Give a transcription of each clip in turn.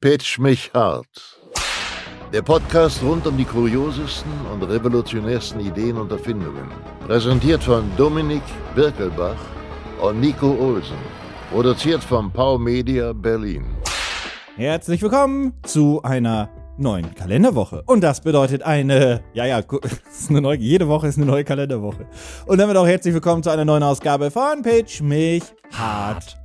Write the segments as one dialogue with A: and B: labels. A: Pitch mich hart. Der Podcast rund um die kuriosesten und revolutionärsten Ideen und Erfindungen. Präsentiert von Dominik Birkelbach und Nico Olsen. Produziert von Pau Media Berlin.
B: Herzlich willkommen zu einer neuen Kalenderwoche. Und das bedeutet eine, ja, ja, gu- es ist eine neue, jede Woche ist eine neue Kalenderwoche. Und damit auch herzlich willkommen zu einer neuen Ausgabe von Pitch mich hart.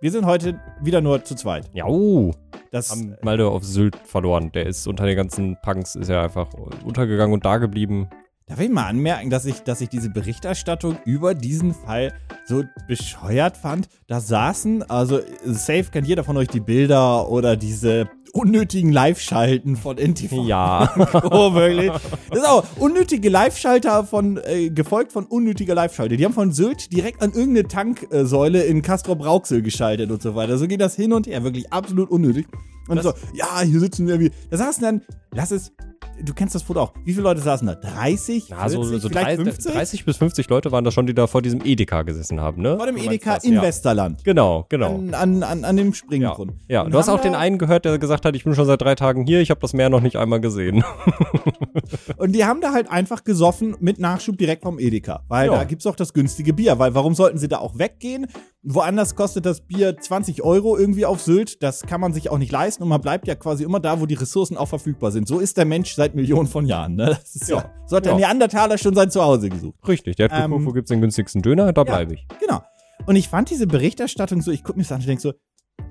B: Wir sind heute wieder nur zu zweit.
C: Ja, uh,
B: Das,
C: haben Malde auf Sylt verloren. Der ist unter den ganzen Punks, ist ja einfach untergegangen und da geblieben.
B: darf ich mal anmerken, dass ich, dass ich diese Berichterstattung über diesen Fall so bescheuert fand. Da saßen, also safe kennt jeder von euch die Bilder oder diese unnötigen Live-Schalten von NTV.
C: Ja,
B: Oh, wirklich? Das ist auch unnötige Live-Schalter von, äh, gefolgt von unnötiger Live-Schalter. Die haben von Sylt direkt an irgendeine Tanksäule in Castro-Brauxel geschaltet und so weiter. So geht das hin und her. Wirklich absolut unnötig. Und so, ja, hier sitzen irgendwie. Da saßen dann, lass es, du kennst das Foto auch. Wie viele Leute saßen da? 30?
C: ja so,
B: 40,
C: so
B: vielleicht
C: 30,
B: 50?
C: 30 bis 50 Leute waren da schon, die da vor diesem Edeka gesessen haben, ne?
B: Vor dem
C: Du meinst
B: Edeka
C: das,
B: in
C: ja.
B: Westerland.
C: Genau, genau.
B: An, an, an, an dem
C: Ja,
B: Springbrunnen.
C: ja.
B: Und
C: du hast
B: haben
C: auch den
B: da-
C: einen gehört, der gesagt hat, ich bin schon seit drei Tagen hier, ich habe das Meer noch nicht einmal gesehen.
B: Und die haben da halt einfach gesoffen mit Nachschub direkt vom Edeka. Weil
C: Ja.
B: da gibt's auch das günstige Bier. Weil warum sollten sie da auch weggehen? Woanders kostet das Bier 20 Euro irgendwie auf Sylt. Das kann man sich auch nicht leisten. Und man bleibt ja quasi immer da, wo die Ressourcen auch verfügbar sind. So ist der Mensch seit Millionen von Jahren. Ne? Das ist ja.
C: Ja.
B: So hat der
C: Ja.
B: Neandertaler schon sein Zuhause gesucht.
C: Richtig, der hat
B: Ähm,
C: geguckt, wo gibt's den günstigsten Döner, da
B: ja.
C: bleibe ich.
B: Genau. Und ich fand diese Berichterstattung so, ich gucke mir das an und denke so,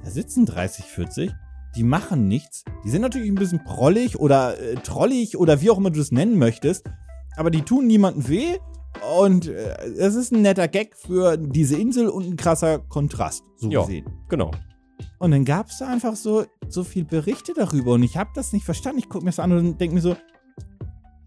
B: da sitzen 30, 40, die machen nichts. Die sind natürlich ein bisschen prollig oder äh, trollig oder wie auch immer du das nennen möchtest, aber die tun niemandem weh und äh, es ist ein netter Gag für diese Insel und ein krasser Kontrast, so
C: Ja.
B: gesehen.
C: Genau.
B: Und dann gab es da einfach so, so viel Berichte darüber und ich habe das nicht verstanden. Ich gucke mir das an und denke mir so,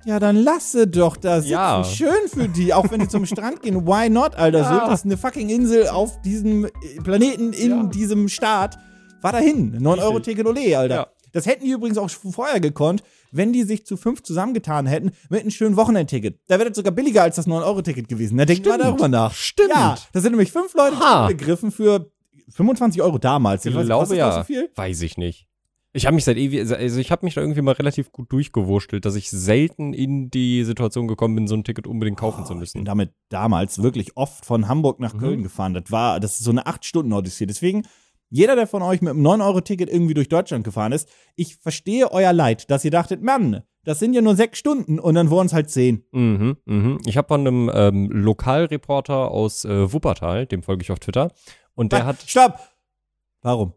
B: ja, dann lasse doch da sitzen.
C: Ja.
B: Schön für die, auch wenn die zum Strand gehen. Why not, Alter?
C: Ja.
B: Sylt ist eine fucking Insel auf diesem äh, Planeten, in
C: Ja.
B: diesem Staat. War dahin. 9 Euro
C: Richtig.
B: Ticket, ole, Alter.
C: Ja.
B: Das hätten die übrigens auch schon vorher gekonnt, wenn die sich zu fünf zusammengetan hätten mit einem schönen Wochenendticket. Da wäre das sogar billiger als das 9-Euro-Ticket gewesen. Da denkt man
C: Stimmt.
B: darüber nach.
C: Stimmt.
B: Ja, da sind nämlich fünf Leute
C: Ha.
B: begriffen für 25 Euro damals.
C: Ich
B: weiß nicht,
C: glaube
B: kostet das
C: ja.
B: So viel?
C: Weiß ich nicht. Ich habe mich seit ewig, also ich habe mich da irgendwie mal relativ gut durchgewurschtelt, dass ich selten in die Situation gekommen bin, so ein Ticket unbedingt kaufen zu
B: bin
C: müssen.
B: damit damals wirklich oft von Hamburg nach
C: Mhm.
B: Köln gefahren. Das war, das ist so eine 8-Stunden-Odyssee. Deswegen, jeder, der von euch mit einem 9-Euro-Ticket irgendwie durch Deutschland gefahren ist, ich verstehe euer Leid, dass ihr dachtet, Mann, das sind ja nur sechs Stunden und dann wurden es halt zehn.
C: Mhm, mhm. Ich habe von einem ähm, Lokalreporter aus äh, Wuppertal, dem folge ich auf Twitter, und der
B: Ah,
C: hat
B: Stopp! Warum?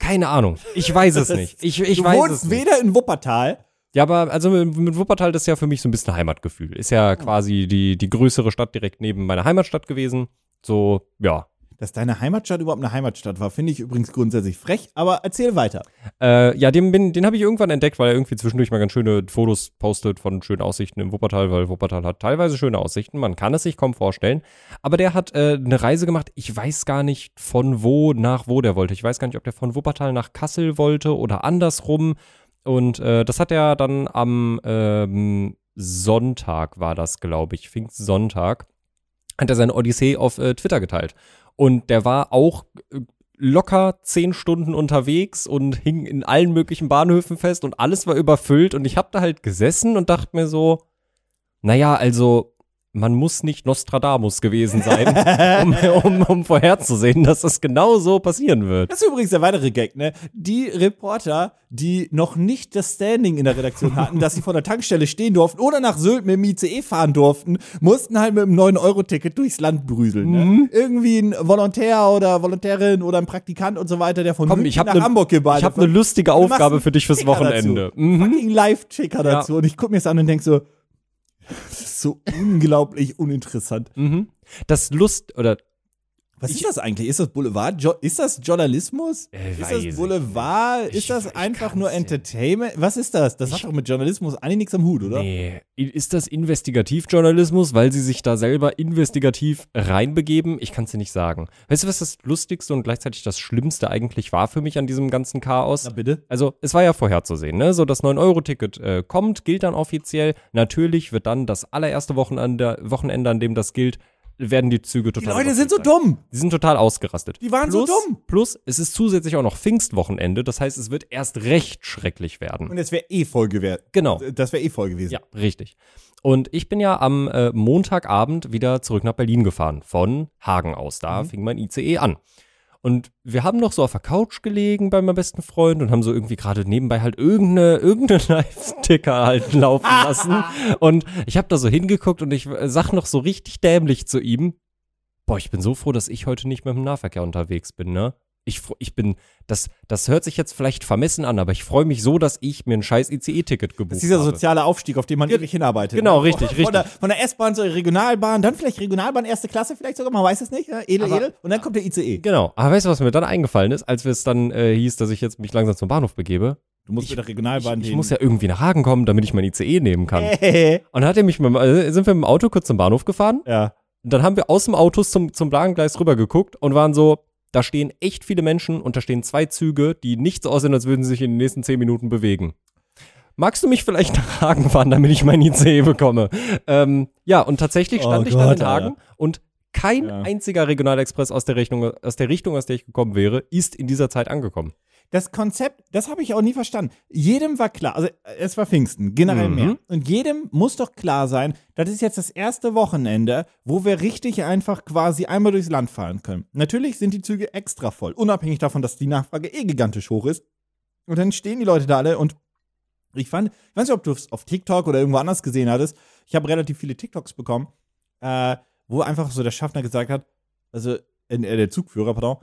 C: keine Ahnung. Ich weiß es nicht. Ich, ich
B: du
C: weiß es
B: wohnst
C: nicht.
B: weder in Wuppertal,
C: Ja, aber also mit, mit Wuppertal das ist ja für mich so ein bisschen Heimatgefühl. Ist
B: Oh.
C: ja quasi die die größere Stadt direkt neben meiner Heimatstadt gewesen. So ja,
B: dass deine Heimatstadt überhaupt eine Heimatstadt war, finde ich übrigens grundsätzlich frech, aber erzähl weiter.
C: Äh, ja, den, bin- den habe ich irgendwann entdeckt, weil er irgendwie zwischendurch mal ganz schöne Fotos postet von schönen Aussichten im Wuppertal, weil Wuppertal hat teilweise schöne Aussichten, man kann es sich kaum vorstellen. Aber der hat äh, eine Reise gemacht, ich weiß gar nicht von wo nach wo der wollte. Ich weiß gar nicht, ob der von Wuppertal nach Kassel wollte oder andersrum. Und äh, das hat er dann am ähm, Sonntag, war das, glaube ich, Pfingstsonntag, hat er seine Odyssee auf äh, Twitter geteilt. Und der war auch äh, locker zehn Stunden unterwegs und hing in allen möglichen Bahnhöfen fest und alles war überfüllt und ich habe da halt gesessen und dachte mir so, naja, also man muss nicht Nostradamus gewesen sein, um, um, um vorherzusehen, dass das genau so passieren wird.
B: Das ist übrigens der weitere Gag, ne? Die Reporter, die noch nicht das Standing in der Redaktion hatten, dass sie vor der Tankstelle stehen durften oder nach Sylt mit dem ICE fahren durften, mussten halt mit einem 9-Euro-Ticket durchs Land brüseln.
C: Mhm.
B: Ne? Irgendwie ein Volontär oder Volontärin oder ein Praktikant und so weiter, der von
C: Komm,
B: München
C: ich habe
B: nach
C: eine
B: Hamburg geballert
C: ich hab ne
B: wird.
C: lustige
B: Du machst einen
C: Aufgabe für dich fürs
B: Ticker
C: Wochenende.
B: Dazu.
C: Mhm.
B: Fucking Live-Ticker
C: Ja.
B: dazu. Und ich gucke mir das an und denk so, das ist so unglaublich uninteressant.
C: Mhm. Das Lust oder
B: Was ist das eigentlich? Ist das Boulevard? Jo ist das Journalismus?
C: Äh,
B: ist
C: weiß
B: das
C: ich
B: Boulevard?
C: nicht.
B: Ist
C: Ich-
B: das
C: ich
B: einfach
C: kann's
B: nur
C: ja nicht.
B: Entertainment? Was ist das? Das hat doch mit Journalismus eigentlich nichts am Hut, oder?
C: Nee. Ist das Investigativjournalismus, weil sie sich da selber investigativ reinbegeben? Ich kann es dir nicht sagen. Weißt du, was das Lustigste und gleichzeitig das Schlimmste eigentlich war für mich an diesem ganzen Chaos?
B: Na bitte.
C: Also, es war ja vorherzusehen, ne? So, das 9-Euro-Ticket äh, kommt, gilt dann offiziell. Natürlich wird dann das allererste Wochenende, Wochenende, an dem das gilt, werden die Züge total.
B: Die Leute sind
C: überfüllt
B: so
C: sein.
B: dumm.
C: Die sind total ausgerastet.
B: Die waren so
C: plus,
B: dumm.
C: Plus, es ist zusätzlich auch noch Pfingstwochenende. Das heißt, es wird erst recht schrecklich werden.
B: Und es wäre eh voll gewesen.
C: Genau.
B: Das wäre eh voll gewesen.
C: Ja, richtig. Und ich bin ja am äh, Montagabend wieder zurück nach Berlin gefahren, von Hagen aus. Da
B: Mhm.
C: fing mein ICE an. Und wir haben noch so auf der Couch gelegen bei meinem besten Freund und haben so irgendwie gerade nebenbei halt irgendeine, irgendeinen Live-Ticker halt laufen lassen. Und ich habe da so hingeguckt und ich äh, sag noch so richtig dämlich zu ihm, boah, ich bin so froh, dass ich heute nicht mit dem Nahverkehr unterwegs bin, ne? Ich, fro- ich bin, das, das hört sich jetzt vielleicht vermessen an, aber ich freue mich so, dass ich mir ein scheiß ICE-Ticket gebucht habe.
B: Das ist dieser soziale Aufstieg, auf den man ewig hinarbeitet.
C: genau,
B: ne?
C: richtig,
B: von
C: richtig.
B: Der, von der S-Bahn zur Regionalbahn, dann vielleicht Regionalbahn erste Klasse, vielleicht sogar, man weiß es nicht. Ne? Edel,
C: Aber-
B: edel. Und dann kommt der E. ICE.
C: Genau. Aber weißt du, was mir dann eingefallen ist, als wir es dann äh, hieß, dass ich jetzt mich langsam zum Bahnhof begebe?
B: Du musst mit der Regionalbahn
C: Ich
B: hin.
C: muss ja irgendwie nach Hagen kommen, damit ich mein ICE nehmen kann.
B: Äh,
C: Und dann hat er mich mit, dem- äh, sind wir mit dem Auto kurz zum Bahnhof gefahren.
B: ja.
C: Und dann haben wir aus dem Auto zum, zum Blagengleis rüber geguckt und waren so, da stehen echt viele Menschen und da stehen zwei Züge, die nicht so aussehen, als würden sie sich in den nächsten zehn Minuten bewegen. Magst du mich vielleicht nach Hagen fahren, damit ich mein ICE bekomme? Ähm, ja, und tatsächlich
B: Oh
C: stand ich dann
B: Gott,
C: in Hagen
B: Alter.
C: und kein
B: Ja.
C: einziger Regionalexpress aus der, Rechnung, aus der Richtung, aus der ich gekommen wäre, ist in dieser Zeit angekommen.
B: Das Konzept, das habe ich auch nie verstanden. Jedem war klar, also äh, es war Pfingsten, generell
C: Mhm.
B: mehr. Und jedem muss doch klar sein, das ist jetzt das erste Wochenende, wo wir richtig einfach quasi einmal durchs Land fahren können. Natürlich sind die Züge extra voll, unabhängig davon, dass die Nachfrage eh gigantisch hoch ist. Und dann stehen die Leute da alle und ich fand, ich weiß nicht, ob du es auf TikTok oder irgendwo anders gesehen hattest, ich habe relativ viele TikToks bekommen, äh, wo einfach so der Schaffner gesagt hat, also äh, der Zugführer, pardon,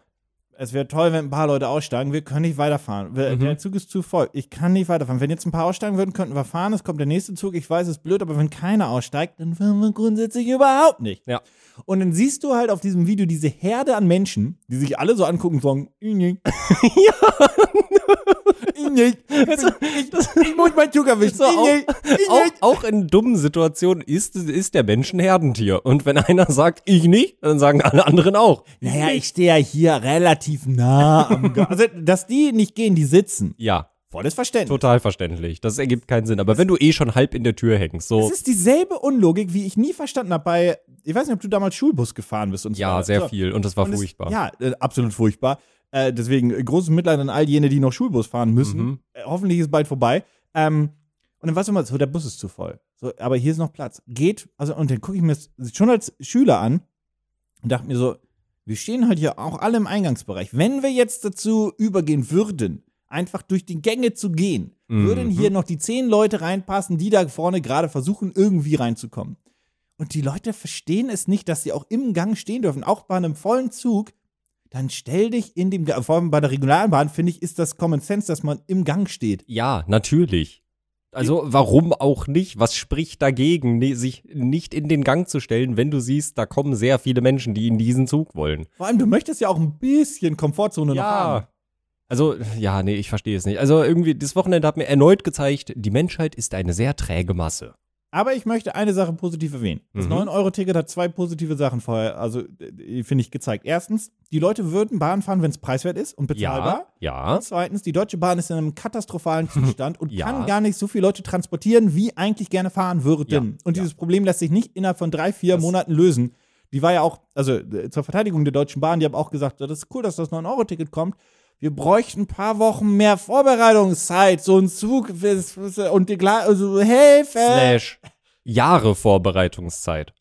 B: es wäre toll, wenn ein paar Leute aussteigen, wir können nicht weiterfahren. Wir,
C: Mhm.
B: Der Zug ist zu voll, ich kann nicht weiterfahren. Wenn jetzt ein paar aussteigen würden, könnten wir fahren, es kommt der nächste Zug, ich weiß, es ist blöd, aber wenn keiner aussteigt, dann fahren wir grundsätzlich überhaupt nicht.
C: Ja.
B: Und dann siehst du halt auf diesem Video diese Herde an Menschen, die sich alle so angucken und sagen, ja. ich, bin- ich, ich muss meinen Zug erwischen.
C: So, auch-
B: Ich- ich-
C: Auch, auch in dummen Situationen ist, ist der Mensch ein Herdentier. Und wenn einer sagt, ich nicht, dann sagen alle anderen auch.
B: Naja, ich stehe ja hier relativ nah am Gas. Also, dass die nicht gehen, die sitzen.
C: Ja,
B: Volles Verständnis.
C: Total verständlich. Das ergibt keinen Sinn. Aber wenn du eh schon halb in der Tür hängst, so.
B: Es ist dieselbe Unlogik, wie ich nie verstanden habe bei, ich weiß nicht, ob du damals Schulbus gefahren bist und so
C: Ja,
B: weiter.
C: sehr
B: so.
C: viel. Und das war
B: Und es-
C: furchtbar.
B: Ja, äh, absolut furchtbar. Äh, deswegen äh, großes Mitleid an all jene, die noch Schulbus fahren müssen.
C: Mhm.
B: Äh, hoffentlich ist bald vorbei. Ähm, und dann war es immer so, der Bus ist zu voll. So, aber hier ist noch Platz. Geht, also, und dann gucke ich mir das schon als Schüler an und dachte mir so, wir stehen halt hier auch alle im Eingangsbereich. Wenn wir jetzt dazu übergehen würden, einfach durch die Gänge zu gehen, würden
C: Mhm.
B: hier noch die zehn Leute reinpassen, die da vorne gerade versuchen, irgendwie reinzukommen. Und die Leute verstehen es nicht, dass sie auch im Gang stehen dürfen, auch bei einem vollen Zug. Dann stell dich in dem, Ga- vor allem bei der Regionalbahn, finde ich, ist das Common Sense, dass man im Gang steht.
C: Ja, natürlich. Also warum auch nicht? Was spricht dagegen, ne- sich nicht in den Gang zu stellen, wenn du siehst, da kommen sehr viele Menschen, die in diesen Zug wollen?
B: Vor allem, du möchtest ja auch ein bisschen Komfortzone noch haben.
C: Also, ja, nee, ich verstehe es nicht. Also irgendwie, das Wochenende hat mir erneut gezeigt, die Menschheit ist eine sehr träge Masse.
B: Aber ich möchte eine Sache positiv erwähnen. Das
C: Mhm.
B: 9-Euro-Ticket hat zwei positive Sachen vorher, also äh, finde ich, gezeigt. Erstens, die Leute würden Bahn fahren, wenn es preiswert ist und bezahlbar.
C: Ja, ja.
B: Und zweitens, die Deutsche Bahn ist in einem katastrophalen Zustand und
C: Ja.
B: kann gar nicht so viele Leute transportieren, wie eigentlich gerne fahren würden.
C: Ja,
B: Und
C: ja.
B: dieses Problem lässt sich nicht innerhalb von drei, vier
C: Das-
B: Monaten lösen. Die war ja auch, also äh, zur Verteidigung der Deutschen Bahn, die haben auch gesagt, das ist cool, dass das 9-Euro-Ticket kommt. Wir bräuchten ein paar Wochen mehr Vorbereitungszeit. So ein Zug ist- ist- und die, Gla- also Hilfe.
C: Slash Jahre Vorbereitungszeit.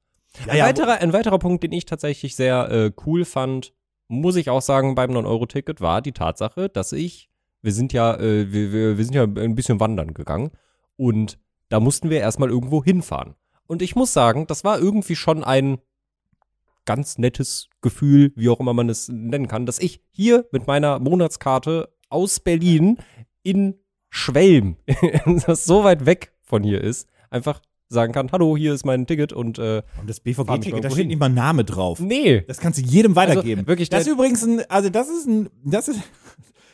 B: Ja,
C: Ein,
B: ja,
C: weiterer, ein weiterer Punkt, den ich tatsächlich sehr äh, cool fand, muss ich auch sagen, beim 9-Euro-Ticket war die Tatsache, dass ich, wir sind ja, äh, wir, wir, wir sind ja ein bisschen wandern gegangen und da mussten wir erstmal irgendwo hinfahren. Und ich muss sagen, das war irgendwie schon ein ganz nettes Gefühl, wie auch immer man es nennen kann, dass ich hier mit meiner Monatskarte aus Berlin in Schwelm, das so weit weg von hier ist, einfach sagen kann, hallo, hier ist mein Ticket und äh,
B: Und das
C: Fahren wir
B: BVG-Ticket, da
C: irgendwo
B: steht
C: hin.
B: nicht mal Name drauf.
C: Nee.
B: Das kannst du jedem weitergeben.
C: Also, wirklich,
B: das ist
C: der-
B: übrigens ein, also das ist ein, das ist,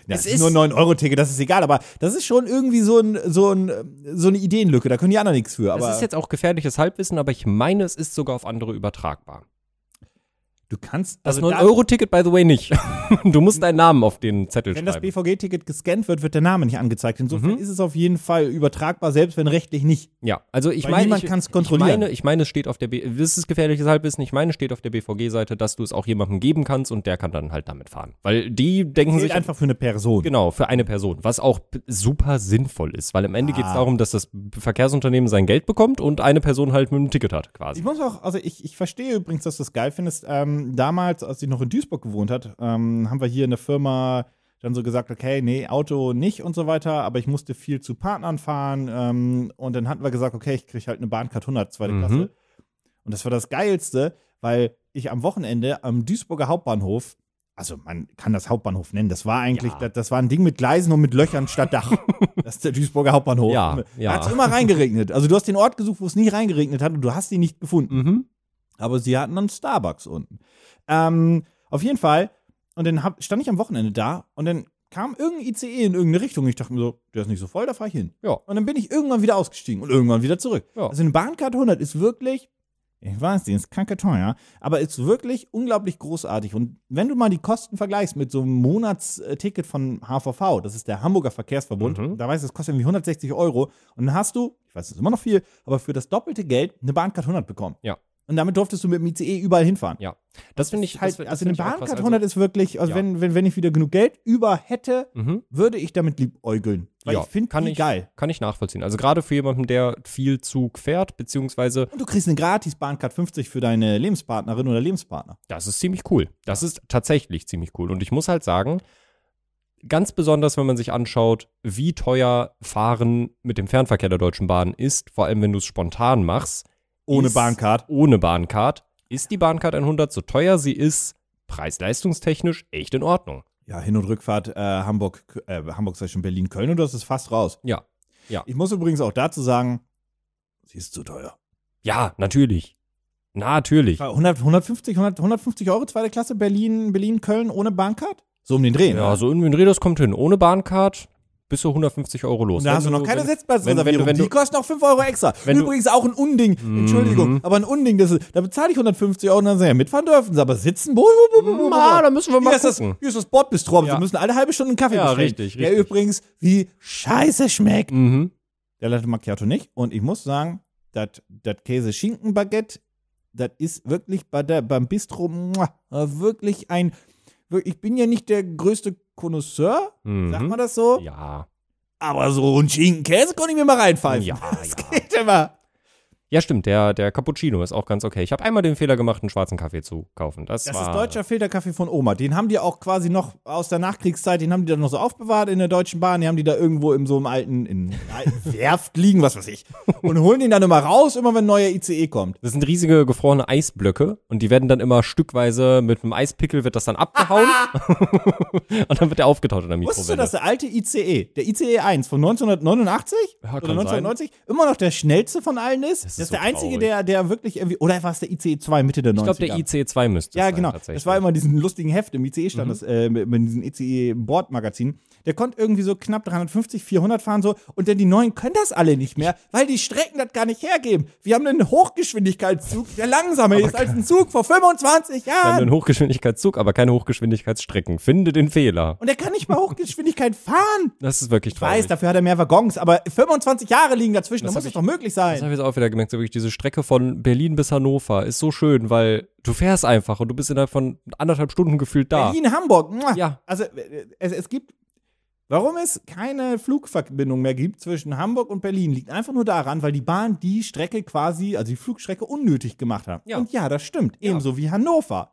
B: ja,
C: Es
B: es ist nur
C: ist-
B: ein 9-Euro-Ticket, das ist egal, aber das ist schon irgendwie so ein, so ein, so eine Ideenlücke, da können die anderen nichts für, aber
C: Das ist jetzt auch gefährliches Halbwissen, aber ich meine, es ist sogar auf andere übertragbar.
B: Du kannst,
C: Das
B: also da,
C: 9-Euro-Ticket, by the way, nicht. du musst deinen Namen auf den Zettel
B: wenn das
C: schreiben. Mhm.
B: BVG-Ticket gescannt wird, wird der Name nicht angezeigt. Insofern ist es auf jeden Fall übertragbar, selbst wenn rechtlich nicht.
C: ja, also ich
B: Weil
C: meine,
B: niemand
C: ich,
B: kann's
C: ich
B: kontrollieren.
C: meine, ich meine, es steht auf der, B das ist gefährliches Halbwissen, ich meine, es steht auf der BVG-Seite, dass du es auch jemandem geben kannst und der kann dann halt damit fahren. Weil die denken
B: Gilt
C: sich,
B: einfach für eine Person.
C: Genau, für eine Person, was auch p- super sinnvoll ist, weil am Ende
B: Ah.
C: geht es darum, dass das B- Verkehrsunternehmen sein Geld bekommt und eine Person halt mit einem Ticket hat,
B: Ich
C: quasi.
B: muss auch, also ich, ich verstehe übrigens, dass du das geil findest. Ähm, damals, als ich noch in Duisburg gewohnt hat, ähm, haben wir hier in der Firma dann so gesagt, okay, nee, Auto nicht und so weiter, aber ich musste viel zu Partnern fahren ähm, und dann hatten wir gesagt, okay, ich kriege halt eine Bahncard 100, zweite
C: Mhm.
B: Klasse. Und das war das Geilste, weil ich am Wochenende am Duisburger Hauptbahnhof, also man kann das Hauptbahnhof nennen, das war eigentlich,
C: Ja.
B: das, das war ein Ding mit Gleisen und mit Löchern statt Dach. das ist der Duisburger Hauptbahnhof.
C: Ja, ja.
B: Hat immer reingeregnet. Also du hast den Ort gesucht, wo es nie reingeregnet hat und du hast ihn nicht gefunden.
C: Mhm.
B: Aber sie hatten dann Starbucks unten. Ähm, auf jeden Fall. Und dann hab, stand ich am Wochenende da und dann kam irgendein ICE in irgendeine Richtung. Ich dachte mir so, der ist nicht so voll, da fahre ich hin.
C: Ja.
B: Und dann bin ich irgendwann wieder ausgestiegen und irgendwann wieder zurück.
C: Ja.
B: Also eine Bahncard 100 ist wirklich, ich weiß, die ist kacke teuer, aber ist wirklich unglaublich großartig. Und wenn du mal die Kosten vergleichst mit so einem Monatsticket von HVV, das ist der Hamburger Verkehrsverbund,
C: Mhm.
B: da weißt du, das kostet irgendwie 160 Euro. Und dann hast du, ich weiß, das ist immer noch viel, aber für das doppelte Geld eine Bahncard 100 bekommen.
C: Ja.
B: Und damit durftest du mit dem ICE überall hinfahren.
C: Ja. Das finde ich
B: Ist halt,
C: das,
B: also
C: find
B: eine
C: ich auch krass.
B: Bahncard 100 ist wirklich, also
C: Ja.
B: wenn, wenn, wenn ich wieder genug Geld über hätte,
C: Also, mhm.
B: würde ich damit liebäugeln. Weil
C: Ja,
B: ich finde
C: kann
B: die
C: ich-
B: geil.
C: Kann ich nachvollziehen. Also gerade für jemanden, der viel Zug fährt, beziehungsweise
B: Und du kriegst eine gratis Bahncard 50 für deine Lebenspartnerin oder Lebenspartner.
C: Das ist ziemlich cool. Das ist tatsächlich ziemlich cool. Und ich muss halt sagen, ganz besonders, wenn man sich anschaut, wie teuer Fahren mit dem Fernverkehr der Deutschen Bahn ist, vor allem wenn du es spontan machst.
B: Ohne
C: ist,
B: Bahncard.
C: Ohne Bahncard. Ist die Bahncard 100, so teuer sie ist, preis-leistungstechnisch echt in Ordnung.
B: Ja, Hin- und Rückfahrt äh, Hamburg, äh, Hamburg sei schon Berlin-Köln und du hast es fast raus.
C: Ja.
B: Ich muss übrigens auch dazu sagen, sie ist zu teuer.
C: Ja, natürlich. Natürlich.
B: 100, 150, 100, 150 Euro zweite Klasse Berlin, Berlin, Köln ohne Bahncard? So um den Dreh. ne?
C: Ja, so irgendwie ein Dreh, das kommt hin. Ohne Bahncard bist du 150 Euro los.
B: Und da
C: Wenn
B: hast du noch keine
C: wenn-
B: Sitzplatzreservierung.
C: wenn du-
B: die kosten auch 5 Euro extra.
C: Wenn du- Mhm.
B: Übrigens auch ein Unding. Entschuldigung, aber ein Unding, das ist, da bezahle ich 150 Euro und dann sagen ja, mitfahren dürfen sie, aber sitzen. Bo, bo, bo, bo, bo, bo.
C: Ah, da müssen wir mal
B: Hier ist das,
C: gucken.
B: hier ist das Bordbistro, aber
C: Ja.
B: sie müssen alle halbe Stunde einen Kaffee
C: Ja,
B: bestellen.
C: richtig,
B: Der
C: richtig.
B: übrigens wie scheiße schmeckt.
C: Mhm.
B: Der Latte Macchiato nicht. Und ich muss sagen, das Käse-Schinken-Baguette, das ist wirklich bei der, beim Bistro muah, äh, wirklich ein. wir- Ich bin ja nicht der größte Connoisseur,
C: Mhm.
B: sagt man das so?
C: Ja.
B: Aber so einen Schinkenkäse konnte ich mir mal reinpfeifen.
C: Ja,
B: das
C: ja.
B: geht immer.
C: Ja, stimmt, der, der Cappuccino ist auch ganz okay. Ich habe einmal den Fehler gemacht, einen schwarzen Kaffee zu kaufen. Das,
B: Das
C: war,
B: ist deutscher Filterkaffee von Oma. Den haben die auch quasi noch aus der Nachkriegszeit, den haben die dann noch so aufbewahrt in der Deutschen Bahn. Die haben die da irgendwo in so einem alten, in einer alten Werft liegen, was weiß ich. Und holen den dann immer raus, immer wenn ein neuer ICE kommt.
C: Das sind riesige gefrorene Eisblöcke und die werden dann immer stückweise mit einem Eispickel wird das dann abgehauen und dann wird der aufgetaut in der
B: Wusstest du,
C: Mikrowelle.
B: dass der alte ICE, der ICE 1 von 1989
C: Ja,
B: oder
C: kann
B: 1990, immer noch der schnellste von allen ist? Das ist,
C: ist so
B: der einzige,
C: traurig.
B: der, der wirklich irgendwie, oder war es der ICE 2 Mitte der 90er?
C: ich glaube, der IC2 müsste es
B: Ja,
C: sein,
B: genau.
C: tatsächlich. Mhm.
B: Es war immer diesen lustigen Heft im ICE stand, das, äh, mit, mit diesem ICE-Bordmagazin. Der konnte irgendwie so knapp 350, 400 fahren so und dann die Neuen können das alle nicht mehr, weil die Strecken das gar nicht hergeben. Wir haben einen Hochgeschwindigkeitszug, der langsamer ist als ein Zug vor 25
C: Wir haben
B: Jahren.
C: einen Hochgeschwindigkeitszug, aber keine Hochgeschwindigkeitsstrecken. Finde den Fehler.
B: Und der kann nicht mal Hochgeschwindigkeit fahren.
C: Das ist wirklich
B: Ich weiß,
C: traurig.
B: dafür hat er mehr Waggons, aber 25 Jahre liegen dazwischen, da muss es doch möglich
C: Das
B: sein.
C: habe ich jetzt auch wieder gemerkt, so wirklich diese Strecke von Berlin bis Hannover ist so schön, weil du fährst einfach und du bist innerhalb von anderthalb Stunden gefühlt da.
B: Berlin, Hamburg. Mua.
C: Ah. Ja.
B: Also äh, es, es gibt. Warum es keine Flugverbindung mehr gibt zwischen Hamburg und Berlin, liegt einfach nur daran, weil die Bahn die Strecke quasi, also die Flugstrecke unnötig gemacht hat.
C: Ja.
B: Und ja, das stimmt. Ebenso wie Hannover.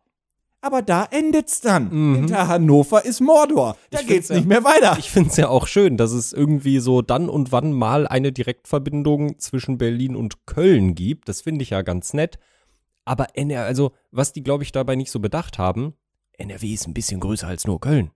B: Aber da endet's dann.
C: Mhm.
B: Hinter Hannover ist Mordor. Da geht's
C: Ich find's ja-
B: nicht mehr weiter.
C: Ich finde es ja auch schön, dass es irgendwie so dann und wann mal eine Direktverbindung zwischen Berlin und Köln gibt. Das finde ich ja ganz nett. Aber NR, also was die, glaube ich, dabei nicht so bedacht haben, NRW ist ein bisschen größer als nur Köln.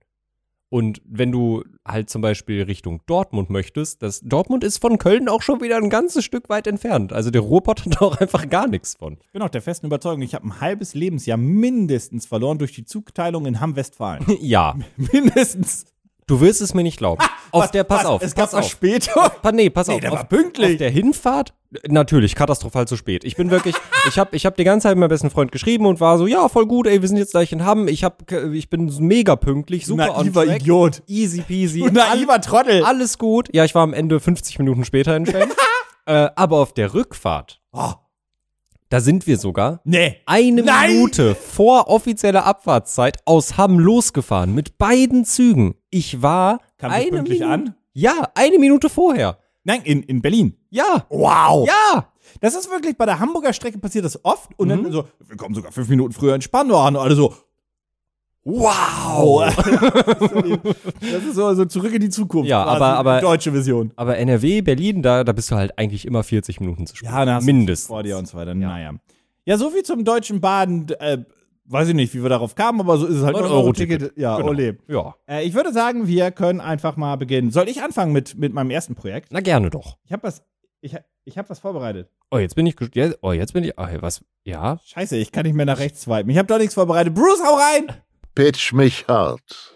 C: Und wenn du halt zum Beispiel Richtung Dortmund möchtest, das Dortmund ist von Köln auch schon wieder ein ganzes Stück weit entfernt. Also der Ruhrpott hat auch einfach gar nichts von.
B: Ich bin auch der festen Überzeugung, ich habe ein halbes Lebensjahr mindestens verloren durch die Zugteilung in Hamm-Westfalen.
C: Ja,
B: mindestens.
C: du wirst es mir nicht glauben. auf der, pass auf,
B: Es gab
C: pass auf.
B: Verspätung.
C: Pa- Nee, pass
B: Nee,
C: auf.
B: der
C: auf,
B: war pünktlich.
C: Auf der Hinfahrt Natürlich, katastrophal zu spät. Ich bin wirklich, ich habe ich hab die ganze Zeit meinem besten Freund geschrieben und war so, ja, voll gut, ey, wir sind jetzt gleich in Hamm. Ich, hab, ich bin mega pünktlich, super on
B: Naiver
C: track.
B: Idiot.
C: Easy peasy.
B: Du naiver Trottel.
C: Alles gut. Ja, ich war am Ende 50 Minuten später in Fame. äh, aber auf der Rückfahrt,
B: Oh,
C: da sind wir sogar
B: nee.
C: eine
B: Nein!
C: Minute vor offizieller Abfahrtszeit aus Hamm losgefahren mit beiden Zügen. Ich war
B: Kam
C: eine
B: ich pünktlich
C: Minute,
B: an?
C: Ja, eine Minute vorher.
B: Nein, in, in Berlin.
C: Ja,
B: Wow.
C: ja.
B: Das ist wirklich, bei der Hamburger Strecke passiert das oft. Und dann so, wir kommen sogar fünf Minuten früher in Spandau an. Und alle so, wow. Oh. das ist so, so zurück in die Zukunft.
C: Ja, aber- aber-
B: Deutsche Vision.
C: Aber NRW, Berlin, da, da bist du halt eigentlich immer 40 Minuten zu spät.
B: Ja, da hast du
C: Mindestens.
B: vor dir und so weiter. Naja. Ja, so viel zum deutschen Baden. Äh, weiß ich nicht, wie wir darauf kamen, aber so ist es halt.
C: 9-Euro-Ticket.
B: Euro-Ticket. Ja,
C: Genau.
B: ole.
C: Ja.
B: Äh, ich würde sagen, wir können einfach mal beginnen. Soll ich anfangen mit, mit meinem ersten Projekt?
C: Na gerne doch.
B: Ich habe was, ich, hab- ich hab was vorbereitet.
C: Oh, jetzt bin ich ges- ja, Oh, jetzt bin ich. Ah, was? Ja.
B: Scheiße, ich kann nicht mehr nach rechts swipen. Ich habe doch nichts vorbereitet. Bruce, hau rein!
A: Pitch mich hart.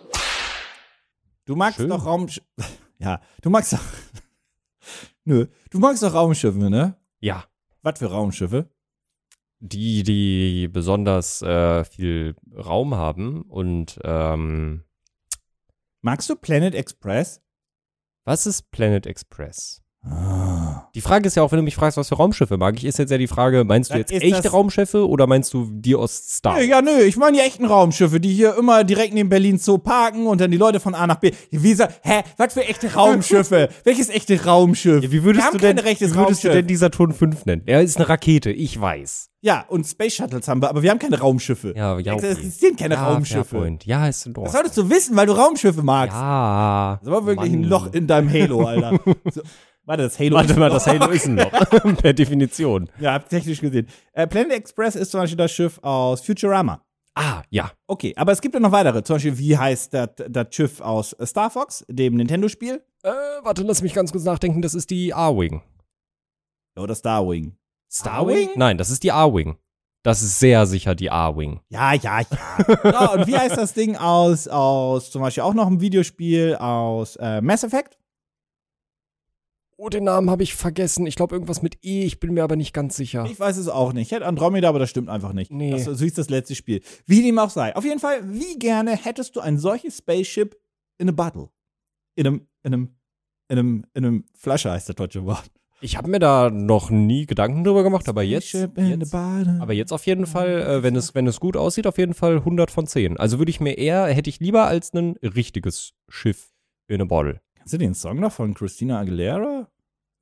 B: Du magst
C: Schön.
B: doch Raum... Ja, du magst doch... Nö, du magst doch Raumschiffe, ne?
C: Ja.
B: Was für Raumschiffe?
C: Die, die besonders äh, viel Raum haben und ähm,
B: Magst du Planet Express?
C: was ist Planet Express?
B: Ah.
C: Die Frage ist ja auch, wenn du mich fragst, was für Raumschiffe mag ich, ist jetzt ja die Frage, meinst du
B: Dann
C: jetzt
B: ist
C: echte
B: das-
C: Raumschiffe oder meinst du die aus Star?
B: Nö, Ja, nö, ich meine die echten Raumschiffe, die hier immer direkt neben Berlin Zoo parken und dann die Leute von A nach B. Wie sa- hä, was für echte Raumschiffe? Welches echte Raumschiff?
C: Ja, wie würdest,
B: Wir haben
C: du denn,
B: kein
C: wie
B: rechtes
C: würdest du
B: Raumschiff.
C: denn die Saturn 5 nennen? Er ist eine Rakete, ich weiß.
B: Ja, und Space Shuttles haben wir, aber wir haben keine Raumschiffe.
C: Ja, ja,
B: Es
C: okay.
B: existieren keine
C: ja,
B: Raumschiffe.
C: Fairpoint. Ja, ist in
B: Das
C: Ordnung.
B: solltest du wissen, weil du Raumschiffe magst.
C: Ja.
B: Das war wirklich ein
C: Mann.
B: Loch in deinem Halo, Alter. so, warte, das Halo.
C: Warte mal, das Halo ist ein Loch. per Definition.
B: Ja, hab technisch gesehen. Äh, Planet Express ist zum Beispiel das Schiff aus Futurama.
C: Ah, ja.
B: Okay, aber es gibt ja noch weitere. Zum Beispiel, wie heißt das das Schiff aus Star Fox, dem Nintendo-Spiel?
C: Äh, warte, lass mich ganz kurz nachdenken. Das ist die A-Wing.
B: Oder Starwing.
C: Starwing? Nein, das ist die A-Wing. Das ist sehr sicher die A-Wing.
B: Ja, ja, ja. ja. Und wie heißt das Ding aus, aus zum Beispiel auch noch einem Videospiel aus äh, Mass Effect?
C: Oh, den Namen habe ich vergessen. Ich glaube irgendwas mit E. Ich bin mir aber nicht ganz sicher.
B: Ich weiß es auch nicht. Ich hätte Andromeda, aber das stimmt einfach nicht.
C: Nee.
B: Das, so ist das letzte Spiel. Wie dem auch sei. Auf jeden Fall, wie gerne hättest du ein solches Spaceship in a Bottle? In einem, in einem, in einem, in einem Flasche heißt das deutsche Wort.
C: Ich habe mir da noch nie Gedanken drüber gemacht, aber jetzt.
B: Spaceship in
C: jetzt
B: a bottle.
C: aber jetzt auf jeden Fall, äh, wenn, es, wenn es gut aussieht, auf jeden Fall 100 von 10. Also würde ich mir eher, hätte ich lieber als ein richtiges Schiff in a Bottle.
B: Kennst du den Song noch von Christina Aguilera?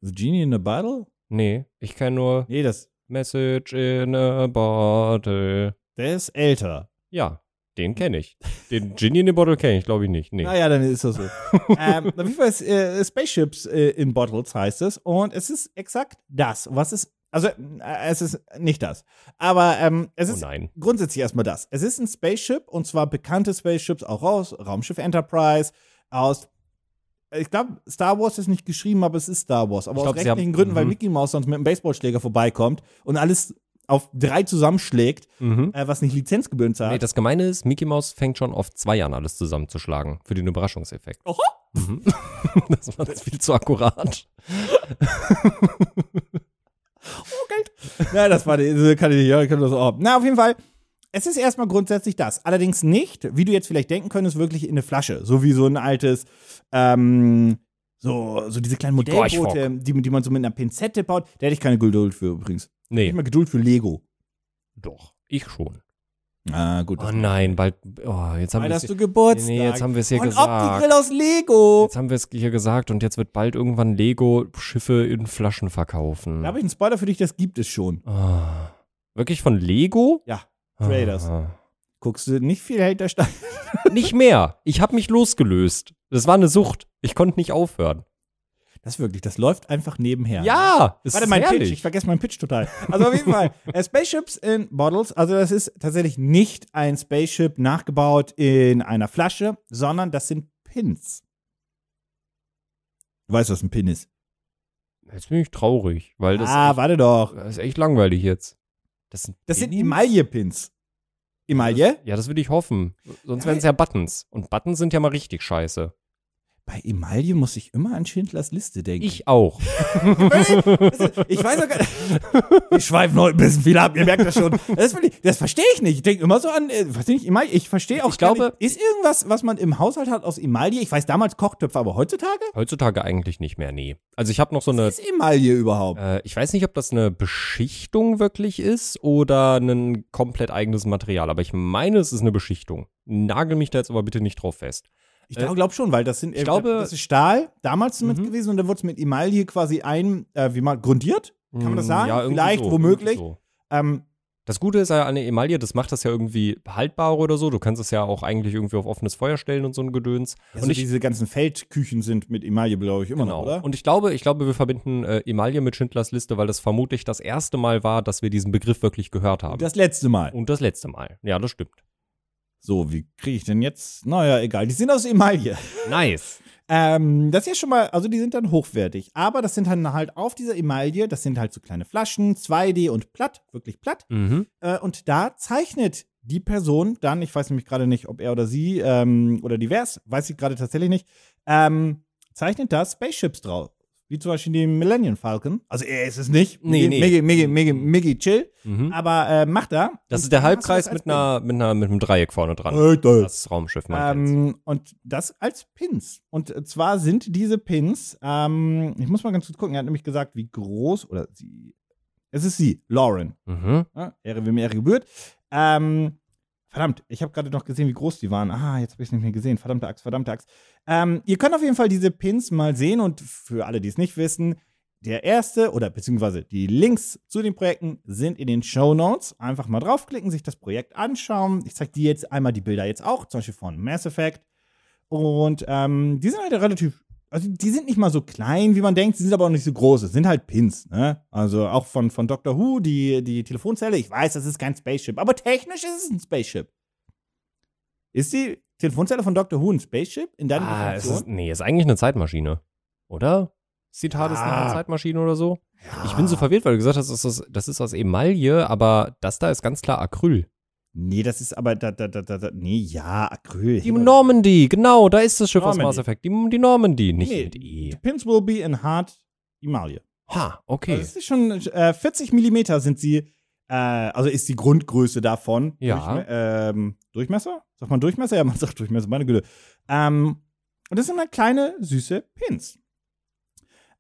B: The Genie in a Bottle?
C: Nee, ich kenne nur
B: Nee, das,
C: Message in a Bottle.
B: der ist älter.
C: Ja, den kenne ich. Den Genie in a Bottle kenne ich, glaube ich nicht. Nee.
B: Naja, dann ist das so. ähm, auf jeden Fall ist äh, Spaceships äh, in Bottles heißt es. Und es ist exakt das. Was ist. Also, äh, es ist nicht das. Aber ähm, es
C: Oh
B: ist
C: nein.
B: grundsätzlich erstmal das. Es ist ein Spaceship und zwar bekannte Spaceships auch aus Raumschiff Enterprise, aus. Ich glaube, Star Wars ist nicht geschrieben, aber es ist Star Wars. Aber
C: Ich glaub,
B: aus
C: sie haben-
B: rechtlichen Gründen, weil
C: mhm.
B: Mickey Mouse sonst mit einem Baseballschläger vorbeikommt und alles auf drei zusammenschlägt,
C: Mhm.
B: äh, was nicht Lizenzgebühren zahlt.
C: Nee, das Gemeine ist, Mickey Mouse fängt schon auf zwei an, alles zusammenzuschlagen. Für den Überraschungseffekt.
B: Oho.
C: Mhm. das war jetzt viel zu akkurat.
B: Ja, das war die, diese kann ich nicht, ja, kann das auch. Na, auf jeden Fall. Es ist erstmal grundsätzlich das. Allerdings nicht, wie du jetzt vielleicht denken könntest, wirklich in eine Flasche. So wie so ein altes, ähm, so, so diese kleinen
C: Die Gorch-Fock.
B: Modellboote, die, die man so mit einer Pinzette baut. Da hätte ich keine Geduld für übrigens. Ich
C: Nee,
B: habe Geduld für Lego.
C: doch. Ich schon.
B: Ah, gut.
C: Oh nein, bald. Oh, jetzt haben
B: Weil
C: wir
B: hast
C: es
B: du Geburtstag.
C: nee, jetzt haben wir es hier
B: Und
C: gesagt.
B: Opti-Grill aus Lego.
C: Jetzt haben wir es hier gesagt und jetzt wird bald irgendwann Lego Schiffe in Flaschen verkaufen.
B: Da habe ich einen Spoiler für dich, das gibt es schon.
C: Ah. Wirklich von Lego?
B: Ja, Traders.
C: Ah.
B: Guckst du nicht viel hinter Stein.
C: Nicht mehr. Ich habe mich losgelöst. Das war eine Sucht. Ich konnte nicht aufhören.
B: Das wirklich, das läuft einfach nebenher.
C: Ja, es
B: Warte,
C: ist
B: mein Pitch, ich
C: herrlich.
B: vergesse meinen Pitch total. Also auf jeden Fall, äh, Spaceships in Bottles, also das ist tatsächlich nicht ein Spaceship nachgebaut in einer Flasche, sondern das sind Pins. Du weißt, was ein Pin ist.
C: Jetzt bin ich traurig, weil das,
B: ah, warte doch.
C: das ist echt langweilig jetzt. Das sind,
B: Das sind
C: Pins?
B: Emaille-Pins. Emaille?
C: Ja, das würde ich hoffen. Sonst wären es ja Buttons. Und Buttons sind ja mal richtig scheiße.
B: Bei Emaille muss ich immer an Schindlers Liste denken.
C: Ich auch.
B: Ich weiß auch gar nicht. Wir schweifen heute ein bisschen viel ab, ihr merkt das schon. Das, will ich- das verstehe ich nicht. Ich denke immer so an, äh, weiß nicht, Emaille. Ich verstehe auch
C: Ich glaube-
B: gar nicht. Ist irgendwas, was man im Haushalt hat aus Emaille? Ich weiß damals Kochtöpfe, aber heutzutage?
C: Heutzutage eigentlich nicht mehr, nee. Also ich habe noch so eine
B: Was ist Emaille überhaupt?
C: Äh, ich weiß nicht, ob das eine Beschichtung wirklich ist oder ein komplett eigenes Material, aber ich meine, es ist eine Beschichtung. Nagel mich da jetzt aber bitte nicht drauf fest.
B: Ich glaube glaub schon, weil das sind,
C: ich glaube-
B: das ist Stahl, damals zumindest
C: Mhm.
B: gewesen und dann wurde es mit Emaille quasi ein, äh, wie mal, grundiert? Kann man das
C: Mm,
B: sagen?
C: irgendwie
B: Vielleicht,
C: so,
B: womöglich.
C: irgendwie So.
B: Ähm,
C: Das Gute ist ja an der Emaille, das macht das ja irgendwie haltbar oder so. Du kannst es ja auch eigentlich irgendwie auf offenes Feuer stellen und so ein Gedöns.
B: also
C: und ich,
B: diese ganzen Feldküchen sind mit Emaille, glaube ich, immer noch, oder?
C: Genau. Und ich glaube, ich glaube, wir verbinden äh, Emaille mit Schindlers Liste, weil das vermutlich das erste Mal war, dass wir diesen Begriff wirklich gehört haben.
B: das letzte Mal.
C: und das letzte Mal. Ja, das stimmt.
B: So, wie kriege ich denn jetzt? Naja, egal. Die sind aus Emaille.
C: Nice.
B: Ähm, das ist ja schon mal, also die sind dann hochwertig. Aber das sind dann halt auf dieser Emaille, das sind halt so kleine Flaschen, 2D und platt, wirklich platt.
C: Mhm.
B: Äh, und da zeichnet die Person dann, ich weiß nämlich gerade nicht, ob er oder sie ähm, oder divers, weiß ich gerade tatsächlich nicht, ähm, zeichnet da Spaceships drauf. Wie zum Beispiel den Millennium Falcon. Also er ist es nicht.
C: Nee, nee.
B: Miggy, Miggy, Miggy, Miggy, chill.
C: Mhm.
B: Aber äh, macht er.
C: Das
B: Und
C: ist der
B: dann hast du
C: Halbkreis
B: das als
C: mit einer, mit einer, mit einem Dreieck vorne
B: Pin.
C: dran.
B: Alter.
C: Das Raumschiff, man kennt's.
B: Ähm, und das als Pins. Und zwar sind diese Pins, ähm, ich muss mal ganz kurz gucken, er hat nämlich gesagt, wie groß, oder sie, es ist sie, Lauren.
C: Mhm.
B: Ne? Ehre, wem Ehre gebührt. Ähm, verdammt, ich habe gerade noch gesehen, wie groß die waren. Ah, jetzt habe ich es nicht mehr gesehen. Verdammte Axt, verdammte Axt. Ähm, ihr könnt auf jeden Fall diese Pins mal sehen und für alle, die es nicht wissen, der erste oder beziehungsweise die Links zu den Projekten sind in den Show Notes. Einfach mal draufklicken, sich das Projekt anschauen. Ich zeige dir jetzt einmal die Bilder jetzt auch, zum Beispiel von Mass Effect. Und ähm, die sind halt relativ, also die sind nicht mal so klein, wie man denkt, sie sind aber auch nicht so groß. Es sind halt Pins, ne? Also auch von, von Doctor Who, die, die Telefonzelle. Ich weiß, das ist kein Spaceship, aber technisch ist es ein Spaceship. Ist die Telefonzelle von Doctor Who ein Spaceship? In deinem
C: Ah, es ist, nee, ist eigentlich eine Zeitmaschine. Oder? Zitat ist nach
B: Ah.
C: einer Zeitmaschine oder so. Ich bin so verwirrt, weil du gesagt hast, das ist, das ist aus Emaille, aber das da ist ganz klar Acryl.
B: Nee, das ist aber da, da, da, da, da nee, ja, Acryl.
C: Die Normandy, genau, da ist das Schiff aus
B: Normandy.
C: Mass Effect. Die, die Normandy, nicht
B: Nee.
C: mit
B: The
C: E.
B: pins will be in hard Emaille.
C: Ha, okay.
B: Also das ist schon äh, 40 Millimeter sind sie, äh, also ist die Grundgröße davon.
C: Ja.
B: Durchme ähm, Durchmesser? Sagt man Durchmesser? Ja, man sagt Durchmesser, meine Güte. Ähm, und das sind halt kleine, süße Pins.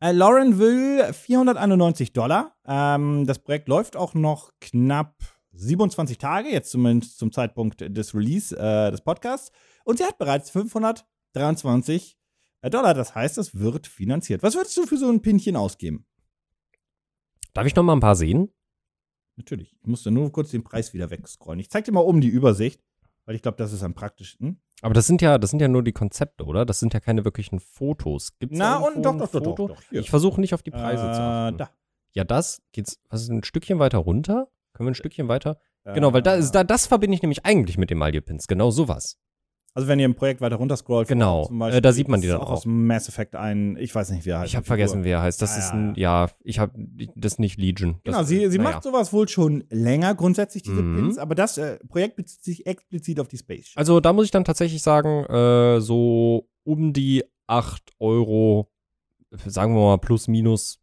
B: Äh, Lauren will 491 Dollar. Ähm, das Projekt läuft auch noch knapp 27 Tage, jetzt zumindest zum Zeitpunkt des Release äh, des Podcasts. Und sie hat bereits 523 Dollar. Das heißt, es wird finanziert. Was würdest du für so ein Pinchen ausgeben?
C: Darf ich noch mal ein paar sehen?
B: Natürlich. Ich musste nur kurz den Preis wieder wegscrollen. Ich zeig dir mal oben die Übersicht, weil ich glaube, das ist am praktischsten.
C: Aber das sind ja, das sind ja nur die Konzepte, oder? Das sind ja keine wirklichen Fotos. Gibt's da
B: Na,
C: irgendwo
B: und doch,
C: ein
B: doch, doch, doch,
C: Foto?
B: doch, hier.
C: Ich versuche nicht auf die Preise zu achten.
B: Äh, da.
C: Ja, das geht's. Was ist ein Stückchen weiter runter? Können wir ein Stückchen weiter? Genau, weil
B: Ah. Äh.
C: da ist, da, das verbinde ich nämlich eigentlich mit Emaille-Pins. Genau sowas.
B: Also wenn ihr im Projekt weiter runterscrollt,
C: Genau.
B: zum
C: Äh, da sieht man die
B: ist
C: dann
B: auch.
C: auch.
B: aus Mass Effect ein, ich weiß nicht, wie er heißt.
C: Ich habe vergessen, wer er heißt. Das
B: Also Ja,
C: ist
B: ja,
C: ein, ja, ich habe das ist nicht Legion. Das,
B: Genau, sie, sie
C: naja.
B: macht sowas wohl schon länger grundsätzlich, diese
C: Mhm.
B: Pins, aber das äh, Projekt bezieht sich explizit auf die Space.
C: Also da muss ich dann tatsächlich sagen, äh, so um die 8 Euro, sagen wir mal plus minus,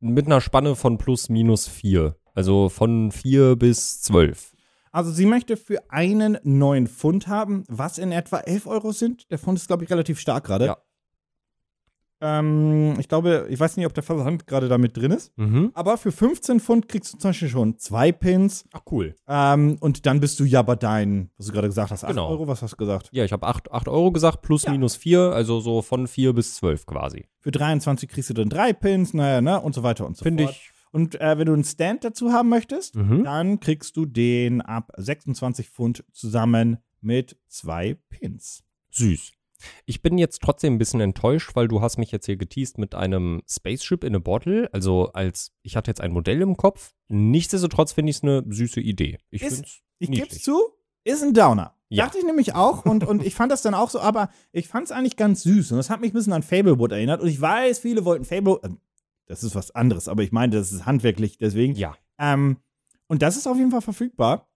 C: mit einer Spanne von plus minus 4. Also von 4 bis 12.
B: Also sie möchte für einen neuen Pfund haben, was in etwa 11 Euro sind. Der Pfund ist, glaube ich, relativ stark gerade.
C: Ja.
B: Ähm, ich glaube, ich weiß nicht, ob der Versand gerade damit drin ist.
C: Mhm.
B: Aber für 15 Pfund kriegst du zum Beispiel schon zwei Pins.
C: Ach cool.
B: Ähm, und dann bist du ja bei deinen, was du gerade gesagt hast, 8
C: Genau.
B: Euro, was hast du gesagt?
C: Ja, ich habe 8, acht Euro gesagt, plus
B: Ja.
C: minus 4, also so von 4 bis 12 quasi.
B: Für 23 kriegst du dann drei Pins, naja, ne, und so weiter und so
C: Finde
B: fort.
C: ich.
B: Und äh, wenn du einen Stand dazu haben möchtest,
C: Mhm.
B: dann kriegst du den ab 26 Pfund zusammen mit zwei Pins.
C: Süß. Ich bin jetzt trotzdem ein bisschen enttäuscht, weil du hast mich jetzt hier geteased mit einem Spaceship in a Bottle. Also als ich hatte jetzt ein Modell im Kopf. Nichtsdestotrotz finde ich es eine süße Idee. Ich
B: Ist-
C: finde es
B: Ich
C: Niedlich.
B: geb's zu, ist ein Downer.
C: Ja.
B: Dachte ich nämlich auch und, und ich fand das dann auch so, aber ich fand's eigentlich ganz süß und das hat mich ein bisschen an Fablewood erinnert und ich weiß, viele wollten Fablewood, äh, das ist was anderes, aber ich meine, das ist handwerklich, deswegen.
C: ja.
B: Ähm, und das ist auf jeden Fall verfügbar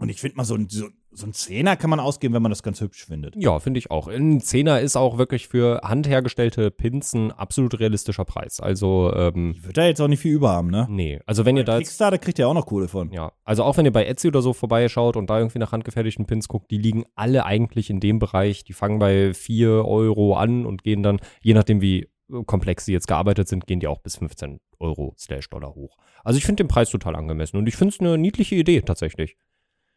B: und ich finde mal so ein, so, so ein Zehner kann man ausgeben, wenn man das ganz hübsch findet.
C: Ja, finde ich auch. Ein Zehner ist auch wirklich für handhergestellte Pinsen absolut realistischer Preis. Also, ähm,
B: Wird da jetzt auch nicht viel über haben, ne?
C: nee. Also, wenn ihr da jetzt
B: Kickstarter kriegt ja auch noch Kohle von.
C: Ja, also auch wenn ihr bei Etsy oder so vorbeischaut und da irgendwie nach handgefertigten Pins guckt, die liegen alle eigentlich in dem Bereich. Die fangen bei 4 Euro an und gehen dann, je nachdem wie äh, komplex sie jetzt gearbeitet sind, gehen die auch bis 15 Euro slash Dollar hoch. Also ich finde den Preis total angemessen und ich finde es eine niedliche Idee tatsächlich.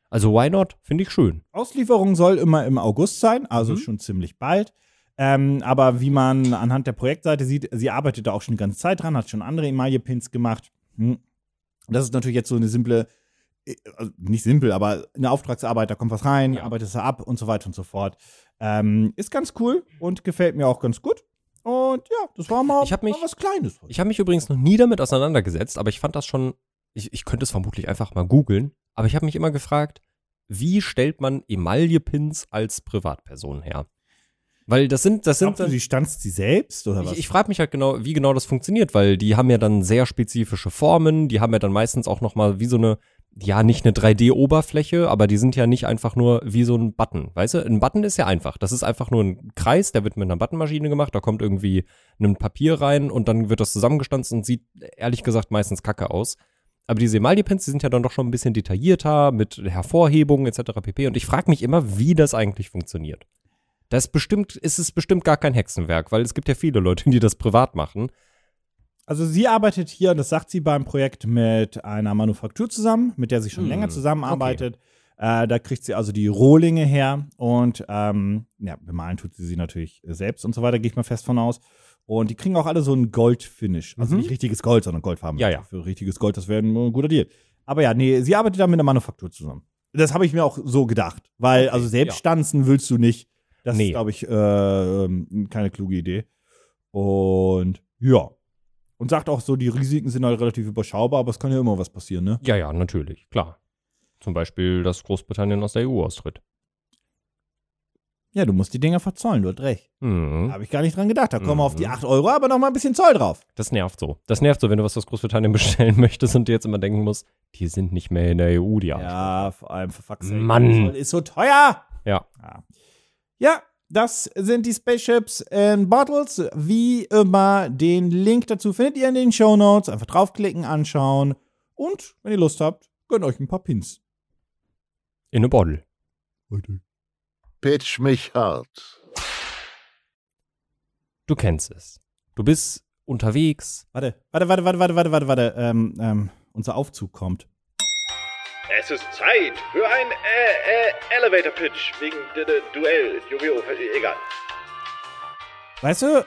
C: Also why not? Finde ich schön.
B: Auslieferung soll immer im August sein, also
C: Mhm.
B: schon ziemlich bald. Ähm, aber wie man anhand der Projektseite sieht, sie arbeitet da auch schon die ganze Zeit dran, hat schon andere Emaille-Pins gemacht. Hm. Das ist natürlich jetzt so eine simple, äh, also nicht simpel, aber eine Auftragsarbeit, da kommt was rein,
C: Ja.
B: arbeitet es ab und so weiter und so fort. Ähm, ist ganz cool und gefällt mir auch ganz gut. Und ja, das war mal,
C: Ich hab mich-
B: mal was Kleines.
C: Ich habe mich übrigens noch nie damit auseinandergesetzt, aber ich fand das schon, ich, ich könnte es vermutlich einfach mal googeln, aber ich habe mich immer gefragt, wie stellt man Emaille-Pins als Privatperson her? Weil das sind, das sind
B: Glaubst du, sie stanzt sie selbst oder was?
C: Ich, ich frage mich halt genau, wie genau das funktioniert, weil die haben ja dann sehr spezifische Formen, die haben ja dann meistens auch nochmal wie so eine, ja, nicht eine 3D-Oberfläche, aber die sind ja nicht einfach nur wie so ein Button, weißt du? Ein Button ist ja einfach. Das ist einfach nur ein Kreis, der wird mit einer Buttonmaschine gemacht, da kommt irgendwie ein Papier rein und dann wird das zusammengestanzt und sieht ehrlich gesagt meistens kacke aus. Aber diese Emaille-Pins, die sind ja dann doch schon ein bisschen detaillierter mit Hervorhebungen etc. pp. Und ich frage mich immer, wie das eigentlich funktioniert. Das ist bestimmt, ist es bestimmt gar kein Hexenwerk, weil es gibt ja viele Leute, die das privat machen.
B: Also sie arbeitet hier, und das sagt sie beim Projekt, mit einer Manufaktur zusammen, mit der sie schon
C: Hm,
B: länger zusammenarbeitet. Äh, da kriegt sie also die Rohlinge her und ähm, ja, bemalen tut sie sie natürlich selbst und so weiter, gehe ich mal fest von aus. Und die kriegen auch alle so ein Gold-Finish. Also
C: Mhm.
B: nicht richtiges Gold, sondern Goldfarben.
C: Ja, ja.
B: Für richtiges Gold, das wäre ein guter Deal. Aber ja, nee, sie arbeitet da mit einer Manufaktur zusammen. Das habe ich mir auch so gedacht. Weil,
C: Okay,
B: also selbst
C: ja.
B: stanzen willst du nicht. Das
C: Nee.
B: ist, glaube ich, äh, ähm, keine kluge Idee. Und ja. Und sagt auch so, die Risiken sind halt relativ überschaubar, aber es kann ja immer was passieren, ne?
C: Ja, ja, natürlich, klar. Zum Beispiel, dass Großbritannien aus der EU austritt.
B: Ja, du musst die Dinger verzollen, du hast recht.
C: Mhm.
B: Habe ich gar nicht dran gedacht. Da kommen wir auf die
C: Mhm.
B: 8 Euro, aber noch mal ein bisschen Zoll drauf.
C: Das nervt so. Das nervt so, wenn du was aus Großbritannien bestellen möchtest und dir jetzt immer denken musst, die sind nicht mehr in der EU, die Arsch.
B: Ja, vor allem für Faxen.
C: Mann.
B: Zoll ist so teuer.
C: Ja.
B: ja. Ja, das sind die Spaceships in Bottles. Wie immer, den Link dazu findet ihr in den Show Notes. Einfach draufklicken, anschauen. Und, wenn ihr Lust habt, gönnt euch ein paar Pins.
C: In a Bottle.
A: Pitch mich hart.
C: Du kennst es. Du bist unterwegs.
B: Warte, warte, warte, warte, warte, warte, warte, warte. Ähm, ähm, unser Aufzug kommt.
D: Es ist Zeit für ein äh, äh, Elevator Pitch wegen d -d Duell. Yu-Gi-Oh! äh, Egal.
B: Weißt du,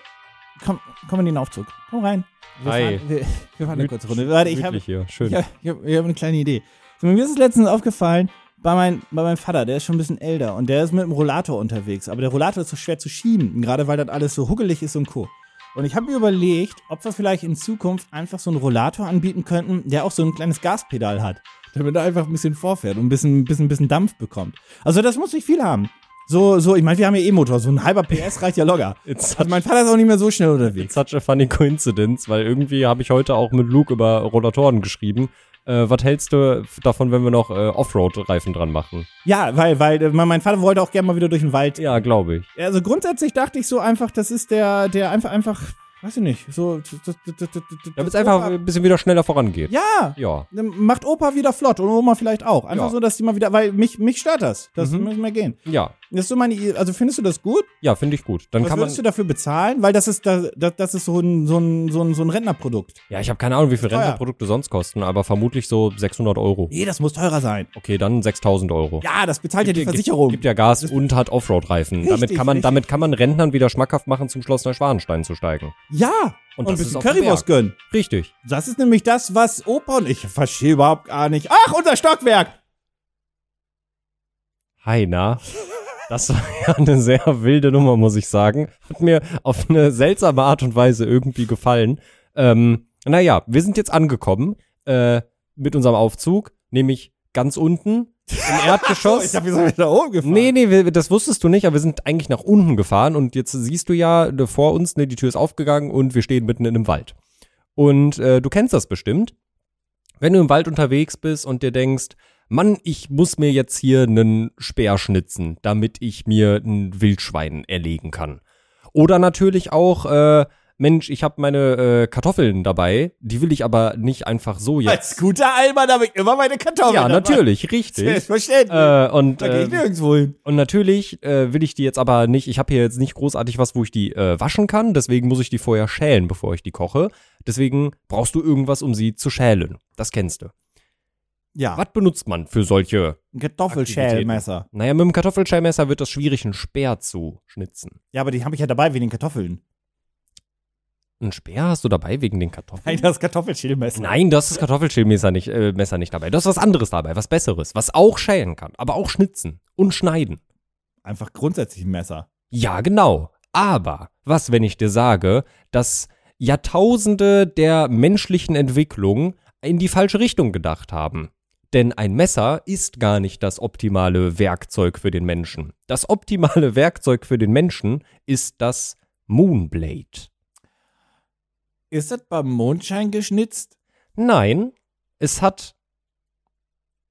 B: komm, komm in den Aufzug. Komm rein. Wir
C: Hi.
B: fahren, wir, wir fahren eine kurze
C: Gemüt-
B: Runde. Warte, ich habe
C: gemütlich hier. Schön.
B: Ich habe hab, ich hab eine kleine Idee. So, mir ist es letztens aufgefallen, bei, mein, bei meinem Vater, der ist schon ein bisschen älter und der ist mit dem Rollator unterwegs. Aber der Rollator ist so schwer zu schieben, gerade weil das alles so huckelig ist und Co. Und ich habe mir überlegt, ob wir vielleicht in Zukunft einfach so einen Rollator anbieten könnten, der auch so ein kleines Gaspedal hat. Damit er einfach ein bisschen vorfährt und ein bisschen, ein bisschen, ein bisschen Dampf bekommt. Also das muss nicht viel haben. So, so, ich meine, wir haben ja E-Motor, so ein halber PS reicht ja locker.
C: It's
B: Also mein Vater ist auch nicht mehr so schnell unterwegs.
C: It's such a funny coincidence, weil irgendwie habe ich heute auch mit Luke über Rollatoren geschrieben. Äh, was hältst du f- davon, wenn wir noch äh, Offroad-Reifen dran machen?
B: Ja, weil, weil äh, mein mein Vater wollte auch gerne mal wieder durch den Wald
C: Ja, glaube ich.
B: Also grundsätzlich dachte ich so einfach, das ist der, der einfach, einfach, weiß ich nicht, so.
C: Damit es einfach
B: Opa,
C: ein bisschen wieder schneller vorangeht.
B: ja,
C: Ja.
B: dann macht Opa wieder flott und Oma vielleicht auch. Einfach
C: Ja.
B: so, dass die mal wieder, weil mich, mich stört das. Das
C: Mhm.
B: müssen wir gehen.
C: Ja,
B: Das ist so meine, I- also findest du das gut?
C: ja finde ich gut. Dann
B: Was
C: kann man.
B: würdest du dafür bezahlen? Weil das ist, das, das das ist so ein, so ein, so ein, so ein Rentnerprodukt.
C: Ja, ich habe keine Ahnung, wie viel
B: Teuer.
C: Rentenprodukte sonst kosten, aber vermutlich so 600 Euro.
B: Nee, das muss teurer sein.
C: Okay, dann 6000 Euro.
B: Ja, das bezahlt ja die
C: Gibt-
B: Versicherung.
C: Gibt ja Gas und hat Offroad-Reifen.
B: Richtig,
C: Damit kann man,
B: richtig.
C: damit kann man Rentnern wieder schmackhaft machen, zum Schloss Neuschwanstein zu steigen.
B: ja,
C: Und
B: und,
C: das
B: ein
C: ist
B: bisschen
C: auf dem
B: Currywurst gönnen.
C: Richtig.
B: Das ist nämlich das, was Opa und ich verstehe überhaupt gar nicht. Ach, unser Stockwerk!
C: Heiner. Das war ja eine sehr wilde Nummer, muss ich sagen. Hat mir auf eine seltsame Art und Weise irgendwie gefallen. Ähm, naja, wir sind jetzt angekommen äh, mit unserem Aufzug, nämlich ganz unten im
B: Oh,
C: Erdgeschoss.
B: ich hab wir sind da oben gefahren.
C: Nee, nee, wir, das wusstest du nicht, aber wir sind eigentlich nach unten gefahren und jetzt siehst du ja ne, vor uns, ne, die Tür ist aufgegangen und wir stehen mitten in einem Wald. Und äh, du kennst das bestimmt. Wenn du im Wald unterwegs bist und dir denkst, Mann, ich muss mir jetzt hier einen Speer schnitzen, damit ich mir ein Wildschwein erlegen kann. Oder natürlich auch, äh, Mensch, ich habe meine äh, Kartoffeln dabei, die will ich aber nicht einfach so jetzt.
B: Als guter Allmann habe ich immer meine Kartoffeln.
C: Ja,
B: dabei.
C: natürlich, richtig.
B: Selbstverständlich.
C: Äh, und
B: da gehe
C: äh,
B: ich nirgendwo hin.
C: und natürlich äh, will ich die jetzt aber nicht, ich habe hier jetzt nicht großartig was, wo ich die äh, waschen kann, deswegen muss ich die vorher schälen, bevor ich die koche. Deswegen brauchst du irgendwas, um sie zu schälen. Das kennst du.
B: Ja,
C: Was benutzt man für solche?
B: ein Kartoffelschälmesser.
C: Naja, mit dem Kartoffelschälmesser wird das schwierig, einen Speer zu schnitzen.
B: Ja, aber die habe ich ja dabei wegen den
C: Hm.
B: Kartoffeln.
C: Einen Speer hast du dabei wegen den Kartoffeln?
B: Nein, das Kartoffelschälmesser.
C: Nein, das ist Kartoffelschälmesser nicht, äh, Messer nicht dabei. Das ist was anderes dabei, was Besseres, was auch schälen kann, aber auch schnitzen und schneiden.
B: Einfach grundsätzlich ein Messer.
C: Ja, genau. Aber was, wenn ich dir sage, dass Jahrtausende der menschlichen Entwicklung in die falsche Richtung gedacht haben? Denn ein Messer ist gar nicht das optimale Werkzeug für den Menschen. Das optimale Werkzeug für den Menschen ist das Moonblade.
B: Ist das beim Mondschein geschnitzt?
C: Nein, es hat.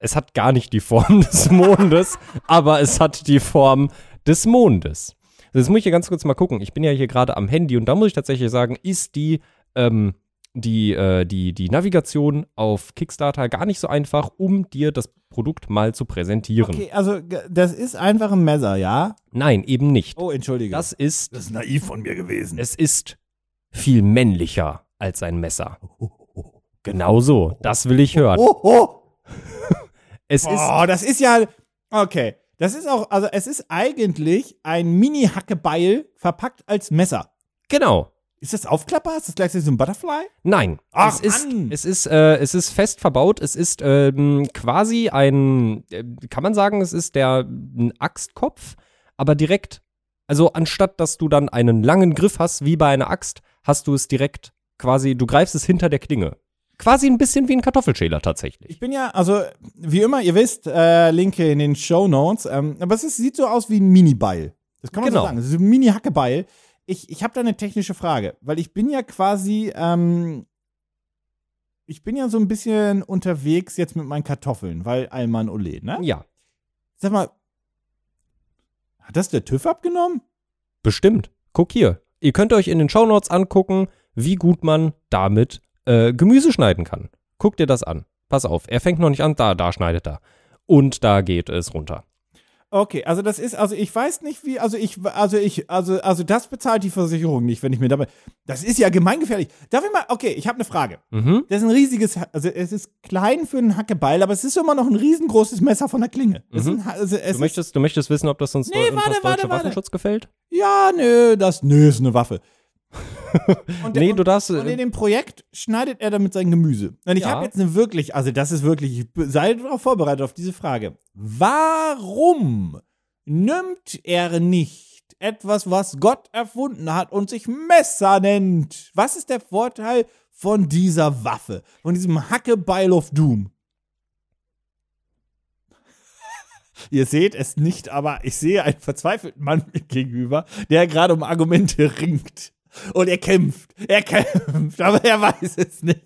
C: Es hat gar nicht die Form des Mondes, aber es hat die Form des Mondes. Also Jetzt muss ich hier ganz kurz mal gucken. Ich bin ja hier gerade am Handy und da muss ich tatsächlich sagen, ist die, ähm, die, äh, die, die Navigation auf Kickstarter gar nicht so einfach, um dir das Produkt mal zu präsentieren.
B: Okay, also g- das ist einfach ein Messer, ja?
C: Nein, eben nicht.
B: Oh, entschuldige.
C: Das ist,
B: ist naiv von mir gewesen.
C: es ist viel männlicher als ein Messer. Genau so. Das will ich hören.
B: Oh, oh,
C: Es ist
B: oh, das ist ja okay. Das ist auch, also es ist eigentlich ein Mini-Hackebeil verpackt als Messer.
C: genau.
B: Ist das Aufklapper? Ist das gleichzeitig so ein Butterfly?
C: Nein,
B: Ach,
C: es ist
B: Mann.
C: es ist äh, es ist fest verbaut. Es ist ähm, quasi ein, äh, kann man sagen, es ist der ein Axtkopf, aber direkt. Also anstatt dass du dann einen langen Griff hast wie bei einer Axt, hast du es direkt quasi. Du greifst es hinter der Klinge. Quasi ein bisschen wie ein Kartoffelschäler tatsächlich.
B: Ich bin ja, also wie immer, ihr wisst, äh, Linke in den Show Notes. Ähm, aber es ist, sieht so aus wie ein Mini-Beil. Das kann man
C: Genau.
B: so sagen. Es ist ein Mini-Hackebeil. Ich, ich habe da eine technische Frage, weil ich bin ja quasi, ähm, ich bin ja so ein bisschen unterwegs jetzt mit meinen Kartoffeln, weil Alman Ole, ne?
C: Ja,
B: Sag mal, hat das der TÜV abgenommen?
C: bestimmt. Guck hier. Ihr könnt euch in den Shownotes angucken, wie gut man damit äh, Gemüse schneiden kann. Guckt dir das an. Pass auf, er fängt noch nicht an, da, da schneidet er. Und da geht es runter.
B: Okay, also das ist, also ich weiß nicht wie, also ich, also ich, also, also das bezahlt die Versicherung nicht, wenn ich mir dabei, das ist ja gemeingefährlich. Darf ich mal, okay, ich habe eine Frage.
C: Mhm.
B: Das ist ein riesiges, Ha- also es ist klein für einen Hackebeil, aber es ist immer noch ein riesengroßes Messer von der Klinge. Es ist
C: Mhm.
B: ein, Ha- also es
C: Du
B: ist,
C: möchtest, du möchtest wissen, ob das uns
B: Nee, warte,
C: nee, das deutsche
B: warte, warte.
C: Waffenschutz gefällt?
B: ja, nö, das, nö, ist eine Waffe. und,
C: Nee, du darfst.
B: und in dem Projekt schneidet er damit sein Gemüse. Und ich
C: Ja.
B: habe jetzt eine wirklich, also das ist wirklich, ich b- sei darauf vorbereitet auf diese Frage. Warum nimmt er nicht etwas, was Gott erfunden hat und sich Messer nennt? Was ist der Vorteil von dieser Waffe, von diesem Hackebeil of Doom? Ihr seht es nicht, aber ich sehe einen verzweifelten Mann mir gegenüber, der gerade um Argumente ringt. Und er kämpft, er kämpft, aber er weiß es nicht.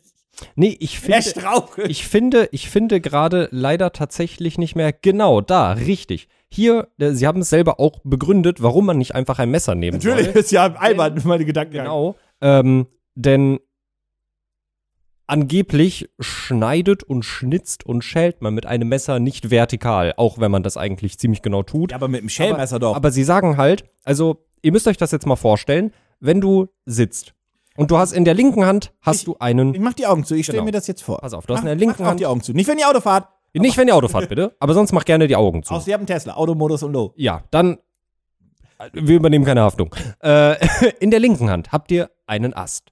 C: nee, ich
B: Er
C: finde,
B: strauchelt.
C: ich finde, ich finde gerade leider tatsächlich nicht mehr genau da, richtig. Hier, äh, Sie haben es selber auch begründet, warum man nicht einfach ein Messer nehmen
B: Natürlich
C: soll.
B: ist ja albern meine Gedanken.
C: Genau. Ähm, denn angeblich schneidet und schnitzt und schält man mit einem Messer nicht vertikal, auch wenn man das eigentlich ziemlich genau tut.
B: Ja, aber mit dem Schellmesser
C: Schellmesser
B: doch.
C: Aber sie sagen halt, also ihr müsst euch das jetzt mal vorstellen, wenn du sitzt und du hast in der linken Hand hast
B: Ich-
C: du einen,
B: ich mach die Augen zu, ich stelle
C: Genau.
B: mir das jetzt vor.
C: Pass auf, du hast
B: mach,
C: in der linken
B: mach auch
C: Hand-
B: die Augen zu. Nicht, wenn ihr Auto fahrt.
C: nicht wenn ihr Auto fahrt bitte, aber sonst mach gerne die Augen zu.
B: Außer ihr habt einen Tesla, Automodus und Low.
C: Ja, dann wir übernehmen keine Haftung. Äh, in der linken Hand habt ihr einen Ast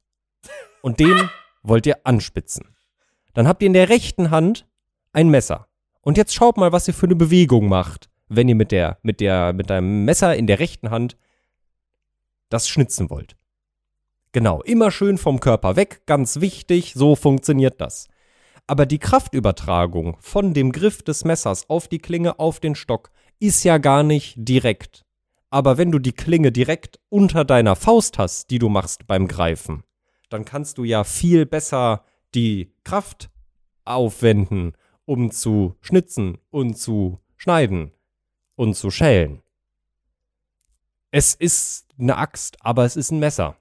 C: und den wollt ihr anspitzen. Dann habt ihr in der rechten Hand ein Messer und jetzt schaut mal, was ihr für eine Bewegung macht, wenn ihr mit der mit der mit deinem Messer in der rechten Hand das schnitzen wollt. Genau, immer schön vom Körper weg, ganz wichtig, so funktioniert das. Aber die Kraftübertragung von dem Griff des Messers auf die Klinge, auf den Stock, ist ja gar nicht direkt. Aber wenn du die Klinge direkt unter deiner Faust hast, die du machst beim Greifen, dann kannst du ja viel besser die Kraft aufwenden, um zu schnitzen und zu schneiden und zu schälen. Es ist eine Axt, aber es ist ein Messer.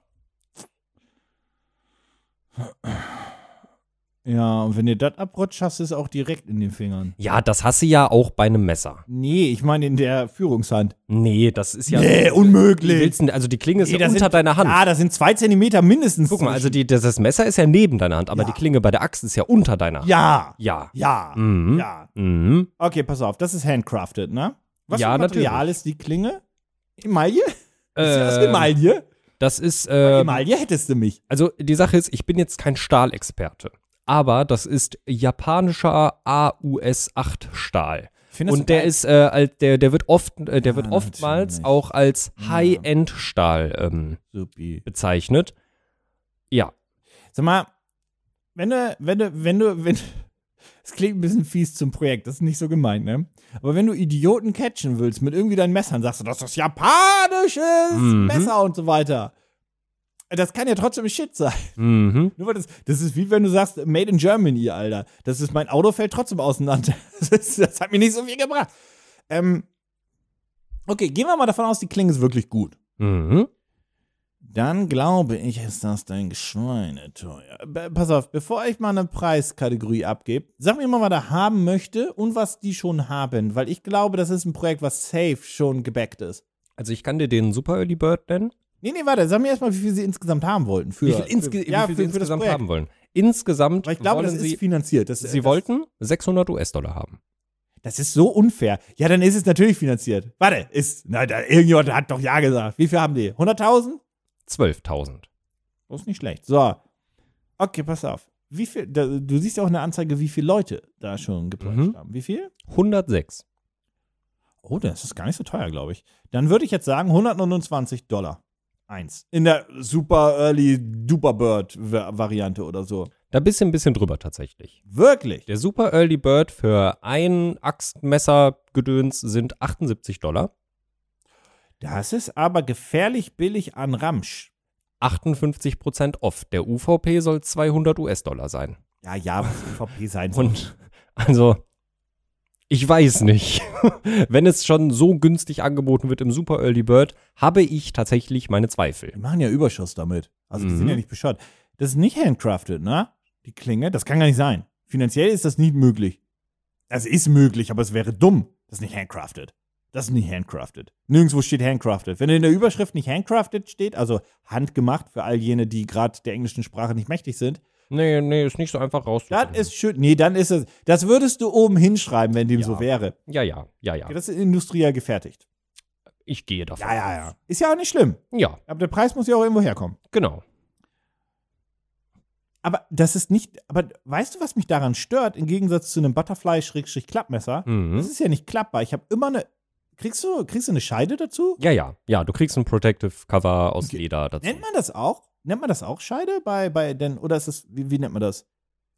B: Ja, und wenn ihr das abrutscht, hast du es auch direkt in den Fingern.
C: Ja, das hast du ja auch bei einem Messer.
B: Nee, ich meine in der Führungshand.
C: Nee, das ist ja.
B: unmöglich.
C: Wie willst du denn- also die Klinge ist
B: Nee,
C: ja
B: das
C: unter
B: sind-
C: deiner Hand.
B: Ah, das sind zwei Zentimeter mindestens.
C: Guck mal, also die, das, das Messer ist ja neben deiner Hand, aber
B: Ja.
C: die Klinge bei der Axt ist ja unter deiner Hand.
B: Ja,
C: Ja.
B: ja,
C: Mhm.
B: ja.
C: Mhm.
B: Okay, pass auf, das ist handcrafted, ne? Was
C: Ja,
B: für ein Material
C: natürlich.
B: ist die Klinge? Emaille? ist das
C: Ähm,
B: Emaille?
C: Das ist. Äh,
B: Emaille hättest du mich.
C: also die Sache ist, ich bin jetzt kein Stahlexperte, aber das ist japanischer AUS-8-Stahl.
B: Findest du
C: Und der
B: geil?
C: ist, äh, als- der, der wird oft, äh, der wird
B: Ah,
C: oftmals
B: natürlich.
C: auch als
B: Ja.
C: High-End-Stahl ähm,
B: Supi.
C: bezeichnet. Ja.
B: Sag mal, wenn du, wenn du, wenn du, wenn. Es klingt ein bisschen fies zum Projekt, das ist nicht so gemeint, ne? Aber wenn du Idioten catchen willst mit irgendwie deinen Messern, sagst du, das ist japanisches
C: Mhm.
B: Messer und so weiter. Das kann ja trotzdem Shit sein.
C: Mhm.
B: Nur weil das, das ist wie wenn du sagst, made in Germany, Alter. Das ist mein Auto fällt trotzdem auseinander. Das, ist, das hat mir nicht so viel gebracht. Ähm, okay, gehen wir mal davon aus, die Klinge ist wirklich gut.
C: Mhm.
B: Dann glaube ich, ist das dein Schweine teuer. B pass auf, bevor ich mal eine Preiskategorie abgebe, sag mir mal, was er haben möchte und was die schon haben, weil ich glaube, das ist ein Projekt, was safe schon gebackt ist.
C: Also ich kann dir den Super Early Bird nennen.
B: Nee, nee, warte, sag mir erstmal, wie viel sie insgesamt haben wollten. Für,
C: Wie viel, insge
B: für, ja, für, für
C: wie viel sie
B: das
C: insgesamt
B: Projekt.
C: haben wollen. Insgesamt
B: Weil ich glaube, das
C: wollen
B: ist
C: sie,
B: finanziert. Das,
C: sie
B: das,
C: wollten 600 US-Dollar haben.
B: Das ist so unfair. Ja, dann ist es natürlich finanziert. Warte, ist. Na, da, irgendjemand hat doch Ja gesagt. Wie viel haben die? 100.000?
C: 12.000.
B: Das ist nicht schlecht. So. Okay, pass auf. Wie viel, da, du siehst ja auch eine Anzeige, wie viele Leute da schon geplant
C: Mhm.
B: haben. Wie viel?
C: 106.
B: Oh, das ist gar nicht so teuer, glaube ich. Dann würde ich jetzt sagen 129 Dollar. Eins. In der Super Early Duper Bird Va- Variante oder so.
C: Da bist du ein bisschen drüber tatsächlich.
B: Wirklich?
C: Der Super Early Bird für ein Axtmesser-Gedöns sind 78 Dollar.
B: Das ist aber gefährlich billig an Ramsch.
C: 58% off. Der UVP soll 200 US-Dollar sein.
B: Ja, ja, was VP sein soll.
C: Und also, ich weiß nicht. Wenn es schon so günstig angeboten wird im Super Early Bird, habe ich tatsächlich meine Zweifel.
B: Die machen ja Überschuss damit. Also die sind
C: Mhm.
B: ja nicht bescheuert. Das ist nicht handcrafted, ne? Die Klinge, das kann gar nicht sein. Finanziell ist das nicht möglich. Das ist möglich, aber es wäre dumm. Das ist nicht handcrafted. Das ist nicht handcrafted. Nirgendwo steht handcrafted. Wenn in der Überschrift nicht handcrafted steht, also handgemacht für all jene, die gerade der englischen Sprache nicht mächtig sind,
C: Nee, nee, ist nicht so einfach
B: das
C: rauszufinden.
B: ist schön. Nee, dann ist es. Das würdest du oben hinschreiben, wenn dem
C: Ja.
B: so wäre.
C: Ja, ja, ja, ja.
B: Das ist industriell gefertigt.
C: Ich gehe davon.
B: ja. Ist ja auch nicht schlimm.
C: Ja,
B: Aber der Preis muss ja auch irgendwo herkommen.
C: genau.
B: Aber das ist nicht, aber weißt du, was mich daran stört, im Gegensatz zu einem Butterfly-Klappmesser? Das
C: Mhm.
B: ist ja nicht klappbar. Ich habe immer eine. Kriegst du, kriegst du eine Scheide dazu?
C: Ja, ja, ja. Du kriegst ein Protective Cover aus
B: Okay.
C: Leder dazu.
B: Nennt man das auch? Nennt man das auch Scheide bei, bei denn, oder ist das, wie, wie nennt man das?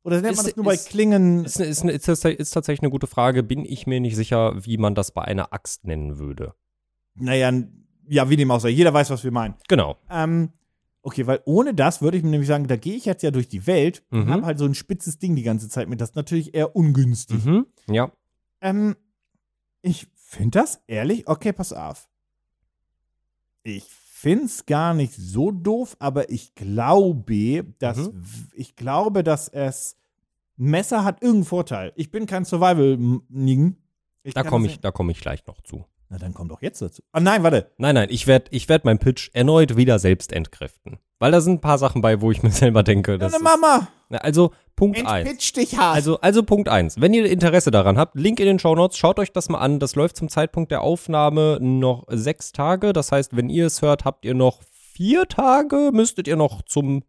B: Oder nennt man
C: Ist-
B: das nur bei
C: ist-
B: Klingen?
C: Ist, ist, ist, ist, ist tatsächlich eine gute Frage. Bin ich mir nicht sicher, wie man das bei einer Axt nennen würde.
B: naja, n- ja, wie dem auch sei. Jeder weiß, was wir meinen.
C: Genau.
B: Ähm, okay, weil ohne das würde ich mir nämlich sagen, da gehe ich jetzt ja durch die Welt und
C: Mhm.
B: habe halt so ein spitzes Ding die ganze Zeit mit. Das ist natürlich eher ungünstig.
C: Mhm. Ja.
B: Ähm, ich finde das ehrlich, okay, pass auf. Ich finde es gar nicht so doof, aber ich glaube, dass
C: Mhm.
B: ich glaube, dass es ein Messer hat irgendeinen Vorteil. Ich bin kein survival nigen
C: Da komme ich, da komme ich gleich noch zu.
B: Na, dann komm doch jetzt dazu. Ah, nein, warte.
C: Nein, nein, ich werde ich werd meinen Pitch erneut wieder selbst entkräften. Weil da sind ein paar Sachen bei, wo ich mir selber denke, das
B: Deine
C: ist,
B: Mama,
C: Na, Also Punkt 1.
B: entpitch dich halt. hart.
C: Also, also Punkt 1. Wenn ihr Interesse daran habt, Link in den Show Notes, schaut euch das mal an. Das läuft zum Zeitpunkt der Aufnahme noch sechs Tage. Das heißt, wenn ihr es hört, habt ihr noch vier Tage, müsstet ihr noch zum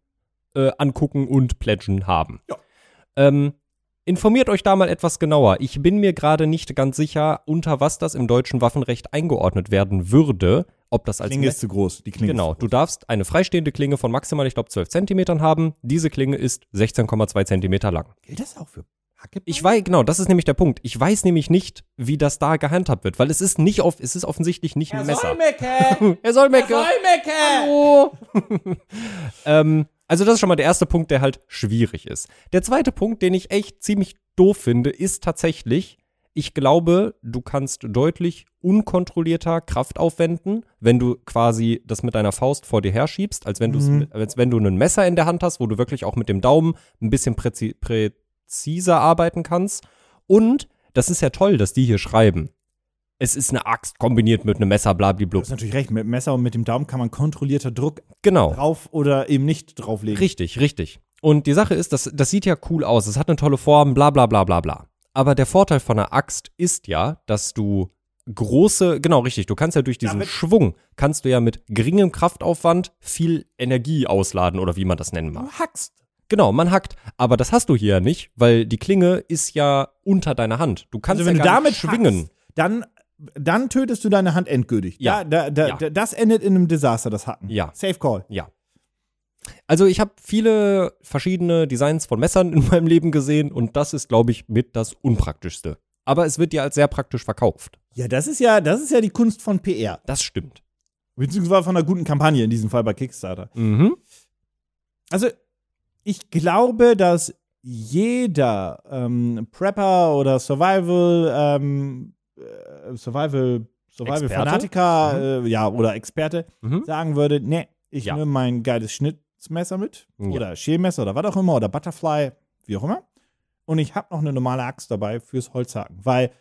C: äh, Angucken und Pledgen haben.
B: Ja.
C: Ähm, informiert euch da mal etwas genauer. Ich bin mir gerade nicht ganz sicher, unter was das im deutschen Waffenrecht eingeordnet werden würde. Ob das als
B: Klinge ist zu groß. Die Klinge
C: Genau,
B: ist zu
C: du
B: groß.
C: darfst eine freistehende Klinge von maximal, ich glaube, 12 Zentimetern haben. Diese Klinge ist 16,2 Zentimeter lang.
B: Gilt das auch für Hacke?
C: Ich weiß, genau, das ist nämlich der Punkt. Ich weiß nämlich nicht, wie das da gehandhabt wird, weil es ist nicht auf, es ist offensichtlich nicht ein Messer. Herr Solmecke! Herr Solmecke! Hallo! ähm, also das ist schon mal der erste Punkt, der halt schwierig ist. Der zweite Punkt, den ich echt ziemlich doof finde, ist tatsächlich, ich glaube, du kannst deutlich unkontrollierter Kraft aufwenden, wenn du quasi das mit deiner Faust vor dir herschiebst, als wenn, du's
B: Mhm.
C: mit- als wenn du ein Messer in der Hand hast, wo du wirklich auch mit dem Daumen ein bisschen präzi präziser arbeiten kannst. Und das ist ja toll, dass die hier schreiben. Es ist eine Axt kombiniert mit einem Messer,
B: Du
C: blabliblub.
B: hast natürlich recht, mit dem Messer und mit dem Daumen kann man kontrollierter Druck
C: Genau.
B: drauf oder eben nicht drauflegen.
C: Richtig, richtig. Und die Sache ist, das, das sieht ja cool aus, es hat eine tolle Form, bla bla bla bla bla. Aber der Vorteil von einer Axt ist ja, dass du große, genau richtig, du kannst ja durch diesen
B: Damit-
C: Schwung, kannst du ja mit geringem Kraftaufwand viel Energie ausladen oder wie man das nennen mag.
B: Du hackst.
C: Genau, man hackt. Aber das hast du hier ja nicht, weil die Klinge ist ja unter deiner Hand. Du kannst
B: Also wenn
C: ja
B: du
C: gar
B: damit
C: nicht schwingen.
B: hackst, dann, dann tötest du deine Hand endgültig.
C: Ja.
B: Da, da, da,
C: Ja.
B: da- Das endet in einem Desaster, das Hacken.
C: Ja.
B: Safe Call.
C: Ja. Also ich habe viele verschiedene Designs von Messern in meinem Leben gesehen und das ist, glaube ich, mit das Unpraktischste. Aber es wird ja als sehr praktisch verkauft.
B: Ja, das ist ja, das ist ja die Kunst von PR.
C: Das stimmt.
B: Beziehungsweise von einer guten Kampagne, in diesem Fall bei Kickstarter.
C: Mhm.
B: Also, ich glaube, dass jeder ähm, Prepper oder Survival, ähm, äh, Survival, Survival-Fanatiker, äh, ja, oder Experte
C: Mhm.
B: sagen würde, nee, ich
C: Ja.
B: nehme mein geiles Schnittmesser mit
C: Ja.
B: oder Schälmesser oder was auch immer oder Butterfly, wie auch immer. Und ich habe noch eine normale Axt dabei fürs Holzhacken, weil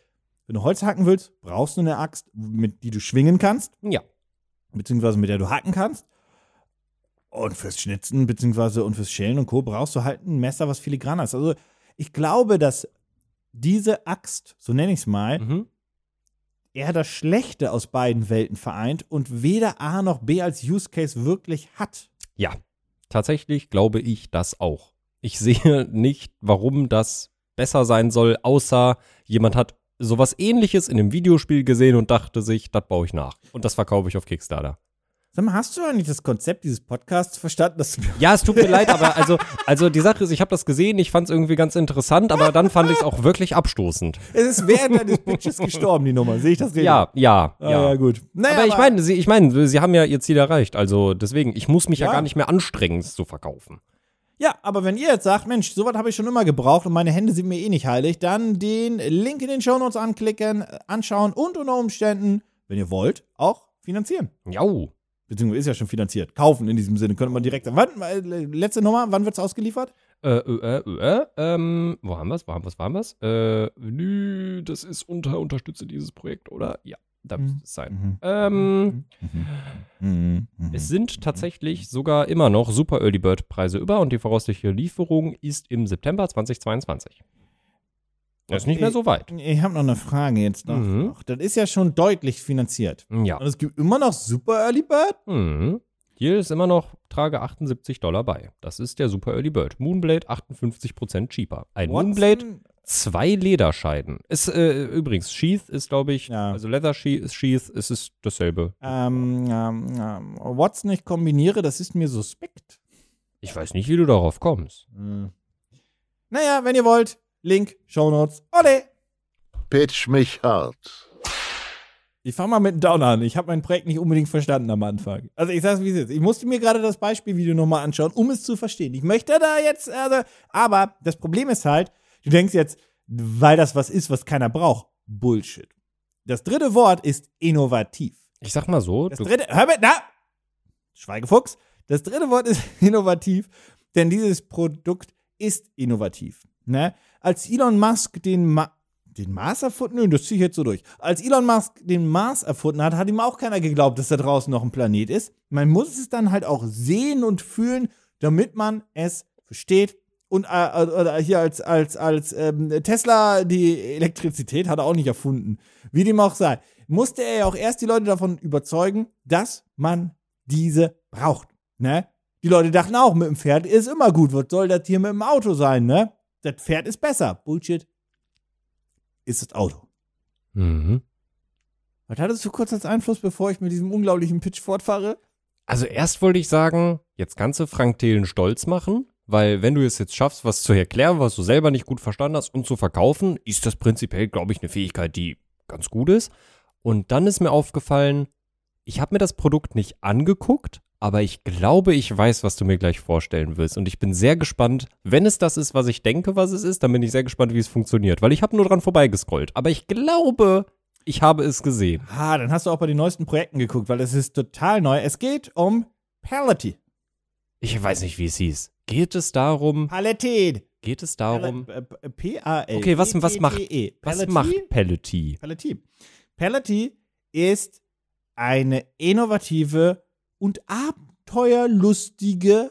B: wenn du Holz hacken willst, brauchst du eine Axt, mit die du schwingen kannst
C: Ja.
B: beziehungsweise mit der du hacken kannst. Und fürs Schnitzen, beziehungsweise und fürs Schälen und Co. brauchst du halt ein Messer, was filigraner ist. Also ich glaube, dass diese Axt, so nenne ich es mal,
C: Mhm.
B: eher das Schlechte aus beiden Welten vereint und weder A noch B als Use Case wirklich hat.
C: Ja. Tatsächlich glaube ich das auch. Ich sehe nicht, warum das besser sein soll, außer jemand hat sowas ähnliches in einem Videospiel gesehen und dachte sich, das baue ich nach. Und das verkaufe ich auf Kickstarter.
B: Sag mal, hast du eigentlich das Konzept dieses Podcasts verstanden? Das
C: Ja, es tut mir leid, aber also, also die Sache ist, ich habe das gesehen, ich fand es irgendwie ganz interessant, aber dann fand ich es auch wirklich abstoßend.
B: es ist während deines Pitches gestorben, die Nummer. Sehe ich das richtig?
C: Ja, ja,
B: Ah, ja.
C: ja.
B: gut. Naja,
C: Aber ich meine, sie, ich meine, sie haben ja ihr Ziel erreicht, also deswegen, ich muss mich ja,
B: Ja.
C: gar nicht mehr anstrengen, es zu verkaufen.
B: Ja, aber wenn ihr jetzt sagt, Mensch, sowas habe ich schon immer gebraucht und meine Hände sind mir eh nicht heilig, dann den Link in den Shownotes anklicken, äh, anschauen und unter Umständen, wenn ihr wollt, auch finanzieren.
C: Jau.
B: Beziehungsweise ist ja schon finanziert. Kaufen in diesem Sinne, könnte man direkt sagen. Wann, äh, letzte Nummer, wann wird's ausgeliefert?
C: Äh, äh, äh, äh, ähm, wo haben wir's, wo haben wir's, wo haben wir's? Äh, nö, das ist unter Unterstütze dieses Projekt, oder? Ja, Mhm. da
B: Mhm.
C: müsste es sein. Ähm, Es sind tatsächlich sogar immer noch Super Early Bird Preise über und die voraussichtliche Lieferung ist im September 2022. Das ist nicht mehr so weit.
B: Ich habe noch eine Frage jetzt noch.
C: Mhm.
B: noch. Das ist ja schon deutlich finanziert.
C: Ja.
B: Und es gibt immer noch Super Early Bird?
C: Mhm. Hier ist immer noch, trage 78 Dollar bei. Das ist der Super Early Bird. Moonblade 58% cheaper. Ein Moonblade,
B: Watson?
C: zwei Lederscheiden. Ist, äh, übrigens, Sheath ist, glaube ich,
B: Ja.
C: also Leather Sheath, ist Sheath, es ist dasselbe.
B: Ähm, ähm, ähm, Watson, ich kombiniere, das ist mir suspekt.
C: Ich weiß nicht, wie du darauf kommst.
B: Hm. Naja, wenn ihr wollt, Link, Shownotes. Ole!
A: Pitch mich hart.
B: Ich fange mal mit einem Downer an. Ich habe mein Projekt nicht unbedingt verstanden am Anfang. Also ich sag's wie es ist. Ich musste mir gerade das Beispielvideo nochmal anschauen, um es zu verstehen. Ich möchte da jetzt, also, aber das Problem ist halt, du denkst jetzt, weil das was ist, was keiner braucht. Bullshit. Das dritte Wort ist innovativ.
C: Ich sag mal so,
B: Das
C: du,
B: dritte, hör mal, na! Schweigefuchs. Das dritte Wort ist innovativ, denn dieses Produkt ist innovativ. Ne? Als Elon Musk den, Ma den Mars erfunden, nö, das ziehe ich jetzt so durch. Als Elon Musk den Mars erfunden hat, hat ihm auch keiner geglaubt, dass da draußen noch ein Planet ist. Man muss es dann halt auch sehen und fühlen, damit man es versteht. Und äh, äh, oder hier als, als, als ähm, Tesla die Elektrizität hat er auch nicht erfunden. Wie dem auch sei, musste er ja auch erst die Leute davon überzeugen, dass man diese braucht. Ne? Die Leute dachten auch, mit dem Pferd ist immer gut. Was soll das hier mit dem Auto sein, ne? Das Pferd ist besser. Bullshit. Ist das Auto.
C: mhm.
B: Was hattest du kurz als Einfluss, bevor ich mit diesem unglaublichen Pitch fortfahre?
C: Also erst wollte ich sagen, jetzt kannst du Frank Thelen stolz machen, weil wenn du es jetzt schaffst, was zu erklären, was du selber nicht gut verstanden hast und zu verkaufen, ist das prinzipiell, glaube ich, eine Fähigkeit, die ganz gut ist. Und dann ist mir aufgefallen, ich habe mir das Produkt nicht angeguckt, aber ich glaube, ich weiß, was du mir gleich vorstellen willst. Und ich bin sehr gespannt, wenn es das ist, was ich denke, was es ist, dann bin ich sehr gespannt, wie es funktioniert. Weil ich habe nur dran vorbeigescrollt. Aber ich glaube, ich habe es gesehen.
B: Ah, dann hast du auch bei den neuesten Projekten geguckt, weil das ist total neu. Es geht um Palette.
C: Ich weiß nicht, wie es hieß. Geht es darum,
B: Palette.
C: geht es darum,
B: äh, P-A-L.
C: Okay, was- was macht-
B: P-E-T-T-E.
C: was
B: Palette?
C: macht Pellety?
B: Palette. Palette ist eine innovative und abenteuerlustige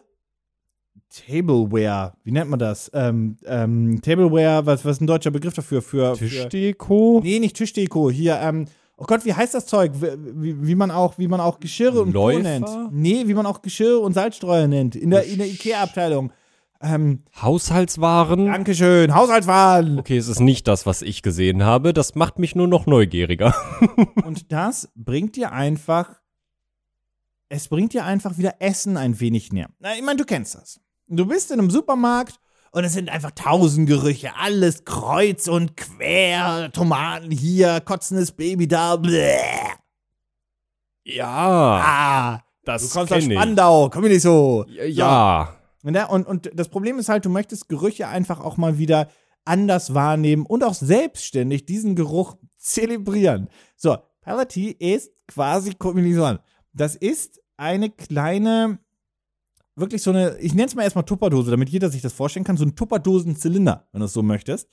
B: Tableware. Wie nennt man das? Ähm, ähm, Tableware, was, was ist ein deutscher Begriff dafür? Für, für
C: Tischdeko?
B: Nee, nicht Tischdeko. Hier, ähm, oh Gott, wie heißt das Zeug? Wie, wie, wie man auch, wie man auch Geschirre und Co.
C: Läufer?
B: nennt. Nee, wie man auch Geschirre und Salzstreuer nennt. In der, in der IKEA-Abteilung. Ähm,
C: Haushaltswaren?
B: Dankeschön, Haushaltswaren.
C: Okay, es ist nicht das, was ich gesehen habe. Das macht mich nur noch neugieriger.
B: Und das bringt dir einfach, es bringt dir einfach wieder Essen ein wenig näher. Na, ich meine, du kennst das. Du bist in einem Supermarkt und es sind einfach tausend Gerüche, alles kreuz und quer, Tomaten hier, kotzendes Baby da, bläh.
C: Ja,
B: Ah,
C: das
B: du kommst aus
C: kenn ich.
B: Spandau, komm mir nicht so.
C: Ja,
B: Ne? Und, und das Problem ist halt, du möchtest Gerüche einfach auch mal wieder anders wahrnehmen und auch selbstständig diesen Geruch zelebrieren. So, Palette ist quasi, guck mich nicht so an. Das ist eine kleine, wirklich so eine, ich nenne es mal erstmal Tupperdose, damit jeder sich das vorstellen kann, so ein Tupperdosenzylinder, wenn du es so möchtest.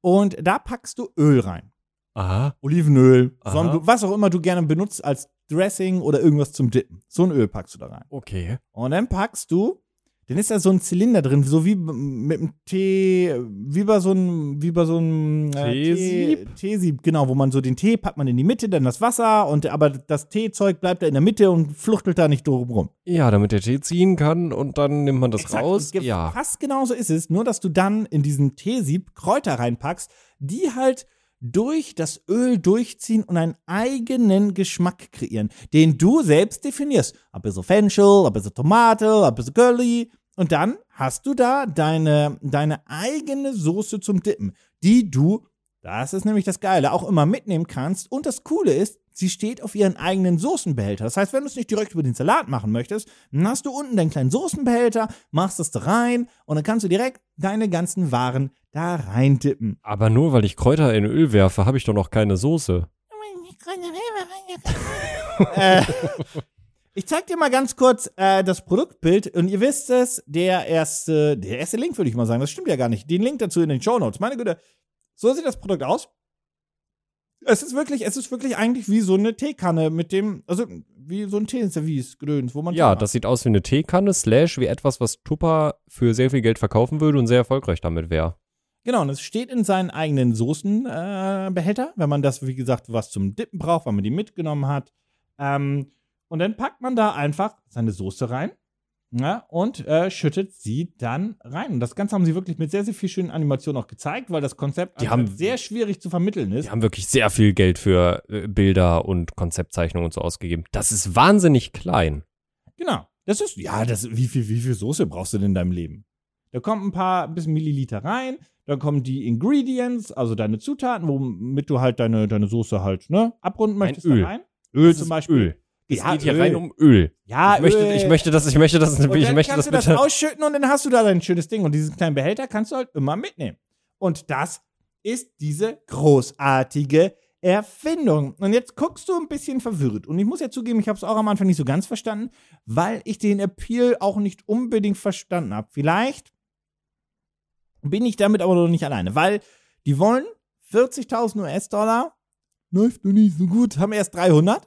B: Und da packst du Öl rein.
C: aha.
B: Olivenöl,
C: Aha.
B: Sonnenblumen, was auch immer du gerne benutzt als Dressing oder irgendwas zum Dippen. So ein Öl packst du da rein.
C: Okay.
B: Und dann packst du, dann ist da so ein Zylinder drin, so wie b- mit einem Tee, wie bei so einem, wie bei so einem
C: Teesieb?
B: Tee- Teesieb, genau, wo man so den Tee packt man in die Mitte, dann das Wasser und aber das Teezeug bleibt da in der Mitte und fluchtelt da nicht drum rum.
C: Ja, damit der Tee ziehen kann und dann nimmt man das
B: Exakt,
C: raus.
B: und ge-
C: Ja.
B: Fast genauso ist es, nur dass du dann in diesen Teesieb Kräuter reinpackst, die halt durch das Öl durchziehen und einen eigenen Geschmack kreieren, den du selbst definierst. Ein bisschen Fenchel, ein bisschen Tomate, ein bisschen Curly. Und dann hast du da deine, deine eigene Soße zum Dippen, die du, das ist nämlich das Geile, auch immer mitnehmen kannst. Und das Coole ist, sie steht auf ihren eigenen Soßenbehälter. Das heißt, wenn du es nicht direkt über den Salat machen möchtest, dann hast du unten deinen kleinen Soßenbehälter, machst es da rein und dann kannst du direkt deine ganzen Waren da reindippen.
C: Aber nur weil ich Kräuter in Öl werfe, habe ich doch noch keine Soße.
B: äh, ich zeig dir mal ganz kurz äh, das Produktbild und ihr wisst es, der erste, der erste Link würde ich mal sagen, das stimmt ja gar nicht. Den Link dazu in den Show Notes. Meine Güte, so sieht das Produkt aus. Es ist wirklich, es ist wirklich eigentlich wie so eine Teekanne mit dem, also wie so ein Teeservice, Gedöns, wo man Tee
C: Ja,
B: macht.
C: das sieht aus wie eine Teekanne, slash wie etwas, was Tupper für sehr viel Geld verkaufen würde und sehr erfolgreich damit wäre.
B: Genau, und es steht in seinen eigenen Soßenbehälter, äh, Behälter, wenn man das, wie gesagt, was zum Dippen braucht, weil man die mitgenommen hat. Ähm, und dann packt man da einfach seine Soße rein ja, und äh, schüttet sie dann rein. Und das Ganze haben sie wirklich mit sehr, sehr viel schönen Animationen auch gezeigt, weil das Konzept
C: Die
B: einfach
C: haben-
B: sehr schwierig zu vermitteln ist.
C: Die haben wirklich sehr viel Geld für äh, Bilder und Konzeptzeichnungen und so ausgegeben. Das ist wahnsinnig klein.
B: Genau. Das ist, ja, das, wie viel, wie viel Soße brauchst du denn in deinem Leben? Da kommt ein paar ein bisschen Milliliter rein, dann kommen die Ingredients, also deine Zutaten, womit du halt deine, deine Soße halt, ne, abrunden
C: Ein
B: möchtest.
C: Öl.
B: Da rein. Öl
C: Das
B: zum
C: ist
B: Beispiel.
C: Öl. Es
B: Ja,
C: geht hier
B: Öl.
C: rein um Öl.
B: Ja,
C: ich, möchte,
B: Öl.
C: ich möchte das, ich möchte das,
B: Und
C: ich
B: dann
C: möchte das
B: kannst du das
C: bitte.
B: ausschütten und dann hast du da dein schönes Ding. Und diesen kleinen Behälter kannst du halt immer mitnehmen. Und das ist diese großartige Erfindung. Und jetzt guckst du ein bisschen verwirrt. Und ich muss ja zugeben, ich habe es auch am Anfang nicht so ganz verstanden, weil ich den Appeal auch nicht unbedingt verstanden habe. Vielleicht bin ich damit aber noch nicht alleine, weil die wollen 40.000 US-Dollar. Läuft noch nicht so gut. Haben erst 300.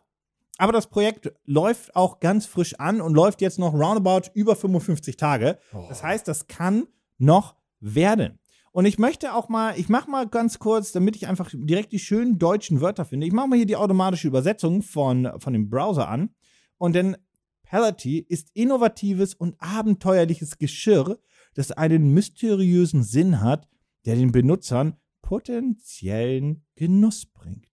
B: Aber das Projekt läuft auch ganz frisch an und läuft jetzt noch roundabout über 55 Tage. Das heißt, das kann noch werden. Und ich möchte auch mal, ich mache mal ganz kurz, damit ich einfach direkt die schönen deutschen Wörter finde. Ich mache mal hier die automatische Übersetzung von, von dem Browser an. Und dann Palette ist innovatives und abenteuerliches Geschirr, das einen mysteriösen Sinn hat, der den Benutzern potenziellen Genuss bringt.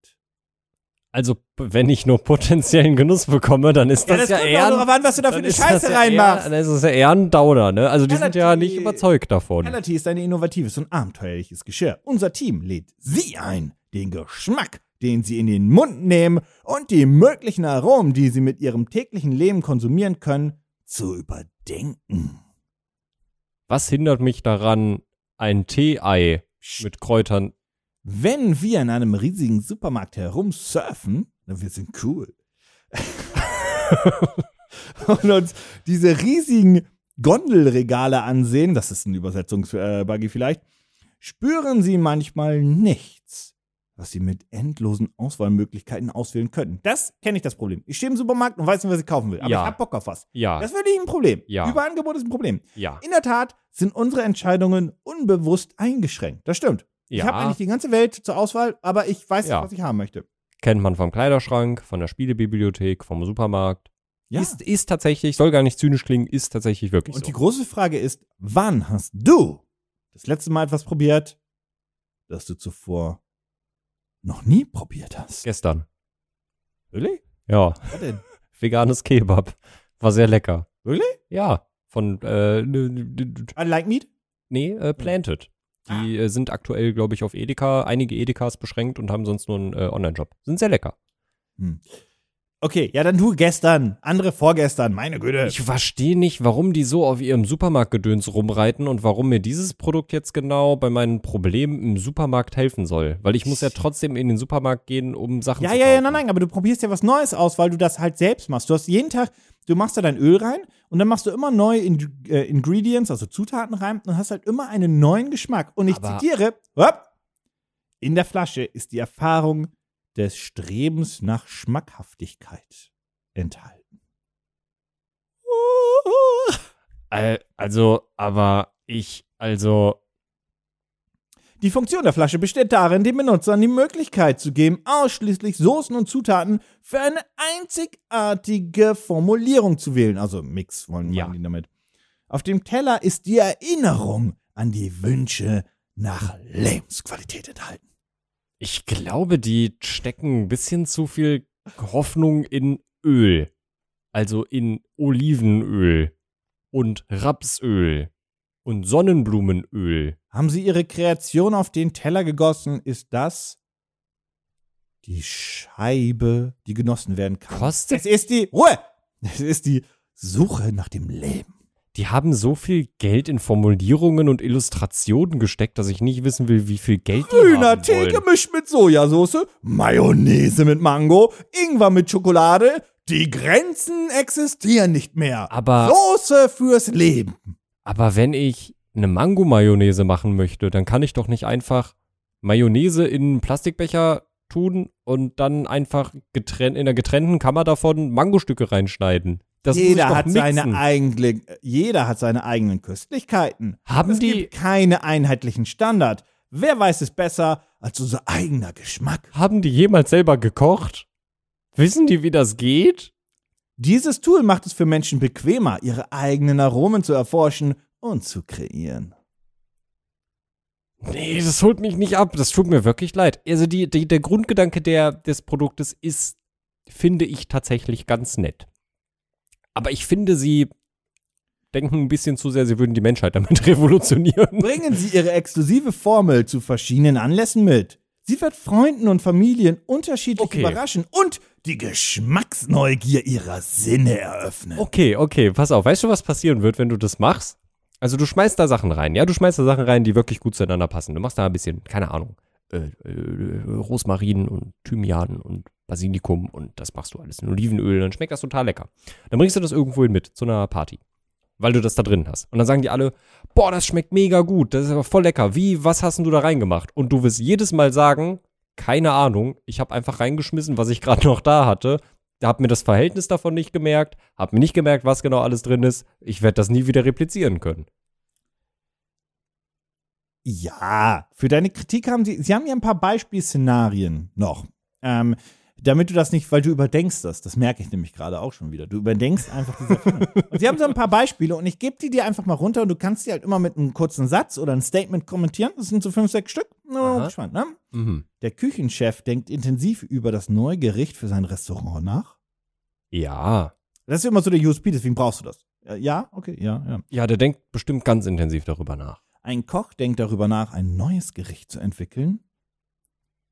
C: Also, wenn ich nur potenziellen Genuss bekomme, dann ist das ja,
B: kommt
C: eher
B: auch
C: ein
B: darauf an, was du da für
C: Dann
B: eine
C: ist das
B: Scheiße
C: ja
B: reinmachst.
C: Eher, dann ist das ja eher ein Downer, ne? Also die sind ja
B: Relativ.
C: nicht überzeugt davon.
B: Reality ist ein innovatives und abenteuerliches Geschirr. Unser Team lädt Sie ein, den Geschmack, den Sie in den Mund nehmen und die möglichen Aromen, die Sie mit Ihrem täglichen Leben konsumieren können, zu überdenken.
C: Was hindert mich daran, ein Tee-Ei mit Kräutern?
B: Wenn wir in einem riesigen Supermarkt herumsurfen, dann wir sind cool. und uns diese riesigen Gondelregale ansehen, das ist ein Übersetzungsbuggy vielleicht, spüren sie manchmal nichts, was sie mit endlosen Auswahlmöglichkeiten auswählen können. Das kenne ich das Problem. Ich stehe im Supermarkt und weiß nicht, was ich kaufen will, aber
C: Ja.
B: ich hab Bock auf was.
C: Ja,
B: Das ist wirklich ein Problem.
C: Ja.
B: Überangebot ist ein Problem.
C: ja,
B: In der Tat sind unsere Entscheidungen unbewusst eingeschränkt. Das stimmt. Ich habe
C: ja.
B: eigentlich die ganze Welt zur Auswahl, aber ich weiß
C: Ja.
B: nicht, was ich haben möchte.
C: Kennt man vom Kleiderschrank, von der Spielebibliothek, vom Supermarkt.
B: Ja.
C: Ist, ist tatsächlich, soll gar nicht zynisch klingen, ist tatsächlich wirklich
B: Und die
C: so.
B: große Frage ist, wann hast du das letzte Mal etwas probiert, das du zuvor noch nie probiert hast?
C: Gestern.
B: Really?
C: Ja,
B: Was denn?
C: veganes Kebab. War sehr lecker.
B: Really?
C: Ja, von, äh, n- n-
B: I like meat?
C: nee, äh, Planted. Die
B: Ah.
C: äh, sind aktuell, glaube ich, auf Edeka, einige Edekas beschränkt und haben sonst nur einen äh, Online-Shop. Sind sehr lecker.
B: Okay, ja, dann du gestern, andere vorgestern, meine Güte.
C: Ich verstehe nicht, warum die so auf ihrem Supermarktgedöns rumreiten und warum mir dieses Produkt jetzt genau bei meinen Problemen im Supermarkt helfen soll. Weil ich muss ja trotzdem in den Supermarkt gehen, um Sachen
B: ja,
C: zu
B: ja, ja,
C: kaufen.
B: nein, nein, aber du probierst ja was Neues aus, weil du das halt selbst machst. Du hast jeden Tag, du machst da dein Öl rein und dann machst du immer neue In äh, Ingredients, also Zutaten rein und hast halt immer einen neuen Geschmack. Und ich
C: Aber-
B: zitiere, hopp, in der Flasche ist die Erfahrung des Strebens nach Schmackhaftigkeit enthalten.
C: Äh, Also, aber ich, also,
B: Die Funktion der Flasche besteht darin, den Benutzern die Möglichkeit zu geben, ausschließlich Soßen und Zutaten für eine einzigartige Formulierung zu wählen. Also Mix wollen wir
C: Ja.
B: die damit. Auf dem Teller ist die Erinnerung an die Wünsche nach Lebensqualität enthalten.
C: ich glaube, die stecken ein bisschen zu viel Hoffnung in Öl. Also in Olivenöl und Rapsöl und Sonnenblumenöl.
B: Haben sie ihre Kreation auf den Teller gegossen, ist das die Scheibe, die genossen werden kann.
C: Kostet
B: es ist die Ruhe! Es ist die Suche nach dem Leben.
C: Die haben so viel Geld in Formulierungen und Illustrationen gesteckt, dass ich nicht wissen will, wie viel Geld die
B: Grüner
C: haben
B: Tee
C: wollen.
B: gemischt mit Sojasauce, Mayonnaise mit Mango, Ingwer mit Schokolade. Die Grenzen existieren nicht mehr.
C: Aber-
B: Soße fürs Leben.
C: Aber wenn ich eine Mango-Mayonnaise machen möchte, dann kann ich doch nicht einfach Mayonnaise in einen Plastikbecher tun und dann einfach getrennt, in der getrennten Kammer davon Mangostücke reinschneiden. Das muss ich
B: jeder
C: doch
B: hat
C: mixen.
B: seine eigenen, jeder hat seine eigenen Köstlichkeiten.
C: Haben
B: es
C: die,
B: gibt keine einheitlichen Standard. Wer weiß es besser als unser eigener Geschmack?
C: haben die jemals selber gekocht? Wissen die, wie das geht?
B: Dieses Tool macht es für Menschen bequemer, ihre eigenen Aromen zu erforschen und zu kreieren.
C: Nee, das holt mich nicht ab. Das tut mir wirklich leid. Also die, die, der Grundgedanke der, des Produktes ist, finde ich tatsächlich ganz nett. Aber ich finde, sie denken ein bisschen zu sehr, sie würden die Menschheit damit revolutionieren.
B: Bringen Sie Ihre exklusive Formel zu verschiedenen Anlässen mit. Sie wird Freunden und Familien unterschiedlich
C: Okay.
B: überraschen und die Geschmacksneugier ihrer Sinne eröffnen.
C: Okay, okay, pass auf. Weißt du, was passieren wird, wenn du das machst? Also du schmeißt da Sachen rein, ja, du schmeißt da Sachen rein, die wirklich gut zueinander passen. Du machst da ein bisschen, keine Ahnung, äh, äh, Rosmarin und Thymian und Basilikum und das machst du alles in Olivenöl, dann schmeckt das total lecker. Dann bringst du das irgendwo hin mit, zu einer Party. Weil du das da drin hast. Und dann sagen die alle, boah, das schmeckt mega gut, das ist aber voll lecker. Wie, was hast denn du da reingemacht? Und du wirst jedes Mal sagen, keine Ahnung, ich habe einfach reingeschmissen, was ich gerade noch da hatte. Habe mir das Verhältnis davon nicht gemerkt, habe mir nicht gemerkt, was genau alles drin ist. Ich werde das nie wieder replizieren können.
B: Ja, für deine Kritik haben sie, sie haben ja ein paar Beispielszenarien noch. Ähm, damit du das nicht, weil du überdenkst das, das merke ich nämlich gerade auch schon wieder. Du überdenkst einfach diese Erfahrung. Und sie haben so ein paar Beispiele und ich gebe die dir einfach mal runter und du kannst die halt immer mit einem kurzen Satz oder einem Statement kommentieren. Das sind so fünf, sechs Stück. Na,
C: Aha.
B: gespannt, ne?
C: Mhm.
B: Der Küchenchef denkt intensiv über das neue Gericht für sein Restaurant nach.
C: Ja.
B: Das ist immer so der USP, deswegen brauchst du das. Äh, Ja, okay, ja, ja.
C: Ja, der denkt bestimmt ganz intensiv darüber nach.
B: Ein Koch denkt darüber nach, ein neues Gericht zu entwickeln.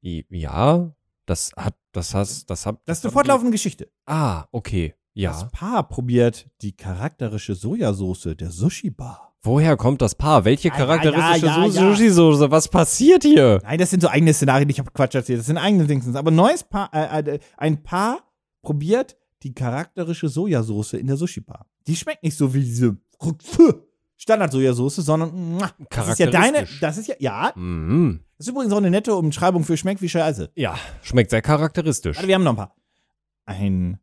C: I- Ja, das hat, das hast, das hat.
B: Das ist
C: haben
B: eine fortlaufende Geschichte.
C: die- Ah, okay. Ja.
B: Das Paar probiert die charakterische Sojasauce der Sushi-Bar.
C: Woher kommt das Paar? Welche
B: Ja,
C: charakteristische
B: ja, ja,
C: Su-
B: ja.
C: Sushi-Soße? Was passiert hier?
B: Nein, das sind so eigene Szenarien, die ich habe Quatsch erzählt. Das sind eigene Dingsens. Aber neues Paar, äh, äh, ein Paar probiert die charakterische Sojasauce in der Sushi-Bar. Die schmeckt nicht so wie diese Standard-Sojasauce, sondern mwah, das ist ja deine,
C: Charakteristisch.
B: das ist ja, ja,
C: Mhm.
B: das ist übrigens auch eine nette Umschreibung für schmeckt wie Scheiße.
C: Ja, schmeckt sehr charakteristisch.
B: Warte, wir haben noch ein paar. Ein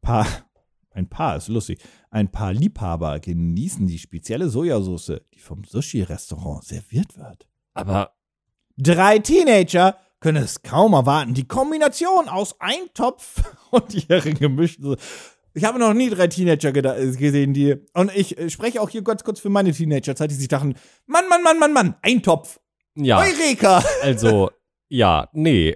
B: Paar, ein Paar ist lustig. Ein paar Liebhaber genießen die spezielle Sojasauce, die vom Sushi-Restaurant serviert wird.
C: Aber
B: Drei Teenager können es kaum erwarten. Die Kombination aus Eintopf und ihren gemischten. So ich habe noch nie drei Teenager geda- äh, gesehen, die. Und ich äh, spreche auch hier ganz kurz für meine Teenagerzeit, die sich dachten: Mann, Mann, Mann, Mann, Mann, Eintopf,
C: ja,
B: Eureka!
C: also, ja, nee.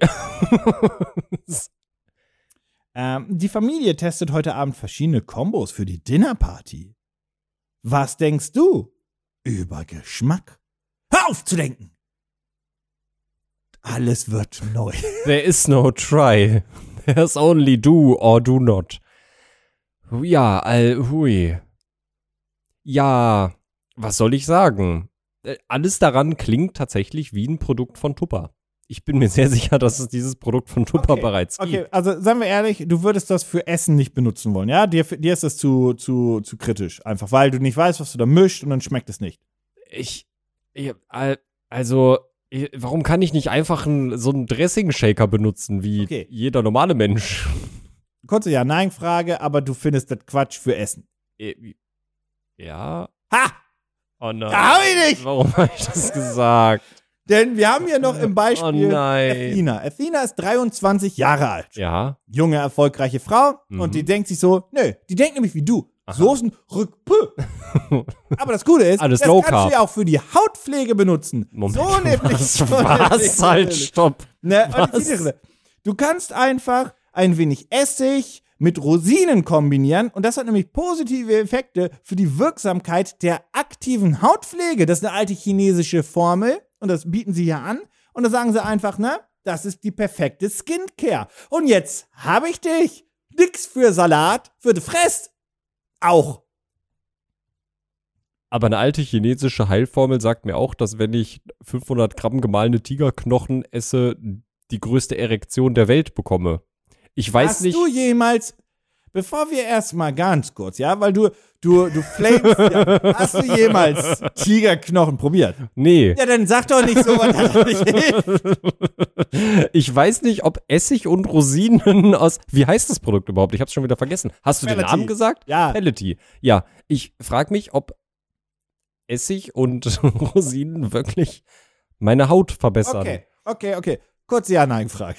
B: Ähm, die Familie testet heute Abend verschiedene Kombos für die Dinnerparty. Was denkst du über Geschmack? Hör auf zu denken! Alles wird neu.
C: There is no try. There's only do or do not. Ja, all, hui. Ja, was soll ich sagen? Äh, Alles daran klingt tatsächlich wie ein Produkt von Tupper. Ich bin mir sehr sicher, dass es dieses Produkt von Tupper bereits gibt.
B: Okay, also seien wir ehrlich, du würdest das für Essen nicht benutzen wollen, ja? Dir, dir ist das zu, zu, zu kritisch, einfach weil du nicht weißt, was du da mischt und dann schmeckt es nicht.
C: Ich, ich al- also, ich- warum kann ich nicht einfach einen- so einen Dressing-Shaker benutzen, wie
B: Okay.
C: jeder normale Mensch?
B: Kurze Ja-Nein-Frage, aber du findest das Quatsch für Essen.
C: Äh, Ja.
B: Ha!
C: Oh nein.
B: Da hab ich nicht!
C: Warum habe ich das gesagt?
B: Denn wir haben hier noch im
C: Oh
B: Beispiel
C: nein.
B: Athena. Athena ist 23 Jahre alt.
C: Ja.
B: Junge, erfolgreiche Frau.
C: Mhm.
B: Und die denkt sich so, nö, die denkt nämlich wie du.
C: Aha.
B: Soßen rück. pö. Aber das Coole ist,
C: Alles
B: das
C: low
B: kannst
C: carb.
B: du ja auch für die Hautpflege benutzen.
C: Moment,
B: so nämlich.
C: was,
B: so nämlich.
C: was? Halt, stopp.
B: Ne? Und
C: Was?
B: die Tiere. Du kannst einfach ein wenig Essig mit Rosinen kombinieren und das hat nämlich positive Effekte für die Wirksamkeit der aktiven Hautpflege. Das ist eine alte chinesische Formel und das bieten sie hier an und da sagen sie einfach, ne, das ist die perfekte Skincare. Und jetzt habe ich dich. Nix für Salat, für die Fress. Auch.
C: Aber eine alte chinesische Heilformel sagt mir auch, dass wenn ich 500 Gramm gemahlene Tigerknochen esse, die größte Erektion der Welt bekomme. Ich weiß
B: Hast
C: nicht.
B: du jemals, bevor wir erstmal ganz kurz, ja, weil du, du, du flamest, ja, hast du jemals Tigerknochen probiert?
C: Nee.
B: Ja, dann sag doch nicht so, was hat doch nicht hilft.
C: Ich weiß nicht, ob Essig und Rosinen aus. Wie heißt das Produkt überhaupt? Ich hab's schon wieder vergessen. Hast du den
B: Pellety.
C: Namen gesagt?
B: Ja,
C: Pellety. Ja, ich frag mich, ob Essig und Rosinen wirklich meine Haut verbessern.
B: okay, okay, okay. Kurze Ja-Nein-Frage.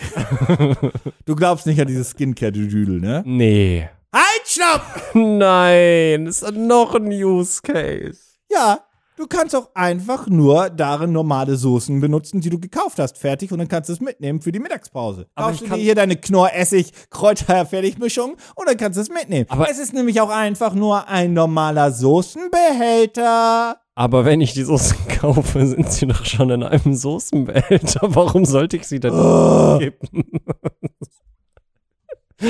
B: Du glaubst nicht an dieses Skincare-Düdüdel, ne?
C: Nee.
B: Halt, Schnapp!
C: Nein, ist noch ein Use Case.
B: Ja, du kannst auch einfach nur darin normale Soßen benutzen, die du gekauft hast, fertig, und dann kannst du es mitnehmen für die Mittagspause.
C: Aber
B: Kaufst
C: ich
B: du dir
C: kann-
B: hier deine Knorr-Essig-Kräuter-Fertigmischung und dann kannst du es mitnehmen.
C: Aber-
B: es ist nämlich auch einfach nur ein normaler Soßenbehälter.
C: Aber wenn ich die Soßen kaufe, sind sie doch schon in einem Soßenbehälter. Warum sollte ich sie denn Ah. geben?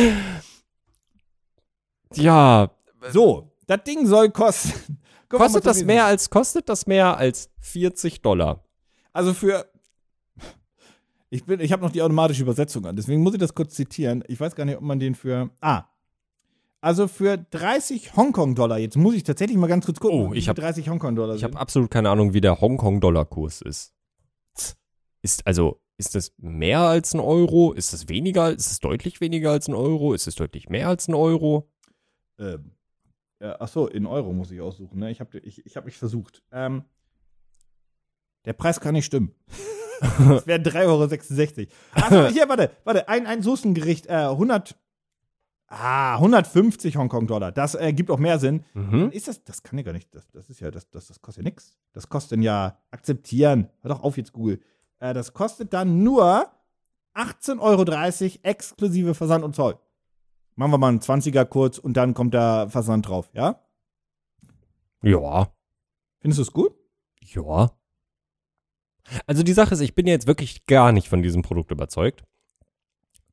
C: ja,
B: So, das Ding soll kosten. Guck mal,
C: Äh, kostet
B: was
C: das
B: gewesen
C: mehr als kostet das mehr als 40 Dollar?
B: Also für. Ich, bin- ich habe noch die automatische Übersetzung an, deswegen muss ich das kurz zitieren. Ich weiß gar nicht, ob man den für. Ah. Also für 30 Hongkong-Dollar, jetzt muss ich tatsächlich mal ganz kurz gucken.
C: Oh, ich
B: wie
C: hab-
B: 30 Hongkong-Dollar.
C: Ich
B: sind.
C: habe absolut keine Ahnung, wie der Hongkong-Dollar-Kurs ist. Ist also ist das mehr als ein Euro? Ist das weniger? Ist es deutlich weniger als ein Euro? Ist es deutlich mehr als ein Euro?
B: Ähm, äh, ach so, in Euro muss ich aussuchen, ne? Ich habe ich, ich hab mich versucht. Ähm, der Preis kann nicht stimmen. das wären 3,66 Euro. Ach so, hier, warte, warte. Ein, ein Soßengericht, äh, 100. Ah, 150 Hongkong-Dollar. Das äh, gibt auch mehr Sinn.
C: Mhm.
B: Ist das, das kann ja gar nicht, das, das ist ja, das, das, das kostet ja nichts. Das kostet dann ja akzeptieren. Hör doch auf jetzt, Google. Äh, das kostet dann nur 18,30 Euro exklusive Versand und Zoll. Machen wir mal einen 20er kurz und dann kommt der Versand drauf, ja?
C: Ja.
B: Findest du es gut?
C: Ja. Also die Sache ist, ich bin ja jetzt wirklich gar nicht von diesem Produkt überzeugt.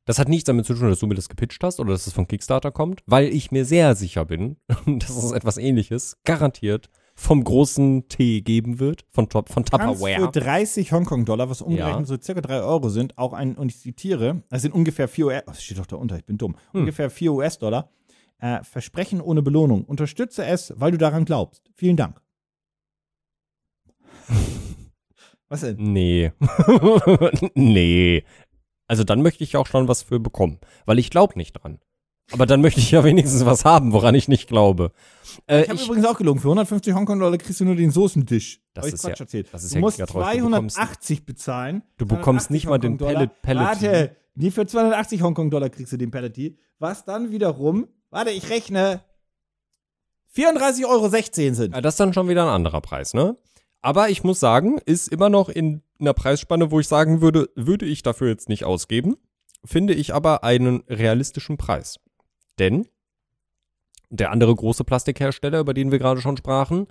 C: Das hat nichts damit zu tun, dass du mir das gepitcht hast oder dass es von Kickstarter kommt, weil ich mir sehr sicher bin, dass es etwas ähnliches garantiert vom großen T geben wird, von, Top- von
B: kannst für
C: Tupperware.
B: 30 Hongkong-Dollar, was umgerechnet
C: Ja.
B: so circa 3 Euro sind, auch einen, und ich zitiere, das sind ungefähr 4 US, oh, das steht doch da unter, ich bin dumm, ungefähr 4 US-Dollar, äh, Versprechen ohne Belohnung. Unterstütze es, weil du daran glaubst. Vielen Dank. was denn?
C: Nee. nee. Also dann möchte ich auch schon was für bekommen, weil ich glaube nicht dran. Aber dann möchte ich ja wenigstens was haben, woran ich nicht glaube. Äh,
B: Ich habe
C: ich-
B: übrigens auch gelogen, für 150 Hongkong-Dollar kriegst du nur den Soßentisch.
C: Das
B: Hab ich
C: ist
B: Quatsch
C: ja-
B: erzählt.
C: das ist
B: du
C: ja
B: musst
C: Gigatroll. Du bekommst-
B: 280 bezahlen.
C: Du bekommst nicht mal den
B: 280
C: Pellet- Pellet-
B: Warte, nee, für 280 Hongkong-Dollar kriegst du den Pelletti. Was dann wiederum, warte, ich rechne, 34,16 Euro sind.
C: Ja, das ist dann schon wieder ein anderer Preis, ne? Aber ich muss sagen, ist immer noch in einer Preisspanne, wo ich sagen würde, würde ich dafür jetzt nicht ausgeben, finde ich aber einen realistischen Preis. Denn der andere große Plastikhersteller, über den wir gerade schon sprachen,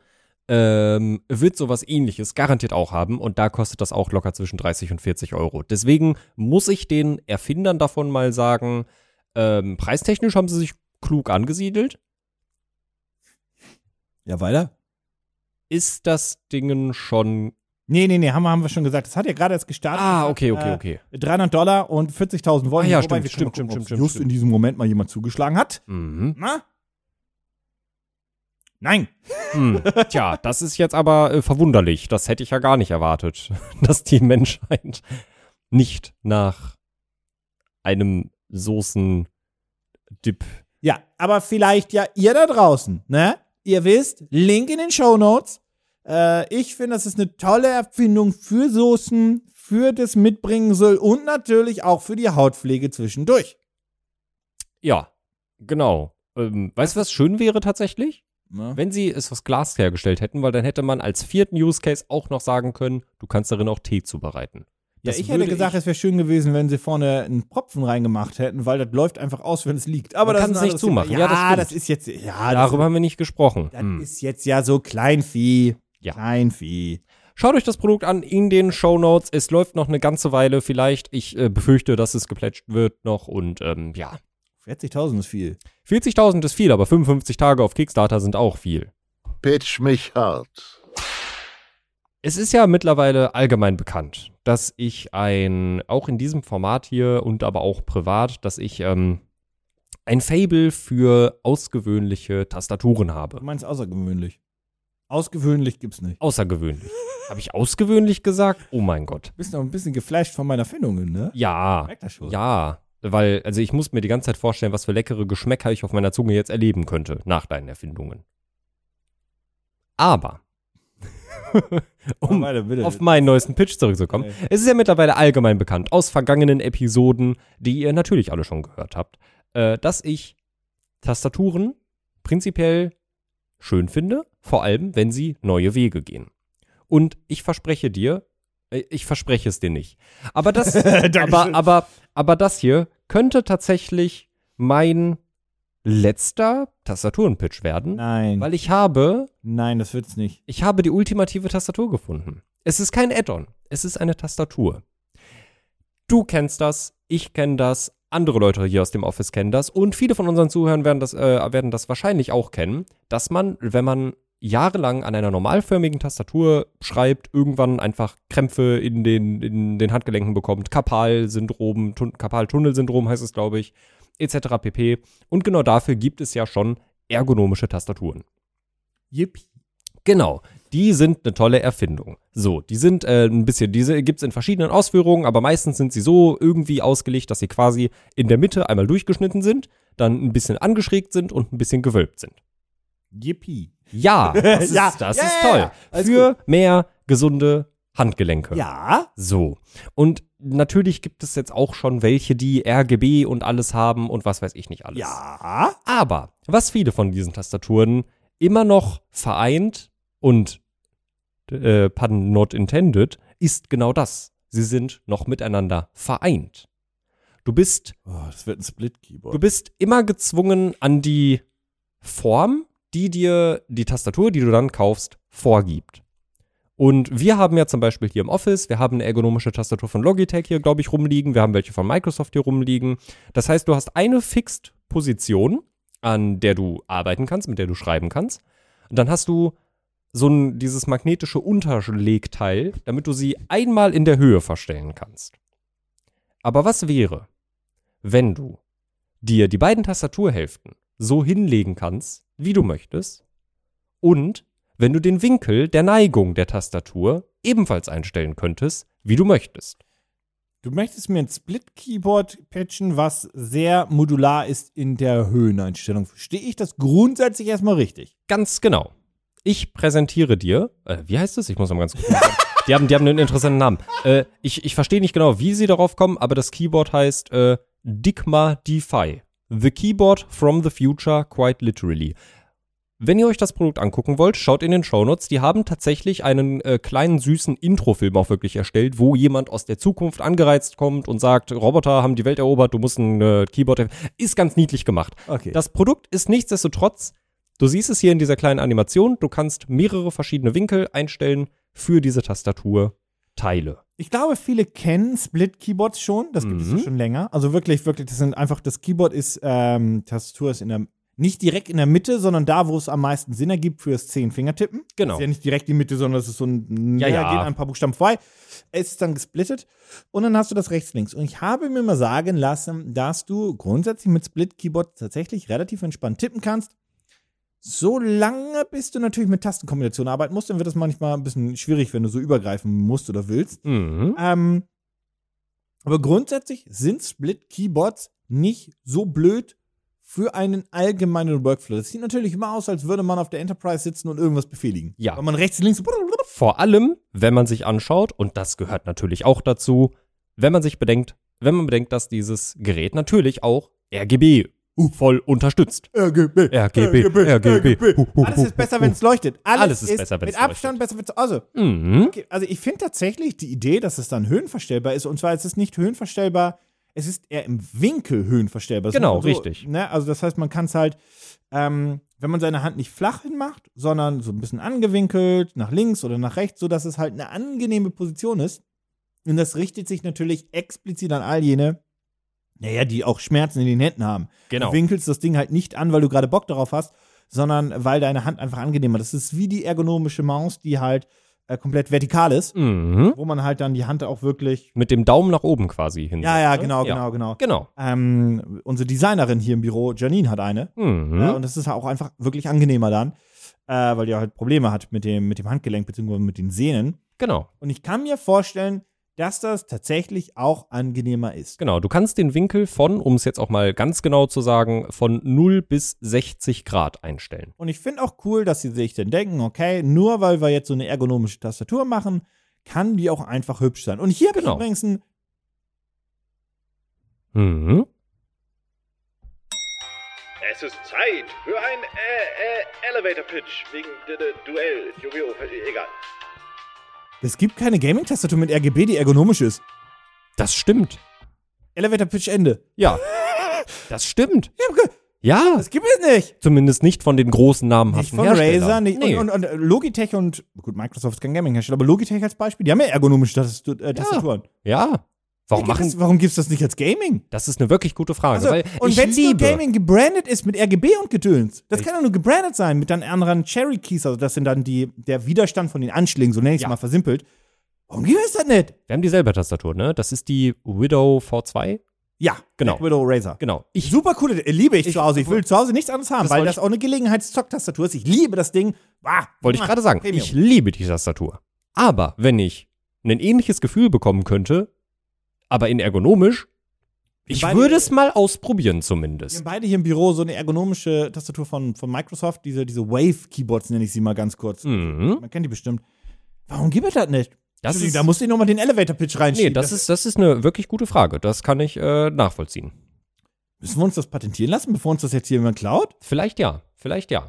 C: ähm, wird sowas ähnliches garantiert auch haben und da kostet das auch locker zwischen 30 und 40 Euro. Deswegen muss ich den Erfindern davon mal sagen, ähm, preistechnisch haben sie sich klug angesiedelt.
B: Ja, weiter?
C: Ist das Dingen schon
B: Nee, nee, nee, haben wir, haben wir schon gesagt. Das hat ja gerade erst gestartet.
C: Ah, okay,
B: Äh,
C: okay, okay.
B: 300 Dollar und 40.000 Wollen.
C: Ah, ja,
B: Wobei,
C: stimmt,
B: wir können mal
C: stimmt, stimmt,
B: gucken, ob's
C: stimmt,
B: Just
C: stimmt.
B: in diesem Moment mal jemand zugeschlagen hat.
C: Mhm.
B: Na? Nein.
C: Hm. Tja, das ist jetzt aber äh, verwunderlich. Das hätte ich ja gar nicht erwartet, dass die Menschheit nicht nach einem Soßen-Dip.
B: Ja, aber vielleicht ja ihr da draußen, ne? Ihr wisst, Link in den Show Notes. Äh, ich finde, das ist eine tolle Erfindung für Soßen, für das Mitbringsel und natürlich auch für die Hautpflege zwischendurch.
C: Ja, genau. Ähm, weißt du, was schön wäre tatsächlich?
B: Ne?
C: Wenn sie es aus Glas hergestellt hätten, weil dann hätte man als vierten Use Case auch noch sagen können, du kannst darin auch Tee zubereiten.
B: Ja,
C: Das
B: ich hätte
C: würde
B: gesagt, es wäre schön gewesen, wenn sie vorne einen Propfen reingemacht hätten, weil das läuft einfach aus, wenn es liegt. Aber das
C: Man kann
B: ist
C: es
B: ein
C: nicht
B: anderes
C: zumachen.
B: Thema.
C: Ja,
B: Ja,
C: das
B: das,
C: stimmt.
B: ist jetzt ja
C: Darüber haben wir nicht gesprochen.
B: Das, das
C: Hm.
B: ist jetzt ja so Kleinvieh.
C: Ja.
B: Kleinvieh.
C: Schaut euch das Produkt an in den Show Notes. Es läuft noch eine ganze Weile vielleicht. Ich äh, befürchte, dass es geplätscht wird noch und ähm, ja.
B: 40.000 ist viel.
C: 40.000 ist viel, aber 55 Tage auf Kickstarter sind auch viel.
A: Pitch mich hart.
C: Es ist ja mittlerweile allgemein bekannt, dass ich ein, auch in diesem Format hier und aber auch privat, dass ich ähm, ein Fable für ausgewöhnliche Tastaturen
B: Du
C: habe.
B: meinst außergewöhnlich. Ausgewöhnlich gibt's nicht.
C: Außergewöhnlich. Habe ich ausgewöhnlich gesagt? Oh mein Gott.
B: bist noch ein bisschen geflasht von meiner Erfindungen, ne?
C: Ja.
B: Merkt das schon.
C: Ja, weil, also ich muss mir die ganze Zeit vorstellen, was für leckere Geschmäcker ich auf meiner Zunge jetzt erleben könnte, nach deinen Erfindungen. Aber, um
B: Weiter, Oh, bitte.
C: auf meinen neuesten Pitch zurückzukommen,
B: Nee.
C: es ist ja mittlerweile allgemein bekannt, aus vergangenen Episoden, die ihr natürlich alle schon gehört habt, äh, dass ich Tastaturen prinzipiell schön finde, vor allem, wenn sie neue Wege gehen. Und ich verspreche dir, äh, ich verspreche es dir nicht. Aber das, aber,
B: Dankeschön.
C: aber, aber das hier könnte tatsächlich mein letzter Tastaturenpitch werden,
B: Nein,
C: weil ich habe,
B: nein, das wird's nicht.
C: ich habe die ultimative Tastatur gefunden. Es ist kein Add-on, es ist eine Tastatur. Du kennst das, ich kenne das, andere Leute hier aus dem Office kennen das und viele von unseren Zuhörern werden das, äh, werden das wahrscheinlich auch kennen, dass man, wenn man jahrelang an einer normalförmigen Tastatur schreibt, irgendwann einfach Krämpfe in den, in den Handgelenken bekommt, Kapal-Syndrom, Tun Kapal-Tunnel-Syndrom heißt es, glaube ich, etc. pp. Und genau dafür gibt es ja schon ergonomische Tastaturen.
B: Yippie.
C: Genau. Die sind eine tolle Erfindung. So, die sind äh, ein bisschen, diese gibt's in verschiedenen Ausführungen, aber meistens sind sie so irgendwie ausgelegt, dass sie quasi in der Mitte einmal durchgeschnitten sind, dann ein bisschen angeschrägt sind und ein bisschen gewölbt sind.
B: Yippie.
C: Ja, das ist,
B: Ja,
C: das
B: ja,
C: ist
B: ja,
C: toll.
B: ja. Alles
C: Für mehr gesunde Handgelenke.
B: Ja?
C: So. Und natürlich gibt es jetzt auch schon welche, die RGB und alles haben und was weiß ich nicht alles.
B: Ja?
C: Aber was viele von diesen Tastaturen immer noch vereint und äh, pun not intended, ist genau das. Sie sind noch miteinander vereint. Du bist,
B: Oh, das wird ein
C: du
B: Split-Keyboard.
C: bist immer gezwungen an die Form, die dir die Tastatur, die du dann kaufst, vorgibt. Und wir haben ja zum Beispiel hier im Office, wir haben eine ergonomische Tastatur von Logitech hier, glaube ich, rumliegen. Wir haben welche von Microsoft hier rumliegen. Das heißt, du hast eine Fixed-Position, an der du arbeiten kannst, mit der du schreiben kannst. Und dann hast du so ein, dieses magnetische Unterlegteil, damit du sie einmal in der Höhe verstellen kannst. Aber was wäre, wenn du dir die beiden Tastaturhälften so hinlegen kannst, wie du möchtest, und wenn du den Winkel der Neigung der Tastatur ebenfalls einstellen könntest, wie du möchtest.
B: Du möchtest mir ein Split-Keyboard patchen, was sehr modular ist in der Höheneinstellung. Verstehe ich das grundsätzlich erstmal richtig?
C: Ganz genau. Ich präsentiere dir, äh, wie heißt es? Ich muss mal ganz kurz. gucken. die, haben, die haben einen interessanten Namen. Äh, ich ich verstehe nicht genau, wie sie darauf kommen, aber das Keyboard heißt äh, Digma DeFi. The Keyboard from the Future, quite literally. Wenn ihr euch das Produkt angucken wollt, schaut in den Shownotes. Die haben tatsächlich einen äh, kleinen süßen Introfilm auch wirklich erstellt, wo jemand aus der Zukunft angereizt kommt und sagt, Roboter haben die Welt erobert, du musst ein äh, Keyboard. Ist ganz niedlich gemacht.
B: Okay.
C: Das Produkt ist nichtsdestotrotz, du siehst es hier in dieser kleinen Animation, du kannst mehrere verschiedene Winkel einstellen für diese Tastaturteile.
B: Ich glaube, viele kennen Split-Keyboards schon. Das gibt
C: Mhm.
B: es schon länger. Also wirklich, wirklich, das sind einfach, das Keyboard ist, ähm, Tastatur ist in der, nicht direkt in der Mitte, sondern da, wo es am meisten Sinn ergibt fürs Zehn-Fingertippen.
C: Genau.
B: Ist ja nicht direkt die Mitte, sondern es ist so ein,
C: Ja, ja.
B: geht ein paar Buchstaben vorbei. Es ist dann gesplittet und dann hast du das rechts, links. Und ich habe mir mal sagen lassen, dass du grundsätzlich mit Split-Keyboard tatsächlich relativ entspannt tippen kannst. Solange bis du natürlich mit Tastenkombinationen arbeiten musst, dann wird das manchmal ein bisschen schwierig, wenn du so übergreifen musst oder willst.
C: Mhm.
B: Ähm, aber grundsätzlich sind Split-Keyboards nicht so blöd für einen allgemeinen Workflow. Das sieht natürlich immer aus, als würde man auf der Enterprise sitzen und irgendwas befehligen.
C: Ja.
B: Weil man rechts, links.
C: Vor allem, wenn man sich anschaut, und das gehört natürlich auch dazu, wenn man sich bedenkt, wenn man bedenkt, dass dieses Gerät natürlich auch RGB voll unterstützt.
B: RGB.
C: RGB, RGB. Hu, hu,
B: Alles
C: hu,
B: ist besser,
C: hu.
B: wenn es leuchtet. Alles,
C: Alles ist besser, wenn
B: Mit
C: es leuchtet.
B: Abstand besser, wenn es. Also,
C: Mhm.
B: okay, also ich finde tatsächlich die Idee, dass es dann höhenverstellbar ist, und zwar ist es nicht höhenverstellbar, es ist eher im Winkel höhenverstellbar. Das
C: Genau,
B: muss man so,
C: richtig.
B: Ne? Also das heißt, man kann es halt, ähm, wenn man seine Hand nicht flach hinmacht, sondern so ein bisschen angewinkelt, nach links oder nach rechts, sodass es halt eine angenehme Position ist. Und das richtet sich natürlich explizit an all jene, naja, die auch Schmerzen in den Händen haben.
C: Genau.
B: Du winkelst das Ding halt nicht an, weil du gerade Bock darauf hast, sondern weil deine Hand einfach angenehmer ist. Das ist wie die ergonomische Maus, die halt äh, komplett vertikal ist,
C: Mhm.
B: wo man halt dann die Hand auch wirklich.
C: Mit dem Daumen nach oben quasi hin.
B: Ja, ja, genau, genau, genau.
C: Genau.
B: Ähm, unsere Designerin hier im Büro, Janine, hat eine.
C: Mhm.
B: Ja, und das ist auch einfach wirklich angenehmer dann, äh, weil die halt Probleme hat mit dem, mit dem Handgelenk bzw. mit den Sehnen.
C: genau.
B: Und ich kann mir vorstellen, dass das tatsächlich auch angenehmer ist.
C: Genau, du kannst den Winkel von, um es jetzt auch mal ganz genau zu sagen, von 0 bis 60 Grad einstellen.
B: Und ich finde auch cool, dass sie sich dann denken, okay, nur weil wir jetzt so eine ergonomische Tastatur machen, kann die auch einfach hübsch sein. Und hier habe
C: Genau.
B: ich übrigens ein
C: Mhm.
D: Es ist Zeit für ein äh, äh, Elevator Pitch wegen d -d Duell. Yu-Gi-Oh! äh, Egal.
B: Es gibt keine Gaming-Tastatur mit RGB, die ergonomisch ist.
C: Das stimmt.
B: Elevator Pitch Ende.
C: Ja. Das stimmt.
B: Ja, okay.
C: Ja.
B: Das gibt es nicht.
C: Zumindest nicht von den großen
B: Nicht
C: namenhaften
B: von
C: Herstellern.
B: Razer, nicht.
C: Nee.
B: Und, und, und Logitech und, gut, Microsoft ist kein Gaming-Hersteller, aber Logitech als Beispiel, die haben ja ergonomische Tastu- äh, Tastaturen.
C: ja. Warum
B: Wie gibt
C: machen
B: es- warum gibt es das nicht als Gaming?
C: Das ist eine wirklich gute Frage.
B: Also,
C: weil
B: und
C: ich
B: wenn nur
C: liebe,
B: Gaming gebrandet ist mit RGB und Gedöns, das kann ja nur gebrandet sein mit dann anderen Cherry Keys, also das sind dann die, der Widerstand von den Anschlägen, so nenne ich es
C: Ja.
B: mal versimpelt. Warum gibt es das nicht?
C: wir haben dieselbe Tastatur, ne? Das ist die Widow V2.
B: Ja,
C: Genau.
B: Black Widow Razer.
C: Genau. Ich,
B: Super coole, äh, liebe ich,
C: Ich-
B: zu Hause. Ich will zu Hause nichts anderes haben,
C: Das
B: weil
C: wollte
B: das auch eine Gelegenheitszocktastatur ist. Ich liebe das Ding. Ah,
C: wollte ich gerade sagen,
B: Premium.
C: ich liebe die Tastatur. Aber wenn ich ein ähnliches Gefühl bekommen könnte, aber in ergonomisch, ich
B: beide-
C: würde es mal ausprobieren
B: Wir haben
C: zumindest.
B: beide hier im Büro so eine ergonomische Tastatur von, von Microsoft, diese, diese Wave-Keyboards nenne ich sie mal ganz kurz.
C: Mhm.
B: Man kennt die bestimmt. Warum gibt es das nicht?
C: Das
B: Entschuldigung,
C: ist,
B: da musste ich nochmal den Elevator-Pitch reinschieben.
C: nee, das ist, das ist eine wirklich gute Frage. Das kann ich äh, nachvollziehen.
B: Müssen wir uns das patentieren lassen, bevor uns das jetzt hier jemand klaut?
C: Vielleicht ja, vielleicht ja.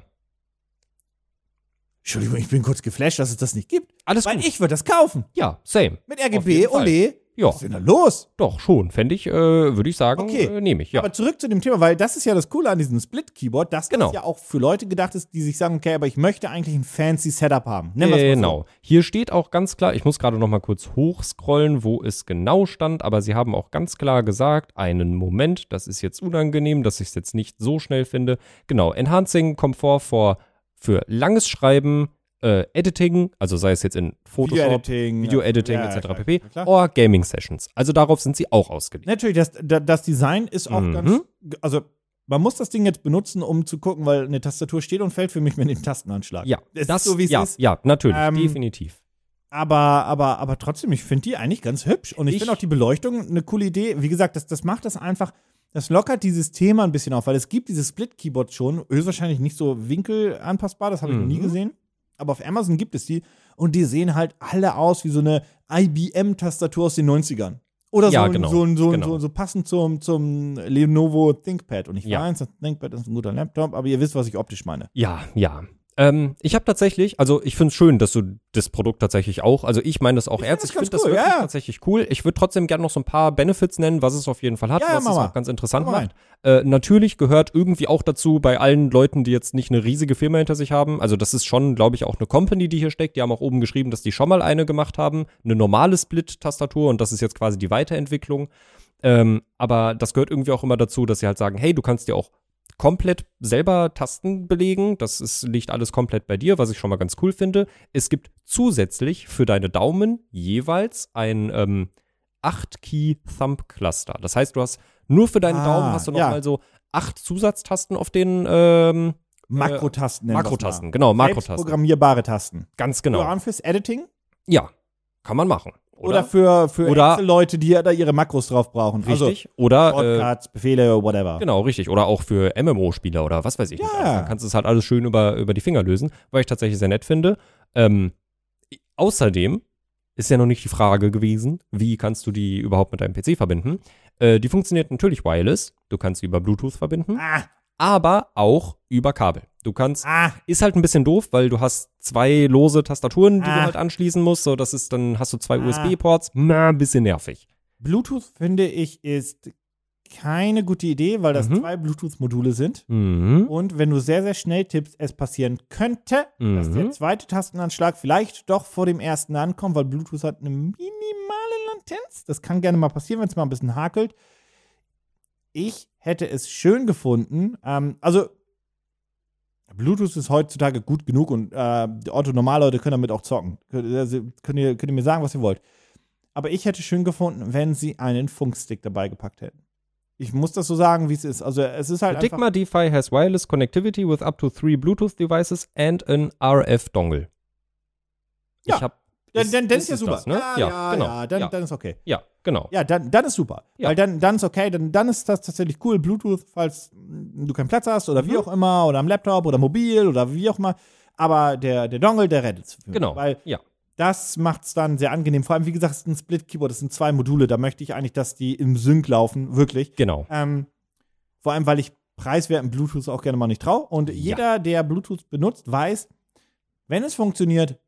B: Entschuldigung, ich bin kurz geflasht, dass es das nicht gibt.
C: Alles
B: Weil
C: gut.
B: ich würde das kaufen.
C: Ja, same.
B: Mit
C: Auf
B: RGB,
C: jeden Fall.
B: Ole,
C: Ja,
B: Was ist denn da los?
C: doch, schon. Fände ich, äh, würde ich sagen,
B: Okay.
C: äh, nehme ich. Ja.
B: Aber zurück zu dem Thema, weil das ist ja das Coole an diesem Split-Keyboard, dass
C: Genau.
B: das ja auch für Leute gedacht ist, die sich sagen, okay, aber ich möchte eigentlich ein fancy Setup haben. Nennen wir's mal so.
C: Genau. Hier steht auch ganz klar, ich muss gerade noch mal kurz hochscrollen, wo es genau stand, aber sie haben auch ganz klar gesagt, einen Moment, das ist jetzt unangenehm, dass ich es jetzt nicht so schnell finde. Genau, Enhancing Komfort for, für langes Schreiben, äh, Editing, also sei es jetzt in Photoshop,
B: Video-Editing.
C: Video-Editing
B: Ja, ja,
C: etc.
B: klar,
C: pp.
B: klar.
C: Or Gaming Sessions. Also darauf sind sie auch ausgelegt.
B: Natürlich, das, da- das Design ist auch
C: Mhm.
B: ganz. Also, man muss das Ding jetzt benutzen, um zu gucken, weil eine Tastatur steht und fällt für mich mit dem Tastenanschlag.
C: Ja,
B: Es ist so, wie es
C: ja,
B: ist.
C: ja, natürlich,
B: Ähm,
C: definitiv.
B: Aber, aber, aber trotzdem, ich finde die eigentlich ganz hübsch. Und ich,
C: Ich-
B: finde auch die Beleuchtung eine coole Idee. Wie gesagt, das, das macht das einfach, das lockert dieses Thema ein bisschen auf, weil es gibt dieses Split-Keyboard schon, höchstwahrscheinlich nicht so winkelanpassbar, das habe ich noch nie
C: Mhm.
B: gesehen. Aber auf Amazon gibt es die und die sehen halt alle aus wie so eine IBM-Tastatur aus den 90ern. Oder so,
C: Ja,
B: ein-
C: genau,
B: so, ein- so, ein-
C: genau.
B: so, so passend zum, zum Lenovo ThinkPad. Und ich
C: Ja. Äh,
B: weiß, das ThinkPad ist ein guter Laptop, aber ihr wisst, was ich optisch meine.
C: Ja, ja. Ähm, ich habe tatsächlich, also ich finde es schön, dass du das Produkt tatsächlich auch, also ich meine das auch
B: Ich find
C: ernst,
B: das
C: ich
B: ganz
C: finde das
B: cool,
C: wirklich
B: ja, ja.
C: tatsächlich cool. Ich würde trotzdem gerne noch so ein paar Benefits nennen, was es auf jeden Fall hat,
B: Ja, ja,
C: was
B: mach
C: es
B: mal.
C: auch ganz interessant
B: Komm mal rein.
C: macht. Äh, natürlich gehört irgendwie auch dazu bei allen Leuten, die jetzt nicht eine riesige Firma hinter sich haben, also das ist schon, glaube ich, auch eine Company, die hier steckt, die haben auch oben geschrieben, dass die schon mal eine gemacht haben, eine normale Split-Tastatur und das ist jetzt quasi die Weiterentwicklung. Ähm, aber das gehört irgendwie auch immer dazu, dass sie halt sagen, hey, du kannst dir auch komplett selber Tasten belegen. Das ist, liegt alles komplett bei dir, was ich schon mal ganz cool finde. Es gibt zusätzlich für deine Daumen jeweils ein ähm, 8-Key-Thumb-Cluster. Das heißt, du hast nur für deinen
B: Ah,
C: Daumen hast du
B: ja.
C: nochmal mal so acht Zusatztasten auf den ähm,
B: Makrotasten. nennen wir's mal.
C: Makrotasten. Genau, Makrotasten.
B: Selbstprogrammierbare Tasten.
C: Ganz
B: Genau.
C: genau.
B: Programm fürs Editing
C: Ja, kann man machen.
B: oder,
C: Oder?
B: für, für
C: Oder-
B: echte Leute, die ja da ihre Makros drauf brauchen.
C: Richtig. Oder äh,
B: Shortcuts, Befehle, whatever.
C: Genau, richtig. Oder auch für MMO-Spieler oder was weiß ich. Nicht.
B: Ja.
C: Dann kannst du es halt alles schön über, über die Finger lösen, weil ich tatsächlich sehr nett finde. Ähm, außerdem ist ja noch nicht die Frage gewesen, wie kannst du die überhaupt mit deinem PC verbinden. Äh, die funktioniert natürlich wireless. Du kannst sie über Bluetooth verbinden,
B: Ah,
C: aber auch über Kabel. Du kannst
B: ah,
C: ist halt ein bisschen doof, weil du hast zwei lose Tastaturen, die du
B: Ah.
C: halt anschließen musst. So, das ist dann hast du zwei
B: Ah.
C: USB-Ports. Na, ein bisschen nervig.
B: Bluetooth finde ich ist keine gute Idee, weil das
C: Mhm.
B: zwei Bluetooth-Module sind.
C: Mhm.
B: Und wenn du sehr, sehr schnell tippst, es passieren könnte, dass
C: Mhm.
B: der zweite Tastenanschlag vielleicht doch vor dem ersten ankommt, weil Bluetooth hat eine minimale Latenz. Das kann gerne mal passieren, wenn es mal ein bisschen hakelt. Ich hätte es schön gefunden. Ähm, also, Bluetooth ist heutzutage gut genug und äh, die Otto-Normalleute können damit auch zocken. Könnt- Also, könnt, ihr, könnt ihr mir sagen, was ihr wollt. Aber ich hätte schön gefunden, wenn sie einen Funkstick dabei gepackt hätten. Ich muss das so sagen, wie es ist. Also, es ist halt.
C: The Digma DeFi has wireless connectivity with up to three Bluetooth devices and an RF Dongle.
B: Ja.
C: Ich hab,
B: Dann, dann, dann ist ja super.
C: das, ne?
B: Ja, ja,
C: genau.
B: ja, dann,
C: ja.
B: dann ist okay.
C: ja, genau.
B: Ja, dann, dann ist super.
C: Ja.
B: Weil dann, dann ist okay, dann, dann ist das tatsächlich cool. Bluetooth, falls mm, du keinen Platz hast oder wie
C: Mhm.
B: auch immer, oder am Laptop oder mobil oder wie auch immer. Aber der, der Dongle, der rettet es.
C: Genau.
B: Weil
C: ja.
B: das macht es dann sehr angenehm. Vor allem, wie gesagt, es ist ein Split-Keyboard, das sind zwei Module. Da möchte ich eigentlich, dass die im Sync laufen, wirklich.
C: Genau.
B: Ähm, vor allem, weil ich preiswerten Bluetooth auch gerne mal nicht traue. Und
C: Ja.
B: jeder, der Bluetooth benutzt, weiß, wenn es funktioniert,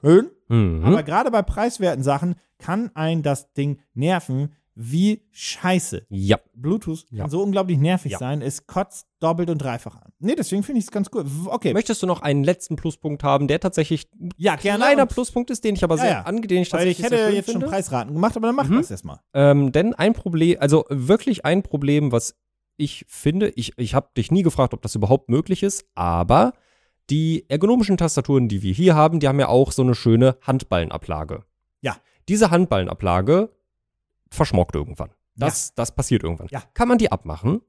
B: schön.
C: Mhm.
B: Aber gerade bei preiswerten Sachen kann ein das Ding nerven, wie scheiße.
C: ja.
B: Bluetooth
C: Ja.
B: kann so unglaublich nervig
C: Ja.
B: sein, es kotzt doppelt und dreifach an. Nee, deswegen finde ich es ganz cool. W- Okay.
C: Möchtest du noch einen letzten Pluspunkt haben, der tatsächlich ein
B: ja,
C: kleiner Pluspunkt ist, den ich aber
B: Ja,
C: sehr
B: ja.
C: ange- den ich
B: Weil
C: tatsächlich
B: ich hätte
C: sehr schön
B: jetzt
C: finde.
B: schon Preisraten gemacht, aber dann mach
C: Mhm.
B: das erstmal.
C: Ähm, denn ein Problem, also wirklich ein Problem, was ich finde, ich, ich habe dich nie gefragt, ob das überhaupt möglich ist, aber die ergonomischen Tastaturen, die wir hier haben, die haben ja auch so eine schöne Handballenablage.
B: Ja.
C: Diese Handballenablage verschmockt irgendwann. Das, das passiert irgendwann.
B: Ja.
C: Kann man die abmachen?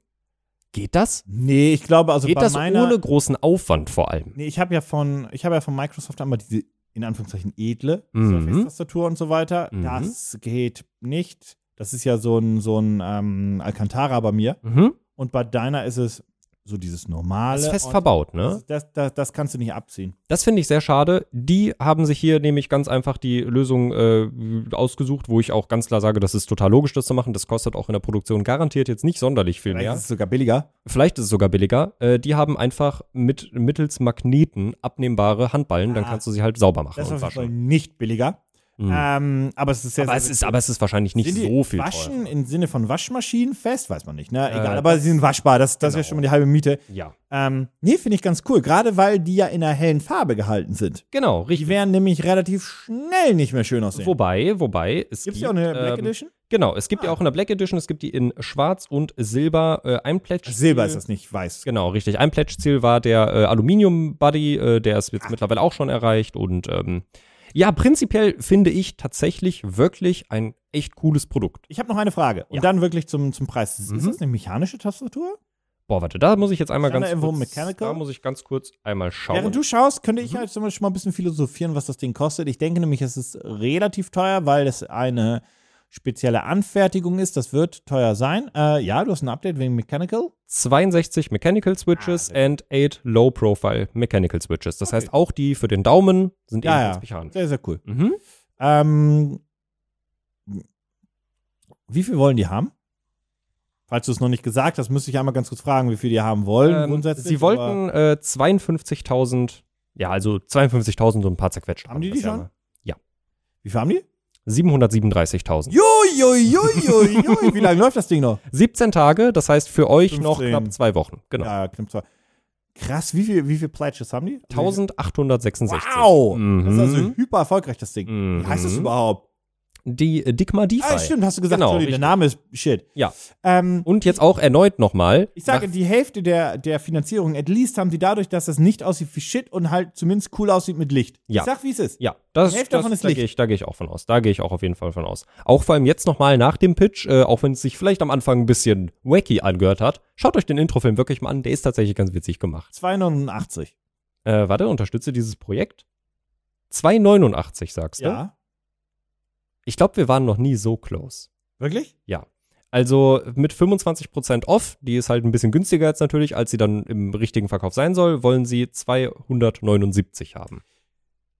C: Geht das?
B: Nee, ich glaube, also
C: Geht
B: bei
C: das
B: meiner
C: ohne großen Aufwand vor allem?
B: Nee, ich habe ja von ich habe ja von Microsoft einmal diese in Anführungszeichen edle
C: Mhm.
B: Surface-Tastatur und so weiter.
C: Mhm.
B: Das geht nicht. Das ist ja so ein so ein ähm, Alcantara bei mir
C: Mhm.
B: und bei deiner ist es so dieses normale
C: Das ist fest
B: und-
C: verbaut, ne?
B: Das, das, das, das kannst du nicht abziehen.
C: Das finde ich sehr schade. Die haben sich hier nämlich ganz einfach die Lösung äh, ausgesucht, wo ich auch ganz klar sage, das ist total logisch, das zu machen. Das kostet auch in der Produktion garantiert jetzt nicht sonderlich viel
B: Vielleicht
C: mehr.
B: ist es sogar billiger.
C: Vielleicht ist es sogar billiger. Äh, die haben einfach mit mittels Magneten abnehmbare Handballen, dann
B: Ah.
C: kannst du sie halt sauber machen
B: Das ist
C: und
B: auf jeden Fall
C: waschen. Hm.
B: nicht billiger. Ähm, aber es ist sehr,
C: Aber
B: sehr
C: es ist, aber es ist wahrscheinlich nicht
B: sind die
C: so viel
B: Waschen
C: teurer.
B: im Sinne von Waschmaschinen fest? Weiß man nicht, ne? Egal,
C: Äh,
B: aber sie sind waschbar, das, das wäre
C: genau.
B: schon mal die halbe Miete.
C: Ja,
B: Ähm, nee, finde ich ganz cool, gerade weil die ja in einer hellen Farbe gehalten sind.
C: genau,
B: Die
C: richtig.
B: werden nämlich relativ schnell nicht mehr schön aussehen.
C: Wobei, wobei, es
B: Gibt es
C: gibt
B: ja auch eine Black
C: ähm,
B: Edition?
C: Genau, es gibt ja
B: Ah.
C: auch in der Black Edition, es gibt die in Schwarz und Silber. Äh, ein Plätsch.
B: Silber ist das nicht, weiß.
C: Genau, richtig. Ein Plätschziel war der äh, Aluminium Buddy, äh, der ist jetzt mittlerweile auch schon erreicht. Und ähm, ja, prinzipiell finde ich tatsächlich wirklich ein echt cooles Produkt.
B: Ich habe noch eine Frage. Und
C: Ja.
B: dann wirklich zum, zum Preis. Ist-
C: Mhm.
B: Ist das eine mechanische Tastatur?
C: Boah, warte, da muss ich jetzt einmal
B: Stand da
C: ganz
B: irgendwo
C: kurz,
B: Mechanical?
C: da muss ich ganz kurz einmal schauen.
B: Während du schaust, könnte ich halt zum Beispiel mal ein bisschen philosophieren, was das Ding kostet. Ich denke nämlich, es ist relativ teuer, weil es eine spezielle Anfertigung ist. Das wird teuer sein. Äh, ja, du hast ein Update wegen Mechanical.
C: 62 Mechanical Switches
B: Ah, sehr
C: and 8 Low Profile Mechanical Switches. Das heißt, auch die für den Daumen sind
B: Ja,
C: ebenfalls
B: ja.
C: mechanisch.
B: Sehr, sehr cool.
C: Mhm.
B: Ähm, wie viel wollen die haben? Falls du es noch nicht gesagt hast, müsste ich einmal ganz kurz fragen, wie viel die haben wollen.
C: Ähm,
B: grundsätzlich,
C: sie
B: aber-
C: wollten äh, 52.000, ja, also 52.000 und ein paar zerquetscht.
B: Haben die die
C: das ja
B: schon?
C: mal.
B: Wie viel haben die?
C: 737.000.
B: Jo, jo, jo, jo, jo. Wie lange läuft das Ding noch?
C: 17 Tage, das heißt für euch noch
B: 15.
C: knapp zwei Wochen. Genau.
B: Ja, knapp zwei. Krass, wie viel, wie viel Pledges haben die? Also,
C: 1866.
B: Wow!
C: Mhm.
B: Das ist also hyper erfolgreich, das Ding.
C: Mhm.
B: Wie heißt das überhaupt?
C: Die äh, Digma DeFi.
B: Ah, stimmt, hast du gesagt,
C: Genau,
B: Entschuldigung, der Name ist Shit.
C: Ja.
B: Ähm,
C: Und jetzt auch erneut nochmal.
B: ich sage,
C: nach-
B: die Hälfte der, der Finanzierung, at least haben sie dadurch, dass das nicht aussieht wie Shit und halt zumindest cool aussieht mit Licht.
C: Ja.
B: Ich sag, wie es ist.
C: ja, das,
B: die Hälfte
C: das
B: davon ist
C: da
B: Licht.
C: gehe ich, da gehe ich auch von aus. Da gehe ich auch auf jeden Fall von aus. Auch vor allem jetzt nochmal nach dem Pitch, äh, auch wenn es sich vielleicht am Anfang ein bisschen wacky angehört hat, schaut euch den Introfilm wirklich mal an, der ist tatsächlich ganz witzig gemacht.
B: 289.
C: Äh, warte, unterstütze dieses Projekt. 289 sagst du?
B: Ja.
C: Ich glaube, wir waren noch nie so close.
B: Wirklich?
C: Also mit 25% off, die ist halt ein bisschen günstiger jetzt natürlich, als sie dann im richtigen Verkauf sein soll, wollen sie 279 haben.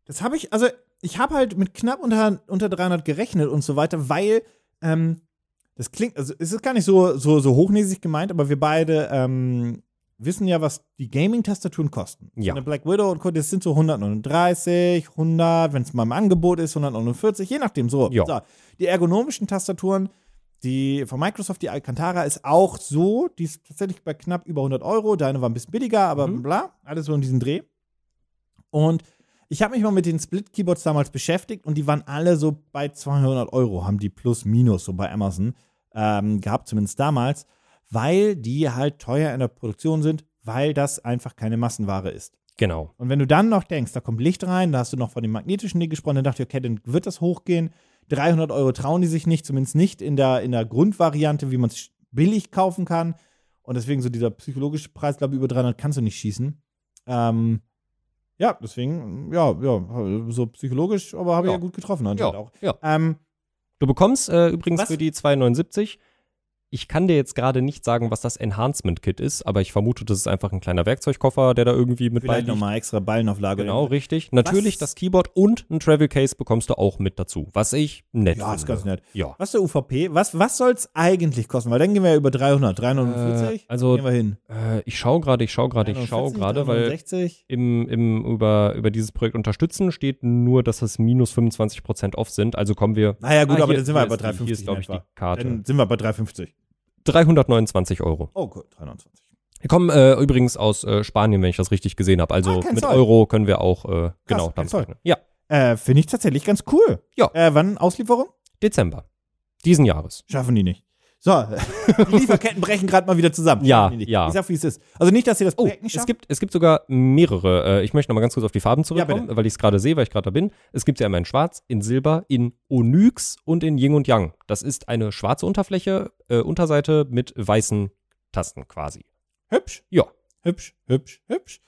B: Das habe ich, also ich habe halt mit knapp unter, unter 300 gerechnet und so weiter, weil ähm, das klingt, also es ist gar nicht so, so, so hochnäsig gemeint, aber wir beide ähm, wissen ja, was die Gaming-Tastaturen kosten.
C: Ja.
B: Eine Black Widow und Co., das sind so 139, 100, wenn es mal im Angebot ist, 149, je nachdem, so.
C: Ja.
B: so. Die ergonomischen Tastaturen, die von Microsoft, die Alcantara, ist auch so, die ist tatsächlich bei knapp über 100 Euro, deine war ein bisschen billiger, aber
C: Mhm.
B: bla, alles so in diesem Dreh. Und ich habe mich mal mit den Split-Keyboards damals beschäftigt und die waren alle so bei 200 Euro, haben die plus minus so bei Amazon ähm, gehabt, zumindest damals, weil die halt teuer in der Produktion sind, weil das einfach keine Massenware ist.
C: Genau.
B: Und wenn du dann noch denkst, da kommt Licht rein, da hast du noch von dem magnetischen Ding gesprochen, dann dachte ich, okay, dann wird das hochgehen. 300 Euro trauen die sich nicht, zumindest nicht in der, in der Grundvariante, wie man es billig kaufen kann. Und deswegen so dieser psychologische Preis, glaube ich, über 300 kannst du nicht schießen. Ähm, ja, deswegen, ja, ja, so psychologisch, aber habe ich
C: Ja.
B: ja gut getroffen anscheinend auch.
C: ja.
B: Ähm,
C: Du bekommst äh, übrigens
B: Was?
C: für die 279, ich kann dir jetzt gerade nicht sagen, was das Enhancement Kit ist, aber ich vermute, das ist einfach ein kleiner Werkzeugkoffer, der da irgendwie mit
B: vielleicht
C: liegt.
B: nochmal extra Ballenauflage.
C: Genau, richtig. Natürlich das Keyboard und ein Travel Case bekommst du auch mit dazu, was ich nett
B: Ja, ist
C: finde.
B: ganz nett.
C: Ja.
B: Was ist der UVP? Was, was soll es eigentlich kosten? Weil dann gehen wir ja über 300, 340.
C: Äh, also
B: gehen wir hin.
C: äh, ich schaue gerade, ich schaue gerade, ich schaue
B: 340,
C: gerade, weil
B: 360.
C: im, im über, über dieses Projekt unterstützen, steht nur, dass es minus 25% off sind. Also kommen wir.
B: Naja, gut,
C: Ah,
B: aber
C: hier-
B: dann sind wir
C: hier
B: bei
C: ist die- Hier
B: 350
C: ist, glaube ich,
B: in
C: die
B: etwa.
C: Karte.
B: Dann sind wir bei 350.
C: 329 Euro.
B: Oh, cool, 320.
C: Wir kommen äh, übrigens aus äh, Spanien, wenn ich das richtig gesehen habe.
B: Ah,
C: Also
B: kein
C: mit
B: Zoll.
C: Euro können wir auch äh, genau
B: kein
C: damit
B: Zoll.
C: rechnen. Ja,
B: Äh, Finde ich tatsächlich ganz cool.
C: Ja.
B: Äh, wann Auslieferung?
C: Dezember. Diesen Jahres.
B: Schaffen die nicht. So, die Lieferketten brechen gerade mal wieder zusammen.
C: Ja,
B: Schaffen die nicht.
C: ja.
B: Ich sag, wie es ist. Also nicht, dass ihr das
C: Oh,
B: Projekt nicht
C: es
B: schafft.
C: gibt, es gibt sogar mehrere. Äh, ich möchte nochmal ganz kurz auf die Farben
B: Ja,
C: zurückkommen, weil ich es gerade sehe, weil ich gerade da bin. Es gibt ja einmal in Schwarz, in Silber, in Onyx und in Yin und Yang. Das ist eine schwarze Unterfläche, äh, Unterseite mit weißen Tasten quasi.
B: Hübsch.
C: Ja.
B: Hübsch, hübsch, hübsch.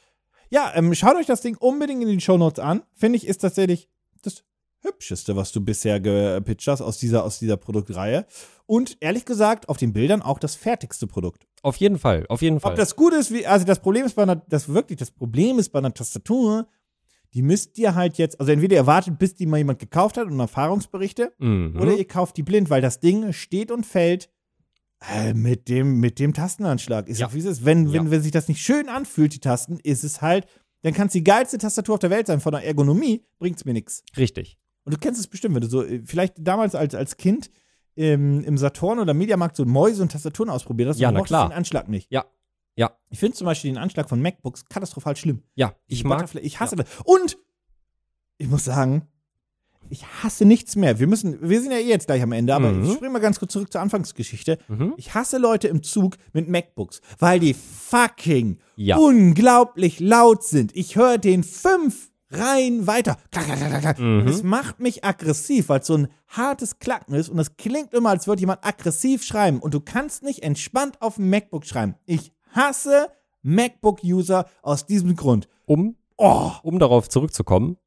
B: Ja, ähm, schaut euch das Ding unbedingt in den Shownotes an. Finde ich, ist tatsächlich das Hübscheste, was du bisher gepitcht hast aus dieser, aus dieser Produktreihe. Und ehrlich gesagt, auf den Bildern auch das fertigste Produkt.
C: Auf jeden Fall, auf jeden Fall.
B: Ob das gut ist, wie, also das Problem ist bei einer, das wirklich das Problem ist bei einer Tastatur, die müsst ihr halt jetzt, also entweder ihr wartet, bis die mal jemand gekauft hat und Erfahrungsberichte,
C: Mhm.
B: oder ihr kauft die blind, weil das Ding steht und fällt äh, mit dem, mit dem Tastenanschlag. Ist
C: Ja.
B: ja wie es ist. Wenn, wenn,
C: Ja.
B: wenn sich das nicht schön anfühlt, die Tasten, ist es halt, dann kann es die geilste Tastatur auf der Welt sein. Von der Ergonomie bringt es mir nichts.
C: Richtig.
B: Und Und du kennst es bestimmt, wenn du so, äh, vielleicht damals als, als Kind ähm, im, im Saturn oder Mediamarkt so Mäuse und Tastaturen ausprobiert hast,
C: Ja,
B: und du
C: na
B: mochtest
C: klar.
B: den Anschlag nicht.
C: Ja. Ja.
B: Ich finde zum Beispiel den Anschlag von MacBooks katastrophal schlimm.
C: Ja, ich mag.
B: Butterfly- Ich hasse das. Und ich muss sagen, ich hasse nichts mehr. Wir müssen, wir sind ja eh jetzt gleich am Ende, aber
C: Mhm.
B: ich springe mal ganz kurz zurück zur Anfangsgeschichte.
C: Mhm.
B: Ich hasse Leute im Zug mit MacBooks, weil die fucking
C: Ja.
B: unglaublich laut sind. Ich höre den fünf Reihen weiter. Klack, klack, klack, klack.
C: Mhm.
B: Und es macht mich aggressiv, weil es so ein hartes Klacken ist und es klingt immer, als würde jemand aggressiv schreiben. Und du kannst nicht entspannt auf dem MacBook schreiben. Ich hasse MacBook-User aus diesem Grund.
C: Um,
B: Oh,
C: um darauf zurückzukommen,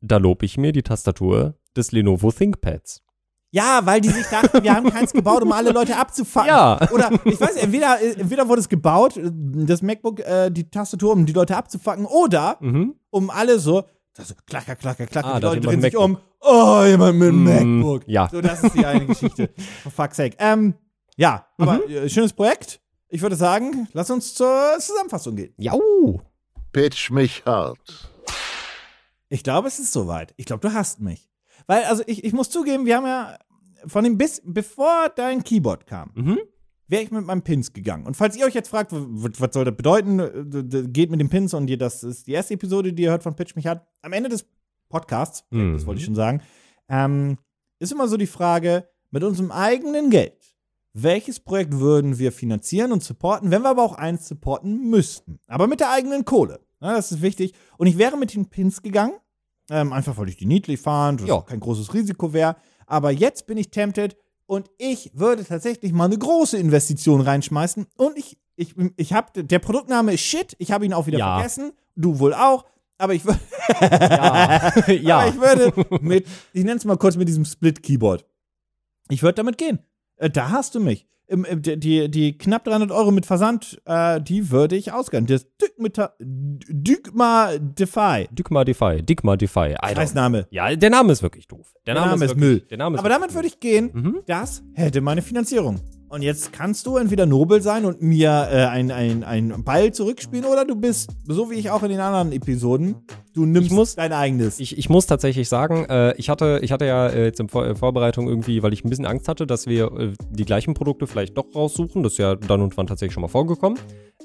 C: da lobe ich mir die Tastatur des Lenovo ThinkPads.
B: Ja, weil die sich dachten, wir haben keins gebaut, um alle Leute abzufangen.
C: Ja.
B: Oder ich weiß, entweder, äh, entweder wurde es gebaut, äh, das MacBook, äh, die Tastatur, um die Leute abzufangen, oder
C: Mhm.
B: um alle so, also klacker, klacker, klacker,
C: Ah,
B: die
C: da
B: Leute
C: hat
B: drehen
C: jemand
B: sich
C: ein
B: um. Oh, jemand mit einem
C: Mm,
B: MacBook.
C: ja.
B: So, das ist die eine Geschichte. For fuck's sake. Ähm, ja, aber
C: Mhm.
B: äh, schönes Projekt. Ich würde sagen, lass uns zur Zusammenfassung gehen.
C: Jau.
A: Pitch mich hart.
B: Ich glaube, es ist soweit. Ich glaube, du hast mich. Weil, also ich, ich muss zugeben, wir haben ja von dem bis, bevor dein Keyboard kam,
C: Mhm.
B: wäre ich mit meinem Pins gegangen. Und falls ihr euch jetzt fragt, w- w- was soll das bedeuten, äh, d- d- geht mit dem Pins und ihr, das ist die erste Episode, die ihr hört von Pitch mich hat. Am Ende des Podcasts, äh,
C: Mhm.
B: das wollte ich schon sagen, ähm, ist immer so die Frage, mit unserem eigenen Geld, welches Projekt würden wir finanzieren und supporten, wenn wir aber auch eins supporten müssten? Aber mit der eigenen Kohle. Ja, das ist wichtig. Und ich wäre mit den Pins gegangen, ähm, einfach weil ich die niedlich fand, dass
C: Ja.
B: kein großes Risiko wäre. Aber jetzt bin ich tempted und ich würde tatsächlich mal eine große Investition reinschmeißen. Und ich, ich, ich habe, der Produktname ist Shit, ich habe ihn auch wieder
C: Ja.
B: vergessen, du wohl auch. Aber ich, wür-
C: Ja. ja.
B: aber ich würde mit, ich nenne es mal kurz mit diesem Split-Keyboard. Ich würde damit gehen. Äh, Da hast du mich. Im- im- Die, die, die knapp 300 Euro mit Versand, äh, die würde ich ausgeben. Das Dygmata- Dygma Defy.
C: Digma Defy. Digma Defy. I don't
B: Preisname.
C: Ja, der Name ist wirklich doof. Der Name, ist, wirklich,
B: Müll.
C: Der Name ist
B: Aber damit würde ich gehen.
C: Mhm.
B: Das hätte meine Finanzierung. Und jetzt kannst du entweder nobel sein und mir äh, ein, ein, ein Ball zurückspielen oder du bist, so wie ich auch in den anderen Episoden, du nimmst
C: Ich muss-
B: dein eigenes.
C: Ich, ich muss tatsächlich sagen, äh, ich, hatte, ich hatte ja äh, jetzt in Vor äh, Vorbereitung irgendwie, weil ich ein bisschen Angst hatte, dass wir äh, die gleichen Produkte vielleicht doch raussuchen. Das ist ja dann und wann tatsächlich schon mal vorgekommen.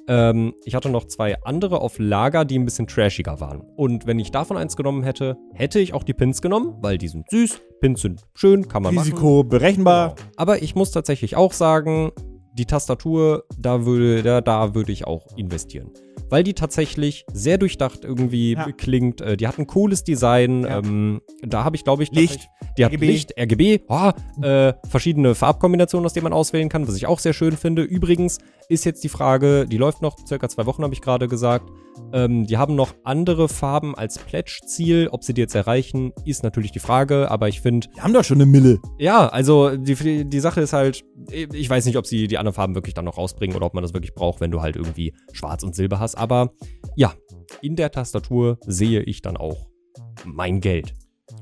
C: Ähm, ich hatte noch zwei andere auf Lager, die ein bisschen trashiger waren. Und wenn ich davon eins genommen hätte, hätte ich auch die Pins genommen, weil die sind süß, Pins sind schön, kann man machen.
B: Risiko berechenbar.
C: Genau. Aber ich muss tatsächlich auch sagen, die Tastatur, da würde, da, da würde ich auch investieren. Weil die tatsächlich sehr durchdacht irgendwie
B: Ja.
C: klingt. Äh, Die hat ein cooles Design.
B: Ja.
C: Ähm, da habe ich, glaube ich,
B: Licht,
C: tatsächlich- Die hat
B: RGB.
C: Licht, RGB, oh, äh, verschiedene Farbkombinationen, aus denen man auswählen kann, was ich auch sehr schön finde. Übrigens ist jetzt die Frage, die läuft noch circa zwei Wochen, habe ich gerade gesagt. Ähm, die haben noch andere Farben als Pledge-Ziel. Ob sie die jetzt erreichen, ist natürlich die Frage. Aber ich finde,
B: Wir haben doch schon eine Mille.
C: ja, also die, die Sache ist halt, ich weiß nicht, ob sie die anderen Farben wirklich dann noch rausbringen oder ob man das wirklich braucht, wenn du halt irgendwie Schwarz und Silber hast. Aber ja, in der Tastatur sehe ich dann auch mein Geld.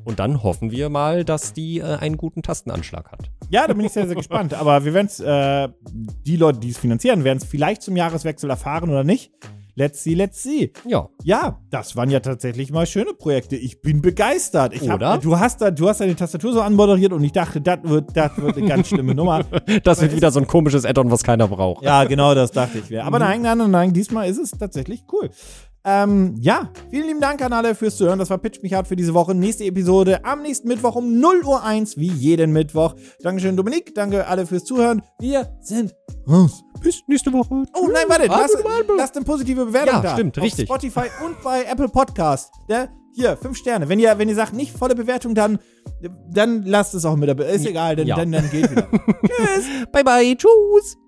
C: Und dann hoffen wir mal, dass die äh, einen guten Tastenanschlag hat.
B: Ja, da bin ich sehr, sehr gespannt. Aber wir werden es, äh, die Leute, die es finanzieren, werden es vielleicht zum Jahreswechsel erfahren oder nicht. Let's see, let's see.
C: Ja,
B: Ja, das waren ja tatsächlich mal schöne Projekte. Ich bin begeistert. Ich
C: Oder?
B: Hab, äh, du hast da, du hast deine Tastatur so anmoderiert und ich dachte, das wird, das wird eine ganz schlimme Nummer.
C: das wird wieder so ein komisches Add-on, was keiner braucht.
B: Ja, genau, das dachte ich mir. Aber nein, nein, nein, nein, diesmal ist es tatsächlich cool. Ähm, ja, vielen lieben Dank an alle fürs Zuhören. Das war Pitch mich hart für diese Woche. Nächste Episode am nächsten Mittwoch um 0 Uhr 1, wie jeden Mittwoch. Dankeschön, Dominik. Danke alle fürs Zuhören. Wir sind raus.
C: Bis nächste Woche.
B: Oh nein, warte,
C: Ah,
B: lass,
C: du Malbe.
B: lasst eine positive Bewertung
C: Ja,
B: da.
C: stimmt,
B: auf
C: richtig.
B: Spotify und bei Apple Podcast. Ne? Hier, fünf Sterne. Wenn ihr, wenn ihr sagt, nicht volle Bewertung, dann, dann lasst es auch mit der Be Ist egal, dann,
C: Ja.
B: dann, dann geht wieder.
C: Bye bye. Tschüss.